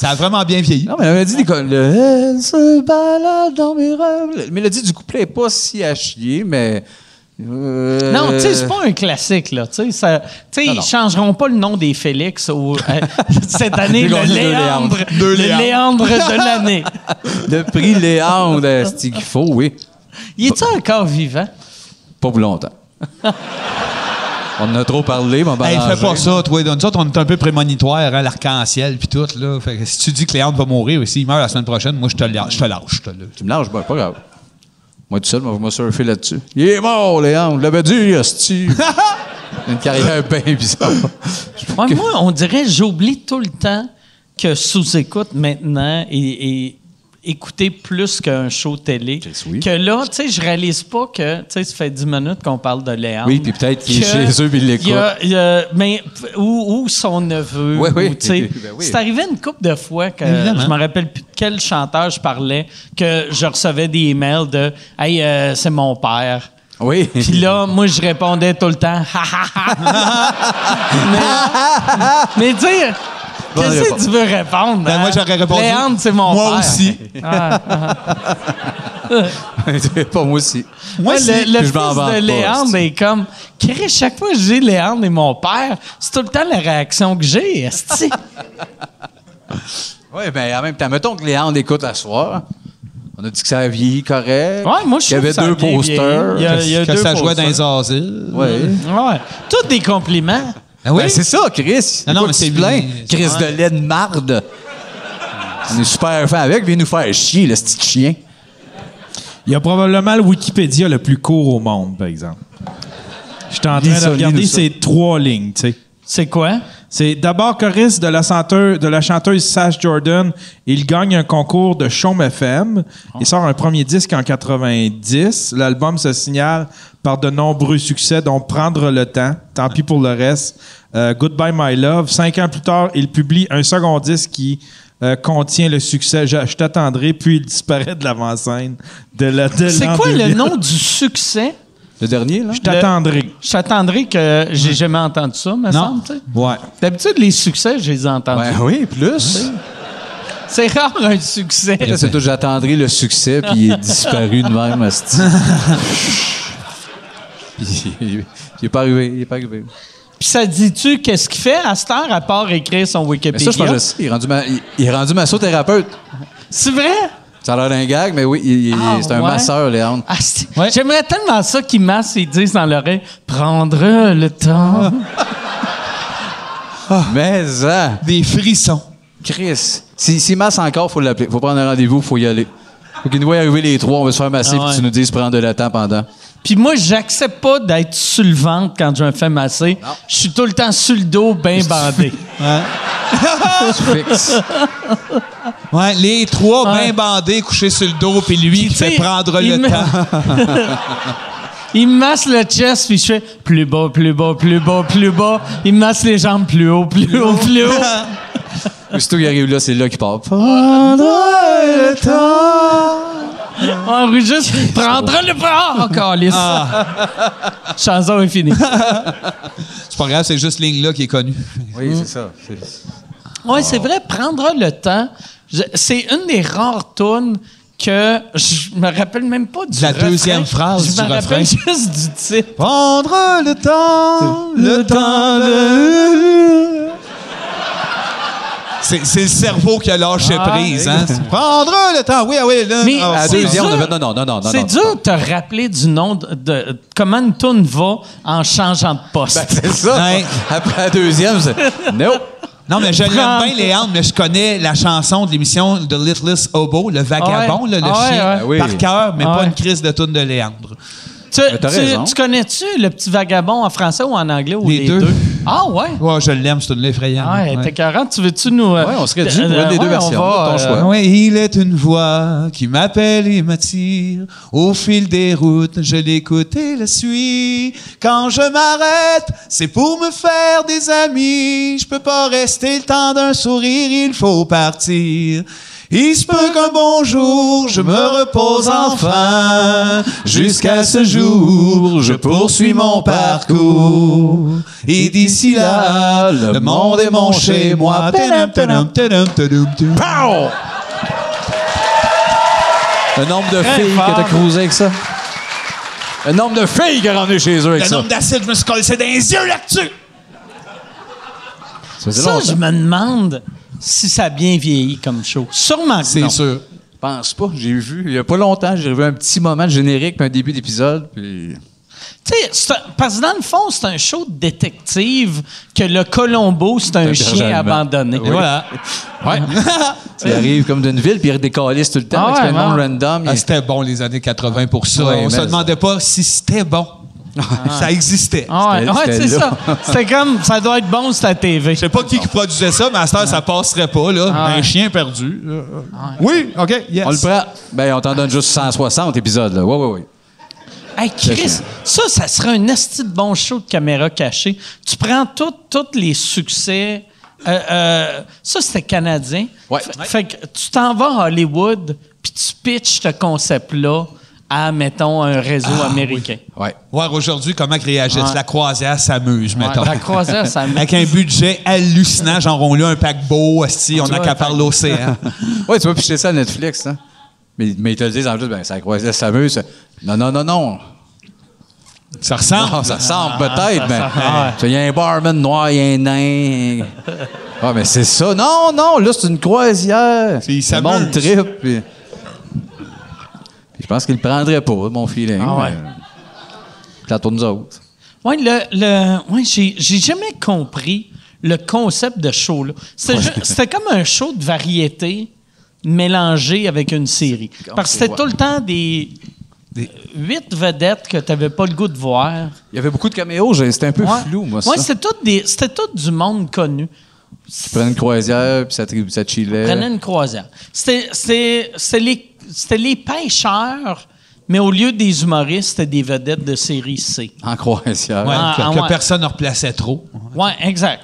[SPEAKER 2] Ça a vraiment bien vieilli.
[SPEAKER 1] Ah,
[SPEAKER 4] Non, mais la mélodie des co- le Elle se balade dans mes rêves. La mélodie du couplet est pas si à chier, mais. euh,
[SPEAKER 1] non, tu sais, c'est pas un classique, là. Tu sais, ça- tu sais,
[SPEAKER 4] Non,
[SPEAKER 1] ils
[SPEAKER 4] non.
[SPEAKER 1] changeront pas le nom des Félix au- euh, cette année,
[SPEAKER 4] Deux
[SPEAKER 1] le
[SPEAKER 4] Léandres.
[SPEAKER 1] Léandre,
[SPEAKER 4] Deux
[SPEAKER 1] le Léandre de l'année.
[SPEAKER 4] Le prix Léandre, euh, c'est qu'il faut, oui.
[SPEAKER 1] Il est-tu encore vivant?
[SPEAKER 4] Pas pour longtemps. On en a trop parlé, mon
[SPEAKER 2] Hey,
[SPEAKER 1] ben,
[SPEAKER 2] fais pas
[SPEAKER 4] barrangé.
[SPEAKER 2] ça, toi. Nous autres, on est un peu prémonitoire, hein, l'arc-en-ciel, puis tout. Là. Fait que si tu dis que Léandre va mourir, et s'il meurt la semaine prochaine, moi, je te lâche. Je te lâche. je te le-
[SPEAKER 4] Tu me lâches, ben, pas grave. Moi tout seul, moi, je me surfer là-dessus. Il est mort, Léandre, je l'avais dit, hostie. Une carrière bien bizarre.
[SPEAKER 1] Ouais, Moi, on dirait, j'oublie tout le temps que sous-écoute maintenant et, et écouter plus qu'un show télé.
[SPEAKER 4] Chris, oui.
[SPEAKER 1] Que là, tu sais, je réalise pas que, tu sais, ça fait 10 minutes qu'on parle de Léandre.
[SPEAKER 4] Oui, puis peut-être qu'il est
[SPEAKER 1] Que
[SPEAKER 4] chez eux, puis il l'écoute.
[SPEAKER 1] y a- il y a- mais p- ou, ou son neveu.
[SPEAKER 4] Oui, oui.
[SPEAKER 1] ou, tu sais.
[SPEAKER 4] Ben oui.
[SPEAKER 1] C'est arrivé une couple de fois que
[SPEAKER 2] Évidemment.
[SPEAKER 1] je me rappelle plus de quel chanteur je parlais, que je recevais des emails de Hey, euh, c'est mon père.
[SPEAKER 4] Oui.
[SPEAKER 1] Puis là, moi, je répondais tout le temps. Ha, ha, ha. mais, mais dire,
[SPEAKER 4] Bonne
[SPEAKER 1] qu'est-ce que
[SPEAKER 4] réponse.
[SPEAKER 1] tu veux répondre?
[SPEAKER 2] Ben,
[SPEAKER 1] hein?
[SPEAKER 2] moi, j'aurais répondu.
[SPEAKER 1] Léandre, c'est mon
[SPEAKER 2] Moi
[SPEAKER 1] père.
[SPEAKER 2] aussi.
[SPEAKER 1] Ah, ah.
[SPEAKER 4] pas moi aussi.
[SPEAKER 2] Moi,
[SPEAKER 1] Ouais,
[SPEAKER 2] si,
[SPEAKER 1] le, le
[SPEAKER 4] je
[SPEAKER 1] fils
[SPEAKER 4] m'en vante pas,
[SPEAKER 1] de Léandre
[SPEAKER 4] c'est-
[SPEAKER 1] est comme. Chris, chaque fois que j'ai Léandre et mon père, c'est tout le temps la réaction que j'ai. esti.
[SPEAKER 4] Oui, ben en même temps, mettons que Léandre écoute à soir. On a dit que ça a vieilli correct.
[SPEAKER 1] Ouais, moi, je
[SPEAKER 4] Qu'il
[SPEAKER 1] trouve
[SPEAKER 4] y avait
[SPEAKER 1] que ça a
[SPEAKER 4] deux
[SPEAKER 1] bien
[SPEAKER 4] posters.
[SPEAKER 1] vieilli. Il y a- il y a
[SPEAKER 2] que
[SPEAKER 1] deux
[SPEAKER 2] ça jouait dans
[SPEAKER 1] posters.
[SPEAKER 2] les asiles.
[SPEAKER 4] Ouais.
[SPEAKER 1] Ouais. Tous des compliments.
[SPEAKER 2] Ah oui?
[SPEAKER 4] Ben, c'est ça, Chris.
[SPEAKER 2] Non, non, mais c'est-
[SPEAKER 4] plein.
[SPEAKER 2] c'est-
[SPEAKER 4] Chris de laine marde. On est super fin avec, viens nous faire chier, le petit chien.
[SPEAKER 3] Il y a probablement le Wikipédia le plus court au monde, par exemple. J'étais en train
[SPEAKER 4] Lis ça,
[SPEAKER 3] de regarder
[SPEAKER 4] lis-nous ça.
[SPEAKER 3] ces trois lignes, tu sais.
[SPEAKER 1] C'est quoi?
[SPEAKER 3] C'est d'abord choriste de la, chanteuse, de la chanteuse Sash Jordan. Il gagne un concours de Chaume FM. Il sort un premier disque en 90. L'album se signale par de nombreux succès, dont Prendre le temps, Tant pis pour le reste, euh, Goodbye My Love. Cinq ans plus tard, il publie un second disque qui euh, contient le succès Je, Je t'attendrai, puis il disparaît de l'avant-scène de la de
[SPEAKER 1] C'est
[SPEAKER 3] l'an
[SPEAKER 1] quoi le
[SPEAKER 3] 2000.
[SPEAKER 1] nom du succès
[SPEAKER 4] Le dernier, là?
[SPEAKER 3] Je t'attendrai.
[SPEAKER 1] Je t'attendrai que j'ai jamais entendu ça, me semble. tu sais.
[SPEAKER 3] Ouais.
[SPEAKER 1] D'habitude, les succès, je les ai entendus.
[SPEAKER 4] Ben oui, plus.
[SPEAKER 1] C'est rare un succès.
[SPEAKER 4] Après ça, tout, J'attendrai le succès, puis il est disparu de même, hostie. Puis, il n'est pas arrivé, il est pas arrivé.
[SPEAKER 1] Puis ça dit-tu qu'est-ce qu'il fait à cette heure à part écrire son
[SPEAKER 4] Mais
[SPEAKER 1] Wikipédia?
[SPEAKER 4] ça, je pense que je sais. Il est rendu, ma- il- il est rendu massothérapeute.
[SPEAKER 1] C'est vrai?
[SPEAKER 4] Ça a l'air d'un gag, mais oui, il- il-
[SPEAKER 1] Ah,
[SPEAKER 4] c'est un
[SPEAKER 1] ouais?
[SPEAKER 4] masseur, Léandre.
[SPEAKER 1] Ah, c'est-
[SPEAKER 2] Ouais.
[SPEAKER 1] J'aimerais tellement ça qu'ils massent et ils disent dans l'oreille Prendre le temps.
[SPEAKER 4] Mais, ah,
[SPEAKER 2] Des frissons.
[SPEAKER 4] Chris, s'il s'il masse encore, faut l'appeler. faut prendre un rendez-vous, faut y aller. Faut qu'il nous voie arriver les trois, on va se faire masser,
[SPEAKER 1] Ah,
[SPEAKER 4] puis
[SPEAKER 1] ouais.
[SPEAKER 4] tu nous dises prendre de la temps pendant.
[SPEAKER 1] Puis moi, j'accepte pas d'être sur le ventre quand je me fais masser. Je suis tout le temps sur le dos, bien bandé.
[SPEAKER 4] Tu fixes.
[SPEAKER 2] Ouais, les trois
[SPEAKER 1] Ouais.
[SPEAKER 2] bien bandés, couchés sur le dos, puis lui
[SPEAKER 1] Puis,
[SPEAKER 2] qui
[SPEAKER 1] tu
[SPEAKER 2] fait
[SPEAKER 1] sais,
[SPEAKER 2] prendre
[SPEAKER 1] il
[SPEAKER 2] le
[SPEAKER 1] me-
[SPEAKER 2] temps.
[SPEAKER 1] Il me masse le chest, puis je fais plus bas, plus bas, plus bas, plus bas. Il me masse les jambes plus haut, plus haut, plus haut.
[SPEAKER 4] Aussitôt qu'il arrive là, c'est là qu'il part. Prendre le temps.
[SPEAKER 1] On roule juste prendre le Ah. bras. Oh, câlisse. Chanson est finie.
[SPEAKER 2] C'est pas grave, c'est juste ligne-là qui est connue.
[SPEAKER 4] Oui, c'est ça.
[SPEAKER 1] Oui, c'est vrai, prendre le temps. Je- C'est une des rares tunes que je me rappelle même pas du
[SPEAKER 2] De la
[SPEAKER 1] refrain.
[SPEAKER 2] deuxième phrase
[SPEAKER 1] Je
[SPEAKER 2] du
[SPEAKER 1] me rappelle
[SPEAKER 2] refrain.
[SPEAKER 1] juste du titre.
[SPEAKER 2] Prendre le temps, le temps de... C'est c'est le cerveau qui a lâché
[SPEAKER 1] Ah,
[SPEAKER 2] prise, hein? Prendre le temps, oui, ah oui. Là,
[SPEAKER 1] Mais
[SPEAKER 2] ah,
[SPEAKER 4] À
[SPEAKER 1] C'est
[SPEAKER 4] deux, Léandre
[SPEAKER 1] dur.
[SPEAKER 4] devait- Non, non, non, non. non,
[SPEAKER 1] C'est
[SPEAKER 4] non.
[SPEAKER 1] dur de te rappeler du nom de, de- comment une tune va en changeant de
[SPEAKER 4] Ben,
[SPEAKER 1] poste.
[SPEAKER 4] c'est ça.
[SPEAKER 2] Ouais.
[SPEAKER 4] Après la deuxième, c'est. Nope.
[SPEAKER 2] Non, mais je l'aime
[SPEAKER 1] Prendre-
[SPEAKER 2] bien, Léandre, mais je connais la chanson de l'émission The Littlest Hobo, le vagabond,
[SPEAKER 1] Ouais.
[SPEAKER 2] là, le
[SPEAKER 1] Ah ouais,
[SPEAKER 2] chien,
[SPEAKER 1] ouais.
[SPEAKER 4] Ah oui.
[SPEAKER 2] par cœur, mais
[SPEAKER 1] Ah
[SPEAKER 2] pas
[SPEAKER 1] ouais.
[SPEAKER 2] une crise de toune de Léandre.
[SPEAKER 1] tu,
[SPEAKER 4] ben, t'as
[SPEAKER 1] tu-
[SPEAKER 4] raison.
[SPEAKER 1] tu connais-tu le petit vagabond en français ou en anglais ou
[SPEAKER 2] Les
[SPEAKER 1] les,
[SPEAKER 2] deux.
[SPEAKER 1] Ah ouais.
[SPEAKER 2] Ouais, je l'aime, c'est une effrayante.
[SPEAKER 1] Ah,
[SPEAKER 2] Ouais.
[SPEAKER 1] t'es 40, tu veux-tu nous euh,
[SPEAKER 4] Ouais, on serait dû
[SPEAKER 1] euh,
[SPEAKER 4] pour une des deux
[SPEAKER 1] ouais, on
[SPEAKER 4] versions,
[SPEAKER 1] va,
[SPEAKER 4] là, ton
[SPEAKER 1] euh,
[SPEAKER 4] choix.
[SPEAKER 2] Oui, il est une voix qui m'appelle et m'attire. Au fil des routes, je l'écoute et la suis. Quand je m'arrête, c'est pour me faire des amis. Je peux pas rester le temps d'un sourire, il faut partir. Il se peut qu'un bon jour, je me repose enfin. Jusqu'à ce jour, je poursuis mon parcours. Et d'ici là, le monde est mon chez moi. Tadam, tadam, tadam, tadam, tadam.
[SPEAKER 4] Pow! Le nombre de filles
[SPEAKER 1] fort.
[SPEAKER 4] que t'as cruisé avec ça. Le nombre de filles qui est rendu chez eux avec
[SPEAKER 2] Le
[SPEAKER 4] ça.
[SPEAKER 2] nombre d'acides, je me suis collé dans les yeux là-dessus.
[SPEAKER 4] Ça faisait
[SPEAKER 1] Ça,
[SPEAKER 4] longtemps.
[SPEAKER 1] je me demande si ça a bien vieilli comme show. Sûrement que non.
[SPEAKER 2] sûr.
[SPEAKER 4] Je pense pas. J'ai vu, il y a pas longtemps, j'ai vu un petit moment de générique, puis un début d'épisode, puis...
[SPEAKER 1] Tu sais, c'est un- parce que dans le fond, c'est un show de détective que le Colombo, c'est un
[SPEAKER 4] un
[SPEAKER 1] chien
[SPEAKER 4] berger allemand.
[SPEAKER 1] abandonné.
[SPEAKER 4] Oui.
[SPEAKER 1] Voilà.
[SPEAKER 4] Ouais. il arrive comme d'une ville, puis il redécalisse tout le temps,
[SPEAKER 1] Euh. Ah
[SPEAKER 4] avec
[SPEAKER 1] ouais,
[SPEAKER 4] un nom
[SPEAKER 1] ouais.
[SPEAKER 4] random. il-
[SPEAKER 2] Ah, c'était bon les années 80 pour ça.
[SPEAKER 4] Ouais,
[SPEAKER 2] On se
[SPEAKER 4] mais-
[SPEAKER 2] demandait pas si c'était bon. Ça existait.
[SPEAKER 1] Ah ouais,
[SPEAKER 4] C'était-
[SPEAKER 1] ouais,
[SPEAKER 4] c'était
[SPEAKER 1] c'est
[SPEAKER 4] là.
[SPEAKER 1] ça. C'était comme, ça doit être bon, c'est la TV.
[SPEAKER 2] Je sais pas qui, qui produisait ça, mais à cette heure, ça passerait pas, là. Un chien perdu. Euh, euh, Oui, OK, yes.
[SPEAKER 4] On le prend. Ben, on t'en donne juste 160 épisodes, là. Ouais, ouais, ouais.
[SPEAKER 1] Hey, Chris, ça, ça serait un esti de bon show de caméra cachée. Tu prends tous les succès. euh, euh, ça, c'était canadien.
[SPEAKER 4] Ouais.
[SPEAKER 1] F- Fait que tu t'en vas à Hollywood, puis tu pitches ce concept-là à, mettons, un réseau
[SPEAKER 4] Ah,
[SPEAKER 1] américain.
[SPEAKER 4] Ouais.
[SPEAKER 2] Voir aujourd'hui comment ils réagissent.
[SPEAKER 1] Ouais.
[SPEAKER 2] La croisière s'amuse,
[SPEAKER 1] Ouais,
[SPEAKER 2] mettons.
[SPEAKER 1] la croisière, ça me-
[SPEAKER 2] Avec un budget hallucinant, genre on a un paquebot, hostie, on n'a
[SPEAKER 1] Ouais,
[SPEAKER 2] qu'à parler l'océan.
[SPEAKER 4] Ouais, tu vas picher ça à Netflix, hein? Mais, mais ils te le disent en plus, ben, ça croise, ça s'amuse. ça- Non, non, non, non.
[SPEAKER 2] Ça ressemble.
[SPEAKER 4] Non,
[SPEAKER 1] Ah,
[SPEAKER 4] ça ressemble peut-être, mais.
[SPEAKER 1] ressemble, ouais.
[SPEAKER 4] Tu sais, Il y a un barman noir, il y a un nain. Ah, mais c'est ça. Non, non, là, c'est une croisière.
[SPEAKER 2] Puis il
[SPEAKER 4] Le monde
[SPEAKER 2] s'amuse.
[SPEAKER 4] trip. Puis... puis je pense qu'il le prendrait pas, mon feeling.
[SPEAKER 1] Ah ouais.
[SPEAKER 4] mais- Puis la tourne nous autres.
[SPEAKER 1] Oui, le, le, ouais, j'ai, j'ai jamais compris le concept de show-là. C'était, ju- c'était comme un show de variété mélangé avec une série. Parce que c'était tout le temps des, euh, huit vedettes que tu n'avais pas le goût de voir.
[SPEAKER 4] Il y avait beaucoup de caméos, j'ai- c'était un peu
[SPEAKER 1] Ouais.
[SPEAKER 4] flou, moi,
[SPEAKER 1] Ouais,
[SPEAKER 4] ça.
[SPEAKER 1] c'était, tout des, c'était tout du monde connu.
[SPEAKER 4] Tu prenais une croisière, puis ça, tri- ça chillait.
[SPEAKER 1] Prenez une croisière. C'était, c'était, c'était les, c'était les pêcheurs, mais au lieu des humoristes, c'était des vedettes de série C.
[SPEAKER 4] En croisière.
[SPEAKER 2] Ouais,
[SPEAKER 1] Ah,
[SPEAKER 2] que
[SPEAKER 1] ah,
[SPEAKER 2] que
[SPEAKER 1] ouais.
[SPEAKER 2] personne ne replaçait trop.
[SPEAKER 1] Oui, exact.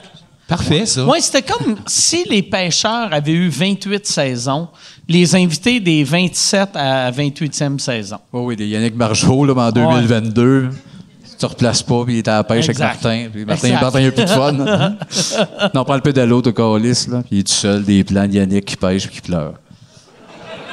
[SPEAKER 2] Parfait, ça.
[SPEAKER 1] Oui, c'était comme si les pêcheurs avaient eu 28 saisons, les invités des 27 à 28e saison.
[SPEAKER 4] Oui, Oh oui, des Yannick Margeau, là, en 2022. Tu te replaces pas, puis il est à la pêche
[SPEAKER 1] Exact.
[SPEAKER 4] avec Martin. Puis Martin,
[SPEAKER 1] Exact.
[SPEAKER 4] Martin, il a plus de fun. non, prends le pédalo, t'as calice, là. Puis il est tout seul, des plans de Yannick qui pêche puis qui pleure.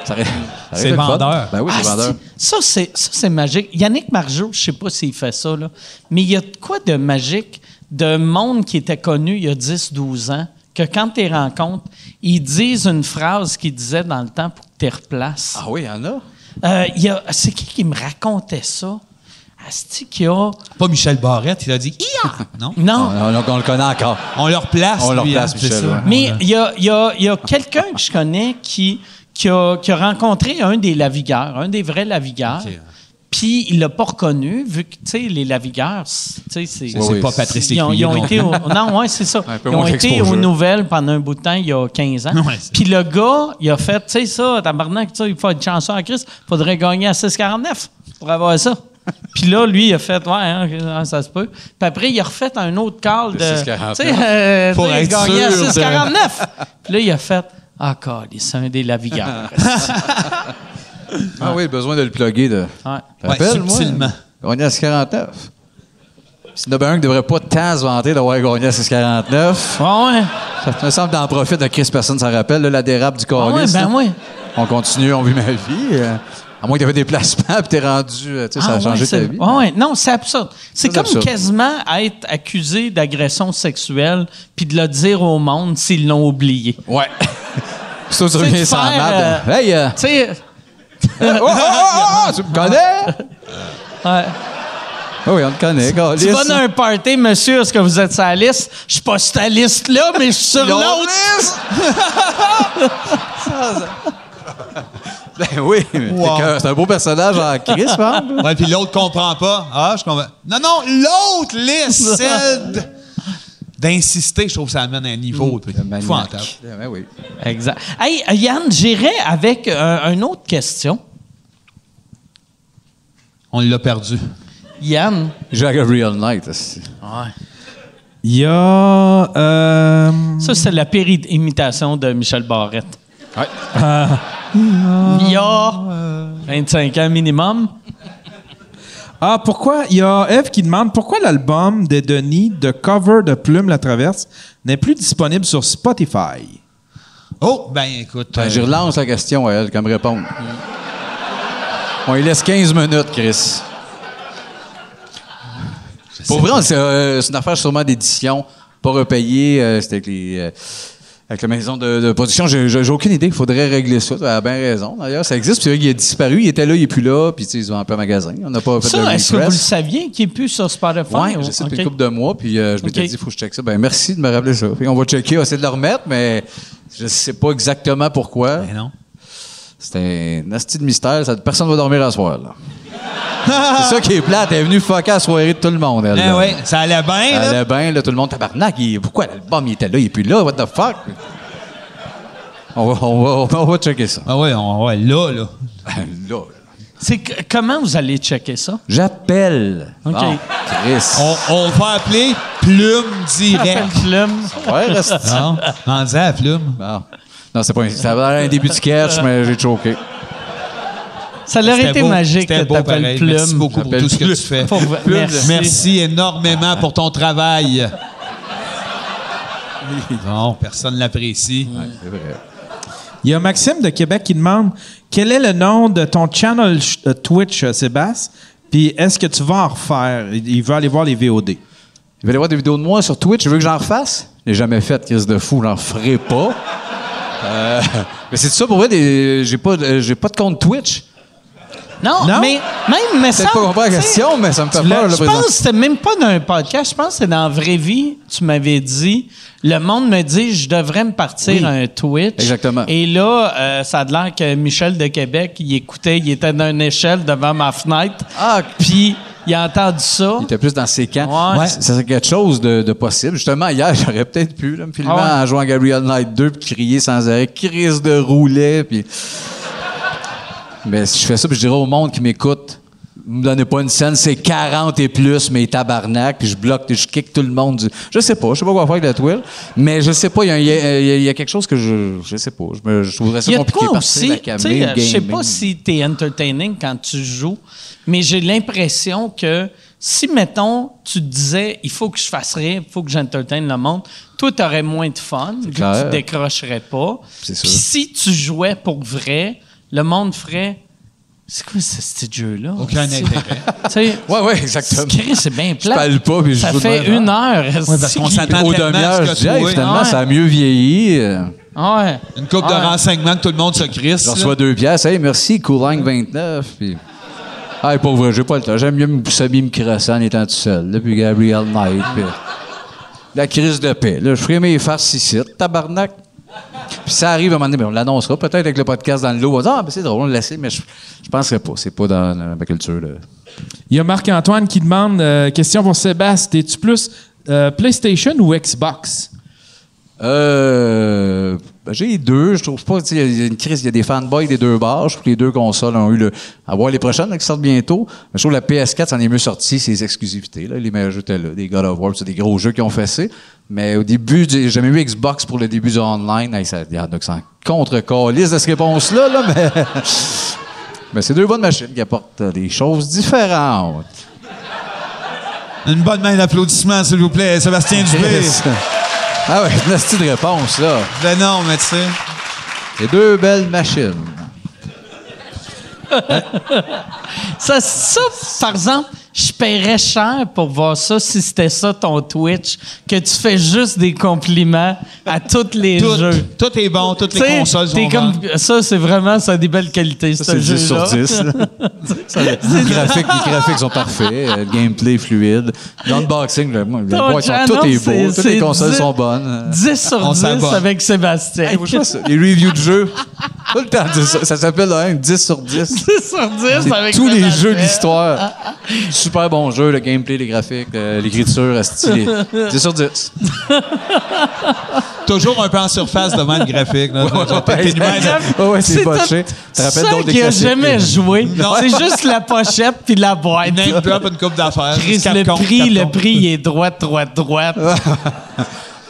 [SPEAKER 4] Ça aurait- ça aurait
[SPEAKER 2] C'est
[SPEAKER 4] été le fun.
[SPEAKER 2] vendeur.
[SPEAKER 4] Ben oui, c'est
[SPEAKER 1] Ah,
[SPEAKER 4] vendeur.
[SPEAKER 1] c'est- Ça, c'est, ça, c'est magique. Yannick Margeau, je sais pas s'il fait ça, là, mais il y a de quoi de magique d'un monde qui était connu il y a 10-12 ans, que quand tu les rencontres, ils disent une phrase qu'ils disaient dans le temps pour que tu les replaces.
[SPEAKER 4] Ah oui, il y en a.
[SPEAKER 1] Euh, il y a- c'est qui qui me racontait ça? Asti qu'il y a...
[SPEAKER 2] Pas Michel Barrette, il a dit Ia! Non?
[SPEAKER 1] Non,
[SPEAKER 4] On, on- on le connaît encore.
[SPEAKER 2] On leur place.
[SPEAKER 4] On leur
[SPEAKER 2] lui,
[SPEAKER 4] place,
[SPEAKER 2] hein, c'est
[SPEAKER 4] Michel,
[SPEAKER 2] ça.
[SPEAKER 4] ouais.
[SPEAKER 1] Mais il y a, il y a- il y a quelqu'un que je connais qui, qui, a, qui a rencontré un des lavigueurs, un des vrais lavigueurs.
[SPEAKER 2] Ok. hein.
[SPEAKER 1] Puis il l'a pas reconnu, vu que, tu sais, les lavigueurs, tu sais, c'est...
[SPEAKER 2] C'est
[SPEAKER 4] Oui,
[SPEAKER 2] pas
[SPEAKER 4] oui.
[SPEAKER 2] Patrice
[SPEAKER 1] Ils ont,
[SPEAKER 2] Lécuyer
[SPEAKER 1] ils ont
[SPEAKER 2] non
[SPEAKER 1] été
[SPEAKER 2] plus.
[SPEAKER 1] au- non, ouais, c'est ça.
[SPEAKER 4] Un peu
[SPEAKER 1] Ils ont
[SPEAKER 4] moins
[SPEAKER 1] été
[SPEAKER 4] d'exposure.
[SPEAKER 1] aux nouvelles pendant un bout de temps, il y a 15 ans.
[SPEAKER 2] Ouais, c'est-
[SPEAKER 1] Puis le gars, il a fait, tu sais ça, tabarnak, tu sais, il faut être chanceux en Christ, faudrait gagner à 6,49 pour avoir ça. Puis là, lui, il a fait, ouais, hein, hein, ça se peut. Puis après, il a refait un autre call de.
[SPEAKER 4] De 6,49.
[SPEAKER 1] tu sais, euh,
[SPEAKER 2] Pour
[SPEAKER 1] tu sais, il
[SPEAKER 2] être
[SPEAKER 1] gagnait à
[SPEAKER 2] sûr de-
[SPEAKER 1] 6,49. Puis là, il a fait, ah, il c'est un des lavigueurs.
[SPEAKER 4] Ah oui, besoin de le plugger. De...
[SPEAKER 1] Ah. Ouais.
[SPEAKER 4] Rappelle-moi,
[SPEAKER 2] subtilement.
[SPEAKER 4] On est à 649. S'il y en a bien un qui devrait pas tant se vanter d'avoir gagné à 649.
[SPEAKER 1] Ah ouais.
[SPEAKER 4] Ça me semble d'en profiter de Chris, personne s'en rappelle, là, la dérape du
[SPEAKER 1] Ah
[SPEAKER 4] corps.
[SPEAKER 1] ouais, ben ouais.
[SPEAKER 4] On continue, on vit ma vie. euh, à moins que tu avais des placements puis t'es rendu. euh, Tu sais, ça
[SPEAKER 1] Ah
[SPEAKER 4] a changé
[SPEAKER 1] ouais,
[SPEAKER 4] ta
[SPEAKER 1] c'est-
[SPEAKER 4] vie.
[SPEAKER 1] ouais, ouais. Non, c'est absurde. C'est
[SPEAKER 4] Ça, c'est
[SPEAKER 1] comme
[SPEAKER 4] absurde.
[SPEAKER 1] quasiment être accusé d'agression sexuelle puis de le dire au monde s'ils l'ont oublié.
[SPEAKER 4] Ouais. Surtout que
[SPEAKER 1] Tu
[SPEAKER 4] tu
[SPEAKER 1] sais,
[SPEAKER 4] reviens
[SPEAKER 1] de
[SPEAKER 4] sans
[SPEAKER 1] faire,
[SPEAKER 4] map.
[SPEAKER 1] euh,
[SPEAKER 4] Hey! euh,
[SPEAKER 1] Tu sais,
[SPEAKER 4] oh, oh, oh, oh, tu me connais?
[SPEAKER 1] ouais.
[SPEAKER 4] Ah oui, on te connaît,
[SPEAKER 1] tu
[SPEAKER 4] câlisse.
[SPEAKER 1] vas dans un party, monsieur, est-ce que vous êtes sur la liste? Je suis pas sur ta liste-là, mais je suis sur
[SPEAKER 4] L'autre
[SPEAKER 1] l'autre.
[SPEAKER 4] liste! Ça, ça- Ben oui, mais t'es
[SPEAKER 2] Wow.
[SPEAKER 4] que- c'est un beau personnage en Chris, par exemple.
[SPEAKER 2] Ouais, puis l'autre comprend pas. Ah, je comprends. Non, non, l'autre liste, celle d- d'insister, je trouve que ça amène un niveau puis,
[SPEAKER 4] Maniaque.
[SPEAKER 2] épouvantable.
[SPEAKER 4] Ben oui.
[SPEAKER 1] Exact. Hey, euh, Yann, j'irai avec euh, une autre question.
[SPEAKER 2] On l'a perdu.
[SPEAKER 1] Yann.
[SPEAKER 4] J'ai un Real Night. aussi.
[SPEAKER 3] Il y a. euh,
[SPEAKER 1] Ça, c'est la pire i- imitation de Michel Barrette.
[SPEAKER 4] Ouais.
[SPEAKER 1] Il y a 25 ans minimum.
[SPEAKER 3] Ah, pourquoi? Il y a Eve qui demande pourquoi l'album des Denis de cover de Plume La Traverse n'est plus disponible sur Spotify.
[SPEAKER 2] Oh, ben écoute.
[SPEAKER 4] Ben,
[SPEAKER 2] euh,
[SPEAKER 4] je relance la question à elle comme répondre. On lui laisse 15 minutes, Chris. Pour vrai, on- c'est euh, c'est une affaire sûrement d'édition, pas repayée. euh, C'était avec les. euh, avec la maison de, de production, j'ai j'ai- j'ai aucune idée. Il faudrait régler ça. Tu as bien raison. D'ailleurs, ça existe. Puis c'est vrai qu'il a disparu. Il était là, il n'est plus là. Puis tu sais, ils ont un peu magasin. On n'a pas fait de
[SPEAKER 1] Ça, est-ce que vous le
[SPEAKER 4] repress.
[SPEAKER 1] saviez qu'il n'est plus sur Spotify?
[SPEAKER 4] Oui, j'ai essayé depuis
[SPEAKER 1] Ok.
[SPEAKER 4] une couple de mois, puis euh, je m'étais
[SPEAKER 1] Ok.
[SPEAKER 4] dit, il faut que je check ça. Ben, merci de me rappeler ça. Puis on va checker, on va essayer de le remettre, mais je ne sais pas exactement pourquoi.
[SPEAKER 2] ben non.
[SPEAKER 4] C'est un asti de mystère. Ça, personne ne va dormir à soir. là. c'est ça qui est plate. Elle est venue fucker la soirée de tout le monde. Elle,
[SPEAKER 2] Ben
[SPEAKER 4] là.
[SPEAKER 2] ouais, ça allait bien,
[SPEAKER 4] Elle
[SPEAKER 2] là.
[SPEAKER 4] allait bien, là, tout le monde tabarnak. Il- pourquoi l'album il était là, il est plus là? What the fuck? On va, on va- on va- on va checker ça.
[SPEAKER 2] Ah ouais, on, ouais, là, là.
[SPEAKER 4] Là,
[SPEAKER 1] C'est que- comment vous allez checker ça?
[SPEAKER 4] J'appelle.
[SPEAKER 1] OK.
[SPEAKER 4] Bon, Chris.
[SPEAKER 2] On, on va appeler Plume
[SPEAKER 1] Appelle
[SPEAKER 2] Direct.
[SPEAKER 1] Clum.
[SPEAKER 4] Ouais, reste.
[SPEAKER 2] non? On disait à Plume.
[SPEAKER 4] Bon. Non, c'est pas un, ça va un début de sketch, mais j'ai choqué.
[SPEAKER 1] Ça leur
[SPEAKER 2] C'était
[SPEAKER 1] était
[SPEAKER 2] beau,
[SPEAKER 1] magique
[SPEAKER 2] c'était
[SPEAKER 1] que
[SPEAKER 2] beau
[SPEAKER 1] t'appelles
[SPEAKER 2] pareil.
[SPEAKER 1] Plume.
[SPEAKER 2] Merci beaucoup pour
[SPEAKER 4] J'appelle
[SPEAKER 2] tout ce que
[SPEAKER 4] Plume.
[SPEAKER 2] tu fais.
[SPEAKER 1] Pour vrai, merci.
[SPEAKER 2] Merci énormément pour ton travail. Non, personne ne l'apprécie.
[SPEAKER 4] C'est vrai.
[SPEAKER 3] Il y a Maxime de Québec qui demande quel est le nom de ton channel ch- euh, Twitch, euh, Sébastien, puis est-ce que tu vas en refaire? Il il veut aller voir les VOD.
[SPEAKER 4] Il va aller voir des vidéos de moi sur Twitch. Je veux que j'en refasse. Je l'ai jamais fait, crise de fou. J'en ferai pas. Euh, mais c'est ça pour vrai. des- J'ai pas, de- j'ai pas de compte Twitch.
[SPEAKER 1] Non,
[SPEAKER 3] Non?
[SPEAKER 1] mais même, mais ça.
[SPEAKER 4] Peut-être pas compris la question, mais ça me fait peur. là,
[SPEAKER 1] je
[SPEAKER 4] présent.
[SPEAKER 1] pense que c'était même pas dans un podcast. Je pense que c'était dans la vraie vie. Tu m'avais dit, le monde me dit, je devrais me partir
[SPEAKER 4] Oui.
[SPEAKER 1] un Twitch.
[SPEAKER 4] Exactement.
[SPEAKER 1] Et là, euh, ça a l'air que Michel de Québec, il écoutait, il était dans une échelle devant ma fenêtre.
[SPEAKER 4] Ah,
[SPEAKER 1] Puis, il a entendu ça.
[SPEAKER 4] Il était plus dans ses camps.
[SPEAKER 1] Ouais.
[SPEAKER 4] Ouais, C'est c'est quelque chose de, de possible. Justement, hier, j'aurais peut-être pu là, me filmer
[SPEAKER 1] Ah ouais.
[SPEAKER 4] en jouant à Gabriel Knight 2 puis crier sans arrêt « Crise de roulet! » puis... Mais si je fais ça, puis je dirais au monde qui m'écoute, me donnez pas une scène, c'est 40 et plus, mais tabarnak, puis je bloque, je kick tout le monde. Du... Je sais pas, je sais pas quoi faire avec la twill, mais je sais pas, il y, a- il y a- il y a- il y a quelque chose que je, je sais pas, je, me, je trouverais ça
[SPEAKER 1] Il y a de
[SPEAKER 4] compliqué
[SPEAKER 1] quoi
[SPEAKER 4] parce que
[SPEAKER 1] aussi,
[SPEAKER 4] la
[SPEAKER 1] tu
[SPEAKER 4] caméra,
[SPEAKER 1] sais, euh,
[SPEAKER 4] le
[SPEAKER 1] je sais pas
[SPEAKER 4] gaming.
[SPEAKER 1] si t'es entertaining quand tu joues, mais j'ai l'impression que si, mettons, tu te disais, il faut que je fasse rire, il faut que j'entertaine le monde, toi, t'aurais moins de fun, vu que
[SPEAKER 4] clair.
[SPEAKER 1] tu décrocherais pas.
[SPEAKER 4] C'est
[SPEAKER 1] Puis
[SPEAKER 4] sûr.
[SPEAKER 1] si tu jouais pour vrai, le monde ferait, c'est quoi ce petit jeu-là?
[SPEAKER 2] Aucun intérêt.
[SPEAKER 4] Ouais, ouais, exactement.
[SPEAKER 1] c'est bien
[SPEAKER 4] Je
[SPEAKER 1] plat.
[SPEAKER 4] parle pas, puis je
[SPEAKER 1] Ça
[SPEAKER 4] joue de
[SPEAKER 1] fait
[SPEAKER 4] même.
[SPEAKER 1] une heure. est-ce
[SPEAKER 2] qu'on
[SPEAKER 1] que-
[SPEAKER 2] s'entend
[SPEAKER 4] Au
[SPEAKER 2] tellement
[SPEAKER 4] demi-heure,
[SPEAKER 2] ce que
[SPEAKER 4] je dis, hey,
[SPEAKER 2] toi,
[SPEAKER 4] finalement,
[SPEAKER 1] ouais.
[SPEAKER 4] ça a mieux vieilli. euh,
[SPEAKER 1] Ah Ouais.
[SPEAKER 2] Une coupe de
[SPEAKER 1] Ouais.
[SPEAKER 2] renseignements que tout le monde se crisse.
[SPEAKER 4] Je
[SPEAKER 2] là.
[SPEAKER 4] reçois deux pièces. Hey, merci, Coulang 29. Puis... Hey, pour vrai, j'ai pas le temps. J'aime mieux me s'habiller me crasser en étant tout seul. Là, puis Gabriel Knight. puis La crise de paix. Là, je ferai mes farces ici. Tabarnak. Puis ça arrive à un moment donné, mais on l'annoncera peut-être avec le podcast dans le lot. On va dire, ah, ben, c'est drôle, on l'a laissé, mais je, je penserais pas. C'est pas dans euh, ma culture. Là.
[SPEAKER 7] Il y a Marc-Antoine qui demande euh, question pour Sébastien. Es-tu plus euh, PlayStation ou Xbox?
[SPEAKER 4] Euh, ben, j'ai les deux. Je trouve pas. tu sais, Il y a une crise. Il y a des fanboys des deux bars. Je trouve que les deux consoles ont eu le. À voir les prochaines là, qui sortent bientôt. Mais je trouve que la PS4 s'en est mieux sortie. Ses exclusivités. Là. Les meilleurs jeux étaient là. Des God of War. C'est des gros jeux qui ont fessé. Mais au début, j'ai jamais eu Xbox pour le début du online. Hey, ça, il y en a qui s'en contre-calissent de cette réponse-là. Là, mais mais c'est deux bonnes machines qui apportent euh, des choses différentes.
[SPEAKER 2] Une bonne main d'applaudissements, s'il vous plaît, Sébastien Dubé.
[SPEAKER 4] Ah ouais, une astuce de réponse, là.
[SPEAKER 2] Ben non, mais tu sais.
[SPEAKER 4] Les deux belles machines.
[SPEAKER 1] Ça, ça, par exemple, je paierais cher pour voir ça si c'était ça ton Twitch, que tu fais juste des compliments à tous les
[SPEAKER 2] Tout,
[SPEAKER 1] jeux.
[SPEAKER 2] tout est bon, toutes
[SPEAKER 1] Tu sais,
[SPEAKER 2] les consoles sont
[SPEAKER 1] t'es
[SPEAKER 2] bonnes.
[SPEAKER 1] comme, ça, c'est vraiment, ça a des belles qualités, ce
[SPEAKER 4] c'est 10 sur
[SPEAKER 1] jeu-là.
[SPEAKER 4] 10. là. Ça, le- les, graphiques, les graphiques sont parfaits, euh, le gameplay est fluide. L'unboxing, le, le
[SPEAKER 1] Ton
[SPEAKER 4] boîte,
[SPEAKER 1] channel,
[SPEAKER 4] tout est
[SPEAKER 1] c'est-
[SPEAKER 4] beau, toutes
[SPEAKER 1] c'est
[SPEAKER 4] les consoles
[SPEAKER 1] dix-
[SPEAKER 4] sont bonnes.
[SPEAKER 1] 10 sur
[SPEAKER 2] On
[SPEAKER 1] 10
[SPEAKER 2] s'abonne.
[SPEAKER 1] avec Sébastien.
[SPEAKER 4] Hey, moi, je vois ça, les reviews de jeux, tout le temps, dix- ça, ça s'appelle un 10 sur 10.
[SPEAKER 1] 10 sur 10 avec
[SPEAKER 4] Tous les
[SPEAKER 1] Sébastien.
[SPEAKER 4] jeux de l'histoire. Super bon jeu, le gameplay, les graphiques, euh, l'écriture, stylé. 10 sur 10.
[SPEAKER 2] Toujours un peu en surface devant le graphique. là. T'es de même.
[SPEAKER 4] Ouais, ouais, c'est
[SPEAKER 1] C'est
[SPEAKER 4] botché.
[SPEAKER 1] tout-
[SPEAKER 4] Ça rappelle
[SPEAKER 1] ça
[SPEAKER 4] d'autres des
[SPEAKER 1] qu'il a
[SPEAKER 4] classiques.
[SPEAKER 1] jamais joué.
[SPEAKER 2] Non.
[SPEAKER 1] C'est juste la pochette puis la boîte.
[SPEAKER 2] Name drop, une coupe d'affaires.
[SPEAKER 1] Chris, le
[SPEAKER 2] Capcom,
[SPEAKER 1] prix, le
[SPEAKER 2] Capcom.
[SPEAKER 1] prix, il est droite, droite, droite.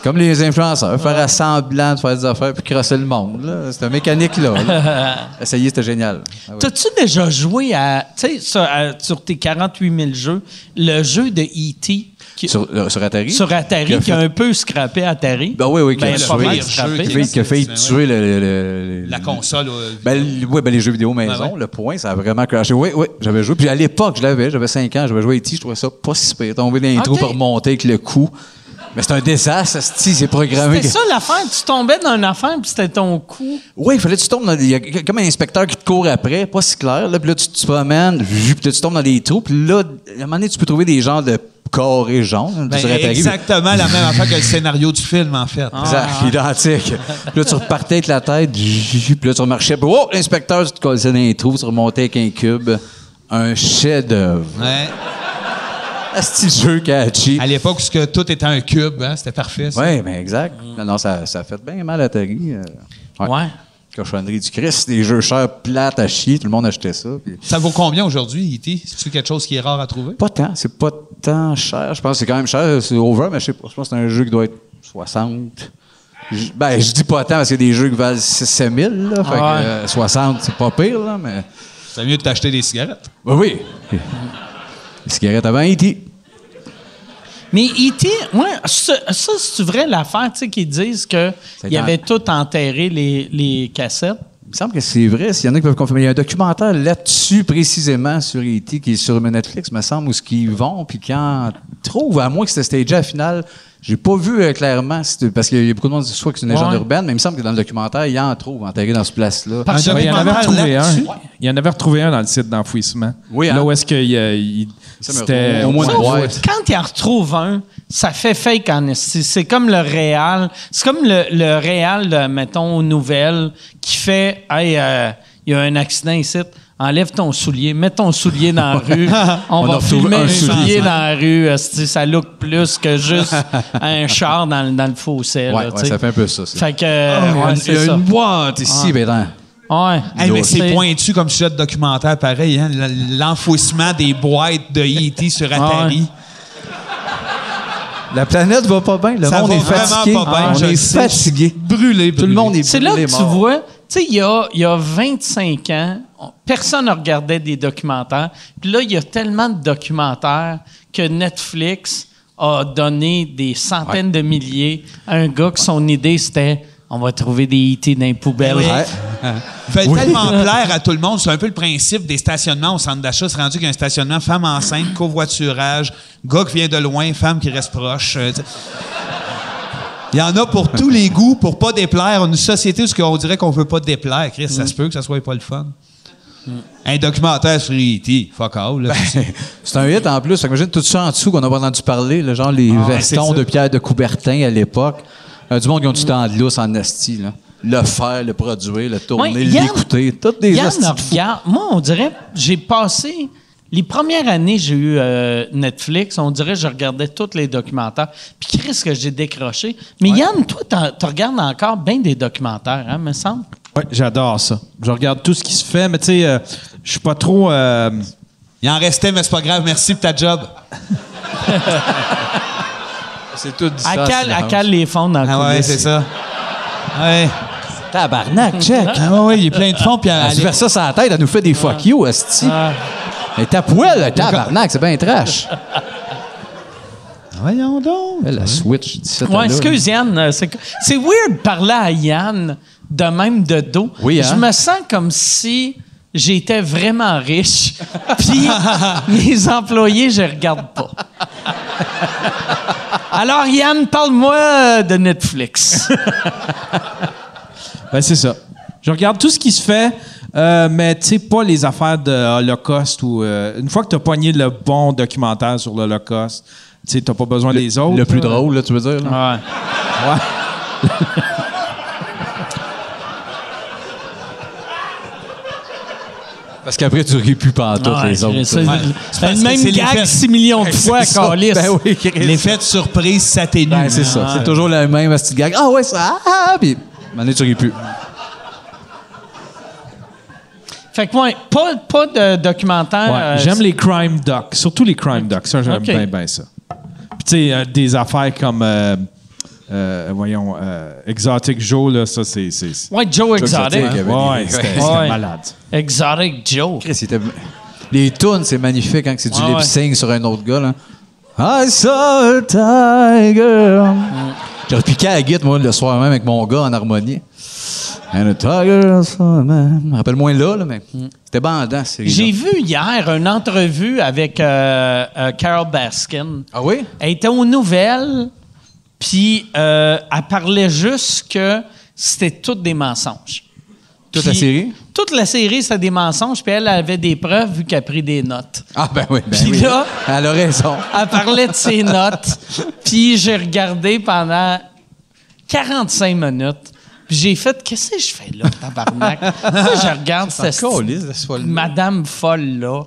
[SPEAKER 4] Comme les influenceurs, faire à semblant de faire des affaires puis crosser le monde. là. C'est une mécanique là. là. Essayez, c'était génial. Ah ouais.
[SPEAKER 1] T'as-tu déjà joué à, tu sais, sur, à- sur tes 48 000 jeux, le jeu de E.T. qui-
[SPEAKER 4] Sur, euh, sur Atari?
[SPEAKER 1] sur Atari qui
[SPEAKER 4] Qui
[SPEAKER 1] a,
[SPEAKER 4] a fait-
[SPEAKER 1] un peu scrappé Atari?
[SPEAKER 4] Ben oui, oui, qui
[SPEAKER 1] Ben,
[SPEAKER 4] a
[SPEAKER 1] pas
[SPEAKER 4] tué-
[SPEAKER 1] mal
[SPEAKER 4] qui a
[SPEAKER 1] scrappé,
[SPEAKER 4] failli- qui a failli
[SPEAKER 2] là.
[SPEAKER 4] tuer le, le- le-
[SPEAKER 2] La
[SPEAKER 4] le-
[SPEAKER 2] console. euh,
[SPEAKER 4] Ben, le- ouais, ben, les jeux vidéo maison,
[SPEAKER 2] Ben ouais.
[SPEAKER 4] le point, ça a vraiment crashé. Oui, oui, j'avais joué. Puis à l'époque, je l'avais, j'avais 5 ans, j'avais joué à E.T., je trouvais ça pas si pire. Tomber dans les
[SPEAKER 1] Ok.
[SPEAKER 4] trous pour remonter avec le coup. Mais c'est un désastre, esti, c'est programmé.
[SPEAKER 1] C'était ça l'affaire? Tu tombais dans une affaire puis c'était ton coup.
[SPEAKER 4] Oui, il fallait que tu tombes dans des- Il y a comme un inspecteur qui te court après, pas si clair. Là, puis là, tu tu te promènes, vu, puis là, tu tombes dans des trous. Puis là, à un moment donné, tu peux trouver des genres de carrés jaunes.
[SPEAKER 2] ben,
[SPEAKER 4] sur Atari.
[SPEAKER 2] exactement la même affaire que le scénario du film, en fait.
[SPEAKER 1] Ah.
[SPEAKER 4] Exact, identique. Puis là, tu repartais avec la tête, puis là, tu remarchais, puis oh, l'inspecteur, tu te collais dans un trou, tu remontais avec un cube. Un chef-d'œuvre.
[SPEAKER 2] Ouais.
[SPEAKER 4] C'est jeu catchy.
[SPEAKER 2] À l'époque, où ce que tout était un cube, hein, c'était parfait. ça.
[SPEAKER 4] Oui, mais exact. Non, non, ça, ça a fait bien mal à Atari. euh,
[SPEAKER 1] Ouais.
[SPEAKER 4] Cochonnerie du Christ, des jeux chers, plates à chier, tout le monde achetait ça. puis-
[SPEAKER 2] Ça vaut combien aujourd'hui, E.T.? C'est-tu quelque chose qui est rare à trouver?
[SPEAKER 4] Pas tant, c'est pas tant cher. Je pense que c'est quand même cher, c'est over, mais je sais pas. Je pense que c'est un jeu qui doit être 60. Je- ben, je dis pas tant parce qu'il y a des jeux qui valent 6 000, là. Fait que,
[SPEAKER 1] Ah ouais.
[SPEAKER 4] euh, 60, c'est pas pire, là, mais.
[SPEAKER 2] C'est mieux de t'acheter des cigarettes.
[SPEAKER 4] Ben oui. Les cigarettes avant E E.T.
[SPEAKER 1] Mais E.T., ouais, ça, ça, c'est vrai l'affaire, tu sais, qu'ils disent que
[SPEAKER 4] C'est
[SPEAKER 1] il
[SPEAKER 4] dans-
[SPEAKER 1] avait tout enterré les, les cassettes.
[SPEAKER 4] Il me semble que c'est vrai. S'il y en a qui peuvent confirmer, il y a un documentaire là-dessus précisément sur E.T. qui est sur Netflix, me semble, où ce qu'ils vont puis qu'ils en trouvent, à moins que c'était stagé à la finale. J'ai pas vu euh, clairement, si tu- parce qu'il y a beaucoup de monde qui dit soit que c'est une légende
[SPEAKER 1] Ouais.
[SPEAKER 4] urbaine, mais il me semble que dans le documentaire, il en trouve enterré dans ce place-là.
[SPEAKER 2] Parce
[SPEAKER 3] Ah,
[SPEAKER 7] Ouais, il y en avait
[SPEAKER 2] que-
[SPEAKER 7] retrouvé un.
[SPEAKER 2] là-dessus-
[SPEAKER 7] Il y en avait retrouvé un dans le site d'enfouissement.
[SPEAKER 4] Oui,
[SPEAKER 7] Là
[SPEAKER 4] hein?
[SPEAKER 7] où est-ce que il, euh, il-
[SPEAKER 4] Ça me
[SPEAKER 7] c'était.
[SPEAKER 4] revient. Au moins
[SPEAKER 7] Ouais.
[SPEAKER 4] une boîte.
[SPEAKER 1] Quand il en retrouve un, ça fait fake en esti. C'est comme le réal. C'est comme le, le réal, de, mettons, aux nouvelles, qui fait Hey, euh, il y a un accident ici. Enlève ton soulier, mets ton soulier dans la rue. On,
[SPEAKER 4] On
[SPEAKER 1] va
[SPEAKER 4] a retrouvé
[SPEAKER 1] filmer
[SPEAKER 4] un
[SPEAKER 1] un
[SPEAKER 4] soulier.
[SPEAKER 1] soulier dans la rue. esti. Ça look plus que juste un char dans, le- dans le fossé. là,
[SPEAKER 4] Ouais, ouais,
[SPEAKER 1] tu sais.
[SPEAKER 4] ça fait un peu ça. c'est-
[SPEAKER 1] Fait que. euh, ouais,
[SPEAKER 4] il y
[SPEAKER 1] c'est
[SPEAKER 4] a
[SPEAKER 1] ça.
[SPEAKER 4] une boîte ici,
[SPEAKER 1] Ah.
[SPEAKER 4] ben, dans-
[SPEAKER 1] Ouais.
[SPEAKER 2] Hey, mais c'est
[SPEAKER 1] C'est-
[SPEAKER 2] pointu comme sujet de documentaire pareil, hein? l- l'enfouissement des boîtes de E.T.
[SPEAKER 4] Ah
[SPEAKER 2] sur Atari.
[SPEAKER 4] La planète va pas bien. Le
[SPEAKER 2] Ça
[SPEAKER 4] monde
[SPEAKER 2] va
[SPEAKER 4] est
[SPEAKER 2] vraiment
[SPEAKER 4] fatigué. Ah,
[SPEAKER 2] pas bien,
[SPEAKER 4] on
[SPEAKER 2] je
[SPEAKER 4] est
[SPEAKER 2] le sais.
[SPEAKER 4] fatigué. Brûlé, Tout le monde est brûlé.
[SPEAKER 1] C'est là que tu
[SPEAKER 4] mort.
[SPEAKER 1] vois, tu sais, il y a, il y a 25 ans, on- personne ne regardait des documentaires. Puis là, il y a tellement de documentaires que Netflix a donné des centaines de milliers à un gars que son idée, c'était on va trouver des IT dans les poubelles.
[SPEAKER 2] Ah Oui.
[SPEAKER 4] Ouais.
[SPEAKER 2] Fait tellement plaire à tout le monde. C'est un peu le principe des stationnements au centre d'achat. C'est rendu qu'un stationnement femme enceinte, covoiturage, gars qui vient de loin, femme qui reste proche. euh, t'sais. Il y en a pour tous les goûts, pour pas déplaire. Une société où ce qu'on dirait qu'on veut pas déplaire, Chris, ça se peut que ça soit pas le fun. Un documentaire sur E.T., fuck all. là.
[SPEAKER 4] C'est un hit en plus. Fait que Imagine tout ça en dessous qu'on a pas entendu parler, là, genre les vestons
[SPEAKER 2] c'est ça.
[SPEAKER 4] de Pierre de Coubertin à l'époque. Euh, du monde qui ont du temps de lousse en asti, là. Le faire, le produire, le tourner,
[SPEAKER 1] Ouais, Yann-
[SPEAKER 4] l'écouter. Toutes des
[SPEAKER 1] Yann
[SPEAKER 4] astis de fous.
[SPEAKER 1] regarde- Moi, on dirait, j'ai passé. Les premières années, j'ai eu euh, Netflix. On dirait, je regardais tous les documentaires. Puis, qu'est-ce que j'ai décroché? Mais Yann, toi, t'en- tu regardes encore bien des documentaires, hein, me semble.
[SPEAKER 3] Oui, j'adore ça. Je regarde tout ce qui se fait, mais tu sais, euh, je suis pas trop. euh,
[SPEAKER 2] Il en restait, mais c'est pas grave. Merci pour ta job.
[SPEAKER 4] Ah, C'est tout dit
[SPEAKER 1] À
[SPEAKER 4] ça,
[SPEAKER 1] cale,
[SPEAKER 4] silence.
[SPEAKER 1] à cale les fonds dans le
[SPEAKER 2] Ah ouais, c'est ça. Ouais.
[SPEAKER 4] Tabarnak, check.
[SPEAKER 2] Ah ouais, ouais, il est plein de fond. Puis elle-
[SPEAKER 4] Elle se verse ça sur la tête, elle nous fait des fuck you, asti. Elle est à poil, elle, tabarnak, c'est bien trash.
[SPEAKER 2] Voyons donc.
[SPEAKER 4] Elle, la switch, 17
[SPEAKER 1] Ouais,
[SPEAKER 4] là.
[SPEAKER 1] excuse Yann. euh, C'est c'est weird de parler à Yann de même de dos.
[SPEAKER 4] Oui, hein?
[SPEAKER 1] Je me sens comme si j'étais vraiment riche, puis mes employés, je regarde pas. Alors, Yann, parle-moi euh, de Netflix.
[SPEAKER 3] ben, c'est ça. Je regarde tout ce qui se fait, euh, mais tu sais, pas les affaires de Holocauste ou. euh, une fois que tu as pogné le bon documentaire sur l'Holocauste, tu sais, t'as pas besoin des autres.
[SPEAKER 4] Le plus
[SPEAKER 3] là. Ah.
[SPEAKER 4] drôle, là, tu veux dire? là?
[SPEAKER 3] Ouais.
[SPEAKER 4] Parce qu'après, tu ris plus pantoute,
[SPEAKER 1] Ouais,
[SPEAKER 4] les
[SPEAKER 1] Ah, c'est-
[SPEAKER 4] autres. euh,
[SPEAKER 1] c'est-
[SPEAKER 4] là.
[SPEAKER 1] c'est
[SPEAKER 2] parce
[SPEAKER 1] le
[SPEAKER 2] que
[SPEAKER 1] même
[SPEAKER 2] c'est les
[SPEAKER 1] gag
[SPEAKER 2] faits.
[SPEAKER 1] 6 millions de
[SPEAKER 2] C'est
[SPEAKER 1] fois,
[SPEAKER 2] ça.
[SPEAKER 1] Calis.
[SPEAKER 4] Ben oui, Chris.
[SPEAKER 2] L'effet de surprise s'atténue.
[SPEAKER 4] Ben, c'est ça. C'est toujours la même petite gag. Ah ouais, ça. Ah, ah, puis. Mané, tu ris plus.
[SPEAKER 1] Fait que, ouais, pas, pas de documentaire.
[SPEAKER 3] Ouais,
[SPEAKER 1] euh,
[SPEAKER 3] j'aime les crime docs, surtout les crime docs. Ça, j'aime
[SPEAKER 1] Ok.
[SPEAKER 3] bien, bien ça. Puis, tu sais, euh, des affaires comme, euh, euh, voyons, euh, Exotic Joe, là, ça, c'est. c'est- c'est-
[SPEAKER 1] Ouais, Joe Exotic.
[SPEAKER 4] Exotic,
[SPEAKER 3] Ouais,
[SPEAKER 4] Ouais.
[SPEAKER 3] c'était c'était
[SPEAKER 1] Ouais.
[SPEAKER 3] malade.
[SPEAKER 1] Exotic Joe.
[SPEAKER 4] Chris, il était- Les tunes, c'est magnifique quand c'est du
[SPEAKER 1] Ouais, ouais.
[SPEAKER 4] lip sync sur un autre gars, là. I saw a tiger. J'aurais piqué à la guitare, moi, le soir même avec mon gars en harmonie. And a tiger, I saw a man. Rappelle-moi là, là, mais c'était bandant, c'est
[SPEAKER 1] J'ai vu hier une entrevue avec euh, euh, Carol Baskin.
[SPEAKER 4] Ah oui?
[SPEAKER 1] Elle était aux nouvelles, puis euh, elle parlait juste que c'était toutes des mensonges.
[SPEAKER 4] Toute la
[SPEAKER 1] Puis-
[SPEAKER 4] série?
[SPEAKER 1] Toute la série, c'était des mensonges, puis elle avait des preuves vu qu'elle a pris des notes.
[SPEAKER 4] Ah, ben oui, ben
[SPEAKER 1] Puis
[SPEAKER 4] oui.
[SPEAKER 1] là-
[SPEAKER 4] Elle a raison.
[SPEAKER 1] Elle parlait de ses notes, puis j'ai regardé pendant 45 minutes, puis j'ai fait « Qu'est-ce que je fais là, tabarnak? » Pourquoi je regarde
[SPEAKER 4] Ah,
[SPEAKER 1] cette Madame folle, là.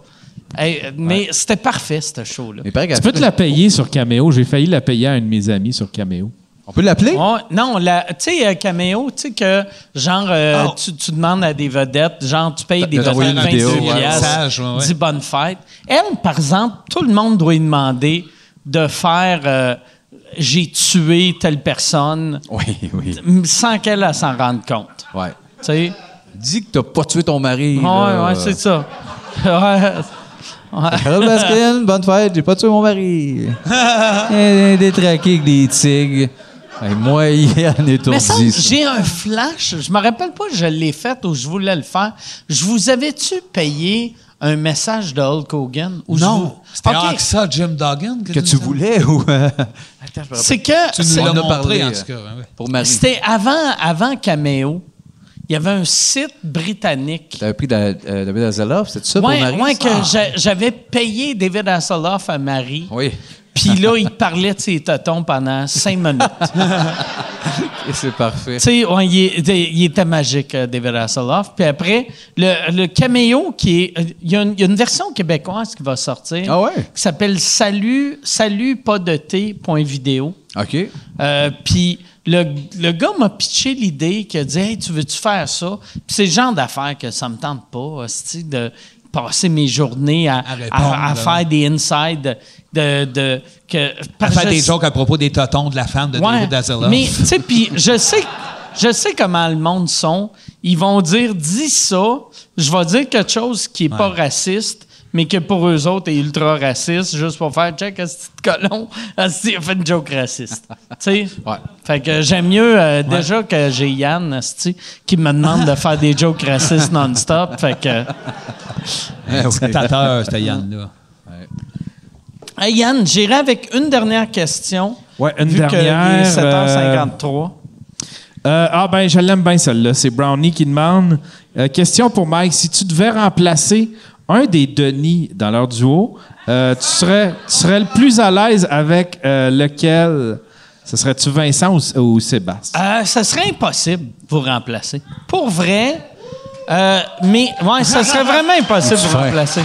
[SPEAKER 1] Hey, euh, mais c'était parfait, ce show-là.
[SPEAKER 4] Mais pareil,
[SPEAKER 7] Tu peux te la payer sur Cameo. J'ai failli la payer à un de mes amis sur Cameo.
[SPEAKER 4] On peut l'appeler?
[SPEAKER 1] Ouais, Oh, non, la- tu sais, euh, Caméo, tu sais que, genre, euh, tu, tu demandes à des vedettes, genre, tu payes des
[SPEAKER 4] Oh. de t'envoyer
[SPEAKER 1] vedettes
[SPEAKER 4] une
[SPEAKER 1] 22
[SPEAKER 4] vidéo, ouais.
[SPEAKER 1] piastres,
[SPEAKER 2] Message, ouais, ouais.
[SPEAKER 1] dis bonne fête. Elle, par exemple, tout le monde doit lui demander de faire euh, j'ai tué telle personne
[SPEAKER 4] Oui, oui.
[SPEAKER 1] m- sans qu'elle elle s'en rende compte.
[SPEAKER 4] Ouais.
[SPEAKER 1] Tu sais?
[SPEAKER 4] Dis que t'as pas tué ton mari.
[SPEAKER 1] Ouais,
[SPEAKER 4] là.
[SPEAKER 1] ouais, c'est ça. Ouais. Ouais.
[SPEAKER 4] Carole Baskin, bonne fête, j'ai pas tué mon mari. Elle est détraquée avec des tigres. Et moi, hier, on est
[SPEAKER 1] Mais ça,
[SPEAKER 4] tourdi. ça.
[SPEAKER 1] j'ai un flash. Je me rappelle pas que je l'ai fait ou je voulais le faire. Je vous avais-tu payé un message de Hulk Hogan? Ou je vous-
[SPEAKER 2] Non, c'était
[SPEAKER 1] Ok.
[SPEAKER 2] ça, Jim Duggan.
[SPEAKER 4] Que tu voulais ou. euh,
[SPEAKER 1] C'est que
[SPEAKER 2] Tu
[SPEAKER 1] c'est-
[SPEAKER 2] nous l'as
[SPEAKER 4] on en a
[SPEAKER 2] montré,
[SPEAKER 4] parlé,
[SPEAKER 2] en
[SPEAKER 4] euh,
[SPEAKER 2] tout cas. ouais, ouais.
[SPEAKER 4] Pour Marie.
[SPEAKER 1] c'était avant, avant Cameo. Il y avait un site britannique.
[SPEAKER 4] T'avais pris da- euh, David Hasselhoff, c'était ça pour
[SPEAKER 1] Ouais,
[SPEAKER 4] Marie? Ah.
[SPEAKER 1] ouais,
[SPEAKER 4] ça?
[SPEAKER 1] que j'a- j'avais payé David Hasselhoff à Marie.
[SPEAKER 4] Oui.
[SPEAKER 1] Puis là, il parlait de ses totons pendant cinq minutes.
[SPEAKER 4] Et c'est parfait.
[SPEAKER 1] Tu sais, ouais, il, est- il- il était magique, euh, David Hasselhoff. Puis après, le, le caméo qui est. euh, Il y, a une- il y a une version québécoise qui va sortir.
[SPEAKER 4] Ah ouais?
[SPEAKER 1] Qui s'appelle Salut, salut pas de thé, point vidéo.
[SPEAKER 4] OK.
[SPEAKER 1] Euh, Puis le, le gars m'a pitché l'idée qu'il a dit Hey, tu veux-tu faire ça? Puis c'est le genre d'affaires que ça me tente pas, hostie, de passer mes journées à, à,
[SPEAKER 2] répondre,
[SPEAKER 1] à
[SPEAKER 2] là.
[SPEAKER 1] faire des insides de, de, de- que,
[SPEAKER 2] À
[SPEAKER 1] parce que
[SPEAKER 2] faire
[SPEAKER 1] je
[SPEAKER 2] des
[SPEAKER 1] sais-
[SPEAKER 2] jokes à propos des totons de la femme de
[SPEAKER 1] Ouais,
[SPEAKER 2] David Dazzler.
[SPEAKER 1] Mais, tu sais, puis je sais, je sais comment le monde sont. Ils vont dire, dis ça, je vais dire quelque chose qui est pas raciste, mais que pour eux autres est ultra raciste, juste pour faire check, est-ce que le colon, est-ce qu'il a fait une joke raciste? tu sais?
[SPEAKER 4] Ouais.
[SPEAKER 1] Fait que j'aime mieux, euh, déjà que j'ai Yann, esti, qui me demande de faire des jokes racistes non-stop. Fait que.
[SPEAKER 4] Eh oui.
[SPEAKER 2] Spectateur, c'était Yann, là.
[SPEAKER 1] Hey, Yann, j'irai avec une dernière question.
[SPEAKER 7] Ouais, une
[SPEAKER 1] vu que il est
[SPEAKER 3] euh,
[SPEAKER 7] dernière,
[SPEAKER 1] 7h53.
[SPEAKER 7] Euh, ah ben, je l'aime bien celle-là. C'est Brownie qui demande euh, question pour Mike. Si tu devais remplacer un des Denis dans leur duo, euh, tu serais tu serais le plus à l'aise avec euh, lequel Ce serait-tu Vincent ou, ou Sébastien
[SPEAKER 1] Euh, ça serait impossible de vous remplacer. Pour vrai. euh, mais ouais, ça serait vraiment impossible de vous
[SPEAKER 4] Ouais.
[SPEAKER 1] remplacer.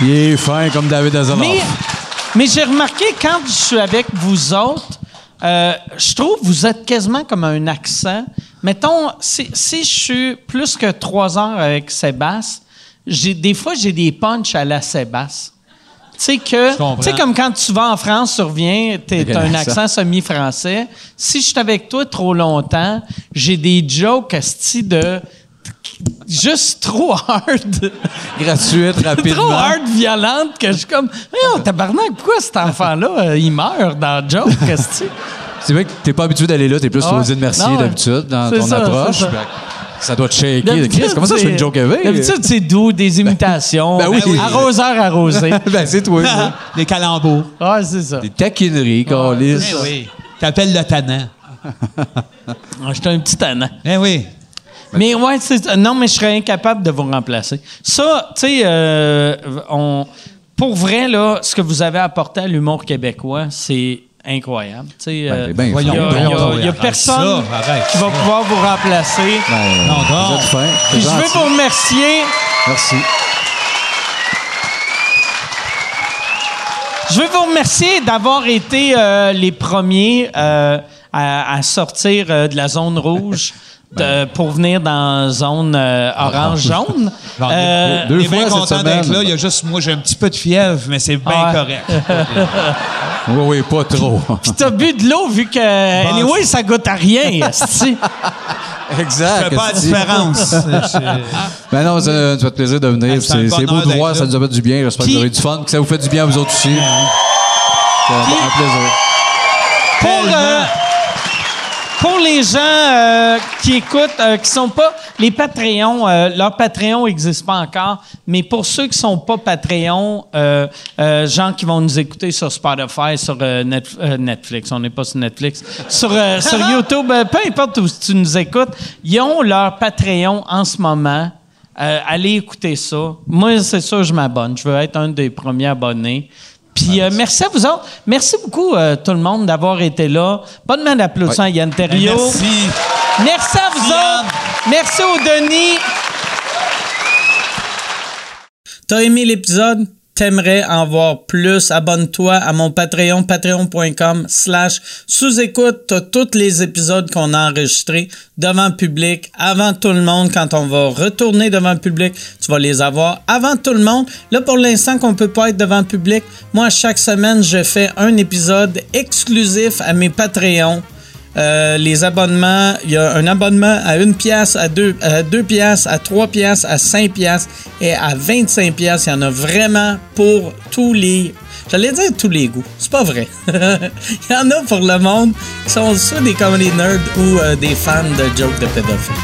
[SPEAKER 4] Il est fin comme David
[SPEAKER 1] Mais,
[SPEAKER 4] Hasselhoff.
[SPEAKER 1] mais j'ai remarqué quand je suis avec vous autres, euh, je trouve que vous êtes quasiment comme un accent. Mettons, si, si je suis plus que trois heures avec Sébastien, j'ai des fois j'ai des punchs à la Sébastien. Tu sais que,
[SPEAKER 2] comprends.
[SPEAKER 1] tu sais comme quand tu vas en France, tu reviens, t'es-
[SPEAKER 4] Avec
[SPEAKER 1] t'as un
[SPEAKER 4] un
[SPEAKER 1] accent semi-français. Si je suis avec toi trop longtemps, j'ai des jokes asti de juste trop hard.
[SPEAKER 4] Gratuite, rapidement.
[SPEAKER 1] trop hard, violente, que je suis comme, oh, tabarnak, pourquoi cet enfant-là, euh, il meurt dans Joe, qu'est-ce que
[SPEAKER 4] C'est vrai que t'es pas habitué d'aller là, t'es plus
[SPEAKER 1] Ah ouais.
[SPEAKER 4] aux îles merci
[SPEAKER 1] Non, ouais.
[SPEAKER 4] d'habitude dans
[SPEAKER 1] C'est
[SPEAKER 4] ton
[SPEAKER 1] ça,
[SPEAKER 4] approche.
[SPEAKER 1] c'est ça.
[SPEAKER 4] Fait que Ça doit te shaker. Chris, comment ça je fais une joke avec?
[SPEAKER 1] D'habitude, c'est doux, des imitations, euh,
[SPEAKER 4] ben oui.
[SPEAKER 1] arroseur arrosé.
[SPEAKER 4] ben c'est toi. ça.
[SPEAKER 2] Ah Des calembours.
[SPEAKER 1] Ah, c'est ça.
[SPEAKER 4] Des taquineries, câlisse.
[SPEAKER 2] Eh oui. T'appelles le tannant.
[SPEAKER 1] Ah, J'étais un petit tannant.
[SPEAKER 2] Eh oui.
[SPEAKER 1] Mais ouais, c'est ça. non, mais je serais incapable de vous remplacer. Ça, tu sais, euh, on- pour vrai, là, ce que vous avez apporté à l'humour québécois, c'est incroyable. Tu sais, euh,
[SPEAKER 4] t'es Ben, bien
[SPEAKER 1] il y a- il
[SPEAKER 4] fin.
[SPEAKER 1] y a-
[SPEAKER 4] Voyons
[SPEAKER 1] il y a
[SPEAKER 2] donc. Ah,
[SPEAKER 1] personne
[SPEAKER 2] Ça, arrête.
[SPEAKER 1] qui va pouvoir vous remplacer.
[SPEAKER 4] Ben,
[SPEAKER 2] Non,
[SPEAKER 4] vous
[SPEAKER 2] non.
[SPEAKER 4] êtes fin. c'est
[SPEAKER 1] Puis je veux
[SPEAKER 4] gentil.
[SPEAKER 1] vous remercier.
[SPEAKER 4] Merci.
[SPEAKER 1] Je veux vous remercier d'avoir été euh, les premiers euh, à, à sortir euh, de la zone rouge. de- pour venir dans zone euh, orange-jaune.
[SPEAKER 2] J'en ai
[SPEAKER 1] Euh,
[SPEAKER 4] Deux
[SPEAKER 2] Il est bien
[SPEAKER 4] fois cette
[SPEAKER 2] content d'être
[SPEAKER 4] semaine.
[SPEAKER 2] là. Il y a juste, moi, j'ai un petit peu de fièvre, mais c'est bien
[SPEAKER 1] Ah.
[SPEAKER 2] correct.
[SPEAKER 4] Oui, oui, pas trop.
[SPEAKER 1] Puis Euh, t'as bu de l'eau vu que, anyway, ça goûte à rien, esti.
[SPEAKER 4] exact.
[SPEAKER 2] Ça fait pas la
[SPEAKER 4] esti.
[SPEAKER 2] différence. Ben,
[SPEAKER 4] Ben non, ça nous fait plaisir de venir.
[SPEAKER 2] C'est un
[SPEAKER 4] C'est c'est beau
[SPEAKER 2] bonheur
[SPEAKER 4] de voir,
[SPEAKER 2] d'être
[SPEAKER 4] ça
[SPEAKER 2] là.
[SPEAKER 4] nous a fait du bien. J'espère que
[SPEAKER 1] Puis-
[SPEAKER 4] vous avez du fun, que ça vous fait du bien à vous autres aussi. C'est un un plaisir.
[SPEAKER 1] pour, euh, pour les gens euh, qui écoutent, euh, qui sont pas les Patreons, euh, leur Patreon n'existe pas encore, mais pour ceux qui sont pas Patreons, euh, euh, gens qui vont nous écouter sur Spotify, sur euh, Netf- euh, Netflix, on n'est pas sur Netflix, sur, euh, sur YouTube, euh, peu importe où tu nous écoutes, ils ont leur Patreon en ce moment. Euh, allez écouter ça. Moi, c'est sûr, je m'abonne. Je veux être un des premiers abonnés. Puis euh, merci à vous autres. Merci beaucoup, euh, tout le monde, d'avoir été là. Bonne main d'applaudissement à Yann Terriot. Merci.
[SPEAKER 2] Merci.
[SPEAKER 1] à vous
[SPEAKER 2] Yann.
[SPEAKER 1] autres. Merci au Denis.
[SPEAKER 6] T'as aimé l'épisode? T'aimerais en voir plus? Abonne-toi à mon Patreon, patreon.com slash sous-écoute. T'as tous les épisodes qu'on a enregistrés devant le public, avant tout le monde. Quand on va retourner devant le public, tu vas les avoir avant tout le monde. Là, pour l'instant qu'on peut pas être devant le public, moi, chaque semaine, je fais un épisode exclusif à mes Patreons. Euh, les abonnements, il y a un abonnement à 1 pièce, à 2 à deux pièces, à 3 pièces, à 5 pièces et à 25 pièces, il y en a vraiment pour tous les j'allais dire tous les goûts. C'est pas vrai. il y en a pour le monde qui sont soit des comedy nerds ou euh, des fans de jokes de pédophiles.